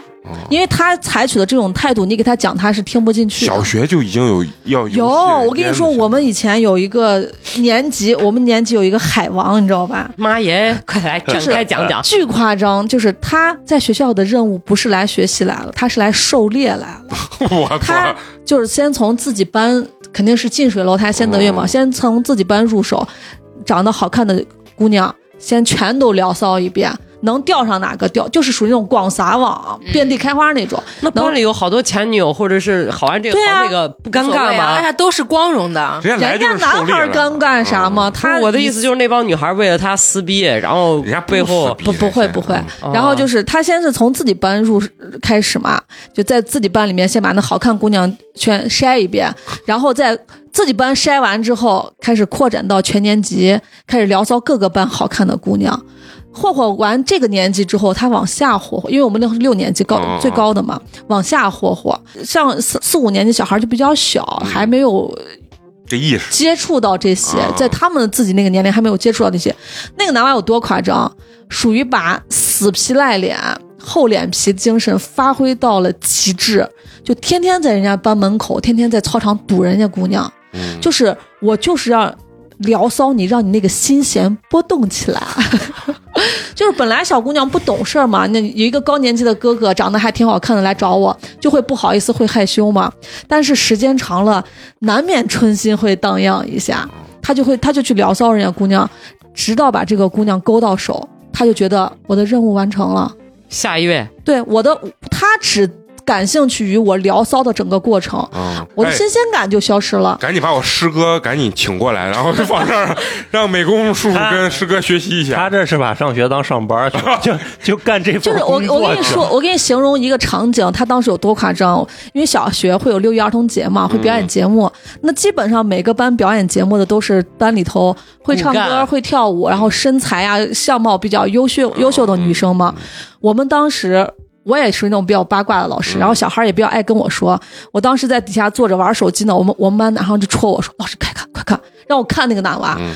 S6: 因为他采取的这种态度，你给他讲他是听不进去的
S1: 小。学就已经有要
S6: 有，我跟你说，我们以前有一个年级，我们年级有一个海王，你知道吧？
S2: 妈 耶，快来展开讲讲。
S6: 巨夸张，就是他在学校的任务不是来学习来了，他是来狩猎来了。
S1: 我
S6: 他
S1: 操，
S6: 就是先从自己班，肯定是近水楼台先得月嘛，
S1: 嗯
S6: 先从自己班入手，长得好看的姑娘先全都聊骚一遍，能钓上哪个钓，就是属于那种广撒网、
S1: 嗯
S6: 遍地开花那种。
S2: 那班里有好多前女友，或者是好玩这个
S6: 对啊
S2: 好那个，不尴尬
S3: 大
S4: 啊
S2: 吗？
S3: 家哎都是光荣的。
S1: 人家来
S6: 人
S1: 就
S6: 家
S1: 是狩
S6: 男
S1: 猎
S6: 孩
S1: 了嗯
S6: 尴尬啥嘛？？
S2: 不是
S6: 他
S2: 我的意思就是那帮女孩为了他撕逼，然后
S1: 人家不
S2: 背后
S1: 撕逼
S6: 不不会
S1: 人家
S6: 不会
S1: 嗯，
S2: 哦
S6: 然后就是他先是从自己班入开始嘛，就在自己班里面先把那好看姑娘全筛一遍，然后在自己班筛完之后，开始扩展到全年级，开始聊骚各个班好看的姑娘。霍霍完这个年级之后，他往下霍霍，因为我们那是六年级高、
S1: 嗯嗯嗯
S6: 最高的嘛，往下霍霍。像四四五年级小孩就比较小，还没有
S1: 这意识
S6: 接触到这些
S1: 啊，
S6: 在他们自己那个年龄还没有接触到那些。那个男娃有多夸张？属于把死皮赖脸、厚脸皮精神发挥到了极致，就天天在人家班门口，天天在操场堵人家姑娘。就是我就是让聊骚你，让你那个心弦波动起来。 就是本来小姑娘不懂事儿嘛，那有一个高年级的哥哥长得还挺好看的来找我，就会不好意思，会害羞嘛。但是时间长了，难免春心会荡漾一下，他就会他就去聊骚人家姑娘，直到把这个姑娘勾到手，他就觉得我的任务完成了。
S2: 下一位，
S6: 对我的，他只感兴趣于我聊骚的整个过程，
S1: 啊，
S6: 我的
S1: 哎
S6: 新鲜感就消失了。
S1: 赶紧把我师哥赶紧请过来，然后就放这儿， 让美工叔叔跟师哥学习一
S5: 他
S1: 下。
S5: 这是把上学当上班去了，就就干这份
S6: 就是我
S5: 工，作
S6: 我跟你
S5: 去
S6: 说，我给你形容一个场景，他当时有多夸张。因为小学会有六一儿童节嘛，会表
S5: 嗯
S6: 演节目。那基本上每个班表演节目的都是班里头会唱
S2: 骨
S6: 歌、
S2: 干
S6: 会跳舞，然后身材啊、相貌比较优
S5: 哦
S6: 秀、优秀的
S5: 嗯
S6: 女生嘛。我们当时。我也是那种比较八卦的老师，
S5: 嗯
S6: 然后小孩儿也比较爱跟我说。我当时在底下坐着玩手机呢，我们我们班男生就戳我说：“老师，快看，快看，让我看那个男娃。
S1: 嗯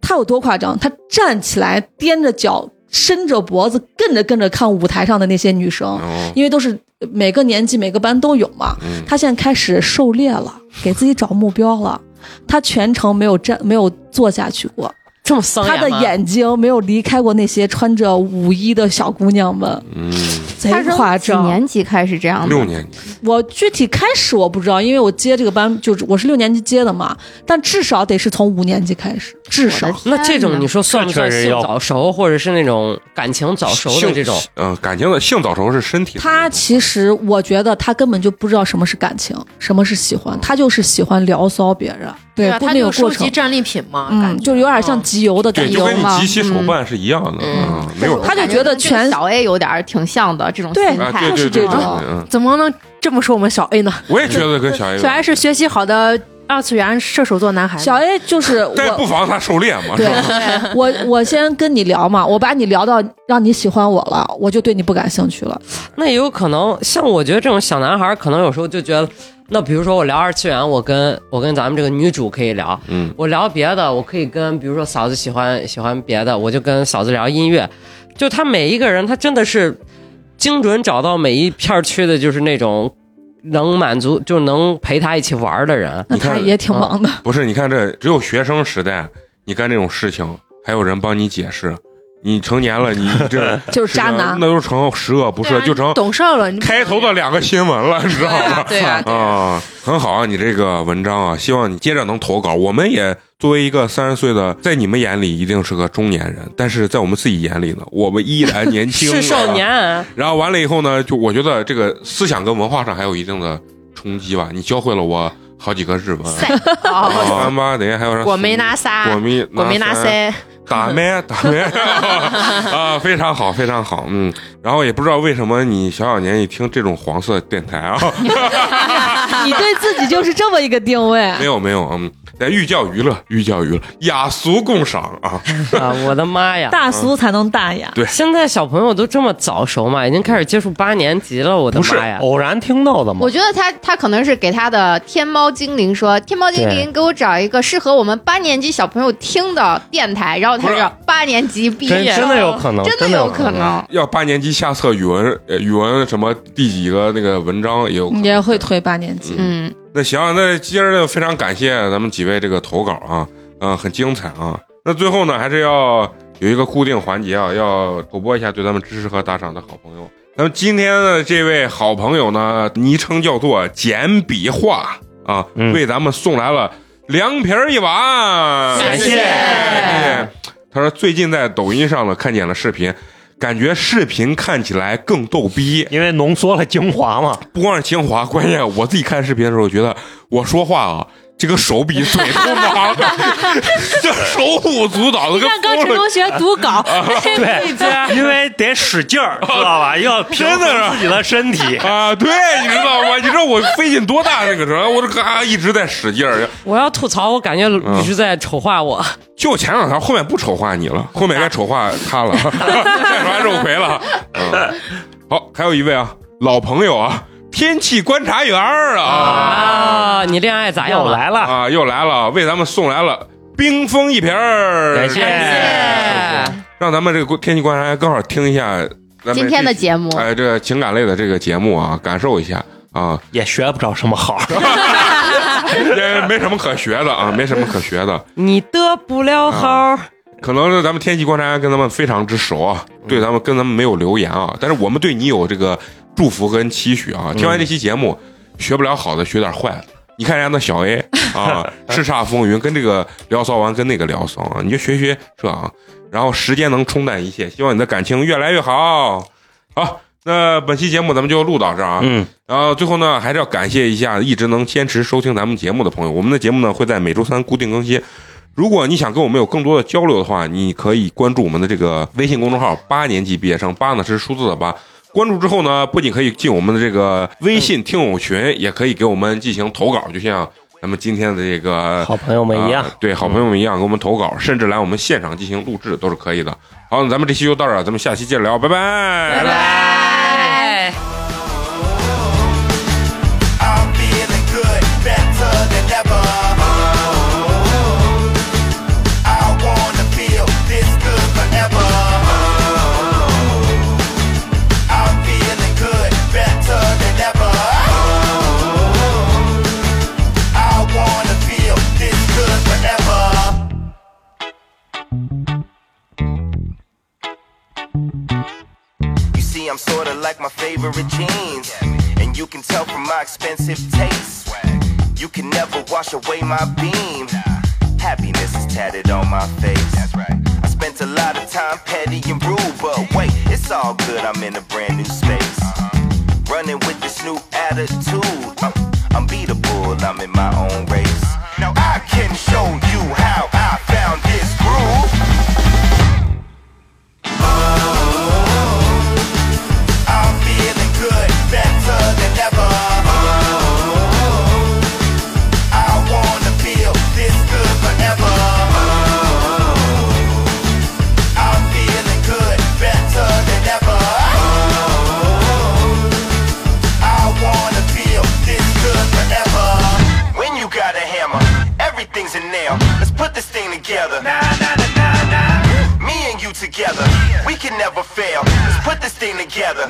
S6: 他有多夸张？他站起来，踮着脚，伸着脖子，跟着跟着看舞台上的那些女生，
S1: 哦
S6: 因为都是每个年级每个班都有嘛。
S1: 嗯
S6: 他现在开始狩猎了，给自己找目标了。他全程没有站，没有坐下去过，
S2: 这么丧
S6: 他的
S2: 吗
S6: 眼睛没有离开过那些穿着舞衣的小姑娘们，
S1: 嗯，
S6: 贼
S4: 他从
S6: 夸
S4: 几
S6: 张。
S4: 年级开始这样的？
S1: 六年级，
S6: 我具体开始我不知道，因为我接这个班就是我是六年级接的嘛，但至少得是从五年级开始，至少
S4: 我的
S2: 那这
S4: 天哪
S2: 种你说算不算
S5: 这确实
S2: 性
S5: 要
S2: 早熟，或者是那种感情早熟的
S1: 性
S2: 这种？，
S1: 嗯，感情的性早熟是身体的。
S6: 他其实，我觉得他根本就不知道什么是感情，什么是喜欢，他就是喜欢聊骚别人，对，
S3: 啊，
S6: 过
S3: 他
S6: 那
S3: 就
S6: 个
S3: 收
S6: 过
S3: 集
S6: 程，
S3: 战利品嘛，
S6: 嗯
S3: 感，觉
S6: 就有点像
S3: 嗯
S6: 集邮的感
S1: 对，
S6: 觉
S1: 就跟你
S4: 嘛
S1: 集齐手办是一样的，
S2: 嗯
S1: 嗯，没有
S6: 嗯他就
S4: 感
S6: 觉得
S4: 跟这个
S6: 全
S4: 小 A 有点儿挺像的这种
S6: 对
S4: 心
S1: 啊，
S4: 态，
S1: 对对
S6: 是这
S1: 对，对
S6: 种
S1: 嗯，
S3: 怎么能这么说我们小 A 呢？
S1: 我也觉得跟小 A，
S3: 小 A 是学习好的二次元射手座男孩，
S6: 小 A 就是
S1: 但不
S6: 我，
S1: 妨他狩猎嘛，是
S6: 对
S1: 吧？
S6: 我我先跟你聊嘛，我把你聊到让你喜欢我了，我就对你不感兴趣了。
S2: 那也有可能，像我觉得这种小男孩，可能有时候就觉得，那比如说我聊二次元，我跟我跟咱们这个女主可以聊，
S1: 嗯，
S2: 我聊别的，我可以跟比如说嫂子喜欢喜欢别的，我就跟嫂子聊音乐，就他每一个人，他真的是精准找到每一片区的，就是那种能满足，就能陪他一起玩的人。
S6: 那
S1: 你看啊
S6: 他也挺
S2: 嗯
S6: 忙的，
S1: 不是，你看这只有学生时代，你干这种事情，还有人帮你解释。你成年了，你这
S6: 就是渣男
S1: 那就成十恶不
S3: 对
S1: 赦，
S3: 啊
S1: 就成
S3: 懂事儿了。你不
S1: 开头的两个新闻 了，你知道吗？
S3: 对啊对啊
S1: 啊，很好啊，你这个文章啊，希望你接着能投稿。我们也作为一个三十岁的，在你们眼里一定是个中年人，但是在我们自己眼里呢，我们依然年轻，啊
S2: 是少。年，啊
S1: 然后完了以后呢，就我觉得这个思想跟文化上还有一定的冲击吧。你教会了我好几个日文，
S3: 塞 哦，
S1: 啊，妈，等一下还有啥？
S3: 我没拿仨，
S1: 我没
S3: 我没拿
S1: 三
S3: 塞，
S1: 打 麦打麦 啊，非常好，非常好，嗯，然后也不知道为什么你小小年纪听这种黄色电台 啊，
S6: 你对自己就是这么一个定位。
S1: 没有没有，嗯，在寓教于乐，寓教于乐，雅俗共赏啊，
S2: 啊，我的妈呀！
S1: 嗯
S6: 大俗才能大雅，
S2: 现在小朋友都这么早熟嘛，已经开始接触八年级了，我的
S5: 不是
S2: 妈呀！
S5: 偶然听到的吗
S4: 我？觉得他他可能是给他的天猫精灵说，天猫精灵给我找一个适合我们八年级小朋友听的电台，然后他
S1: 不是
S4: 是八年级毕
S5: 真
S4: 业，
S5: 真的有可能，
S4: 真
S5: 真
S4: 有
S5: 可
S4: 可。能。
S1: 要八年级下册语文，呃语文什么第几个那个文章也有可能。
S6: 也会推八年级。
S4: 嗯，
S1: 那行，那今儿呢，非常感谢咱们几位这个投稿啊，嗯、很精彩啊。那最后呢，还是要有一个固定环节啊，要口播一下对咱们支持和打赏的好朋友。咱们今天的这位好朋友呢，昵称叫做简笔画啊，
S5: 嗯
S1: 为咱们送来了凉皮儿一碗，
S2: 感谢
S1: 感谢他说最近在抖音上呢看见了视频，感觉视频看起来更逗逼。
S5: 因为浓缩了精华嘛，
S1: 不光是清华，关键我自己看视频的时候觉得我说话啊，这个手比嘴都麻的，这手舞足蹈的跟
S3: 让高
S1: 疯
S3: 晨
S1: 了。
S3: 同学读 稿，
S5: 对，因为得使劲儿，知道吧？要平
S1: 真的
S5: 衡
S1: 是
S5: 自己的身体。
S1: 啊，对，你知道吗？你知道我费劲多大那个时候，我这嘎一直在使劲儿。
S2: 我要吐槽，我感觉一直在丑化我。
S1: 就前两天，后面不丑化你了，后面该丑化他了， 该丑化肉葵了。嗯，好，还有一位啊，老朋友啊，天气观察员儿啊
S2: 啊，你恋爱咋样
S5: 又
S2: 了？
S5: 来了，
S1: 啊，又来了，为咱们送来了冰封一瓶儿，
S5: 感谢
S2: 哎
S1: 让咱们这个天气观察员刚好听一下咱们
S4: 今天的节目
S1: 这哎，这 个情感类的这个节目啊，感受一下啊。
S5: 也学不着什么好。
S1: 这没什么可学的啊，没什么可学的。
S2: 你得不了好，
S1: 可能是咱们天气观察员跟咱们非常之熟啊，对咱们跟咱们没有留言啊，但是我们对你有这个祝福跟期许啊。听完这期节目，学不了好的，学点坏的。你看人家那小 A 啊，叱咤风云，跟这个聊骚完，跟那个聊骚啊，你就学学这啊。然后时间能冲淡一切，希望你的感情越来越好。好，那本期节目咱们就录到这儿啊。
S5: 嗯，
S1: 然后最后呢，还是要感谢一下一直能坚持收听咱们节目的朋友。我们的节目呢会在每周三固定更新。如果你想跟我们有更多的交流的话，你可以关注我们的这个微信公众号“八年级毕业生”，八呢是数字的八。关注之后呢，不仅可以进我们的这个微信听友群，也可以给我们进行投稿，就像咱们今天的这个
S5: 好朋友们一样
S1: 啊，对好朋友们一样给我们投稿，甚至来我们现场进行录制都是可以的。好，那咱们这期就到这儿，啊咱们下期接着聊，拜拜，
S5: 嗯
S1: 拜拜。
S2: 哎。
S7: I'm feeling good, better than ever. Oh, I wanna feel this good forever. Oh, I'm feeling good, better than ever. Oh, I wanna feel this good forever. You see, I'm sorta like my favorite jeans. And you can tell from my expensive taste. You can never wash away my beam. Happiness is tatted on my face. That's right. I spent a lot of time petty and rude, but wait, it's all good. I'm in a brand new space. Running with this new attitude. I'm unbeatable, I'm in my own race. Uh-huh. Now I can show you how I found this groove. I'm feeling good, better than ever. Oh, I wanna feel this good forever. Oh, I'm feeling good, better than ever. Oh, I wanna feel this good forever. When you got a hammer, everything's a nail. Let's put this thing together. Me and you together, we can never fail. Let's put this thing together.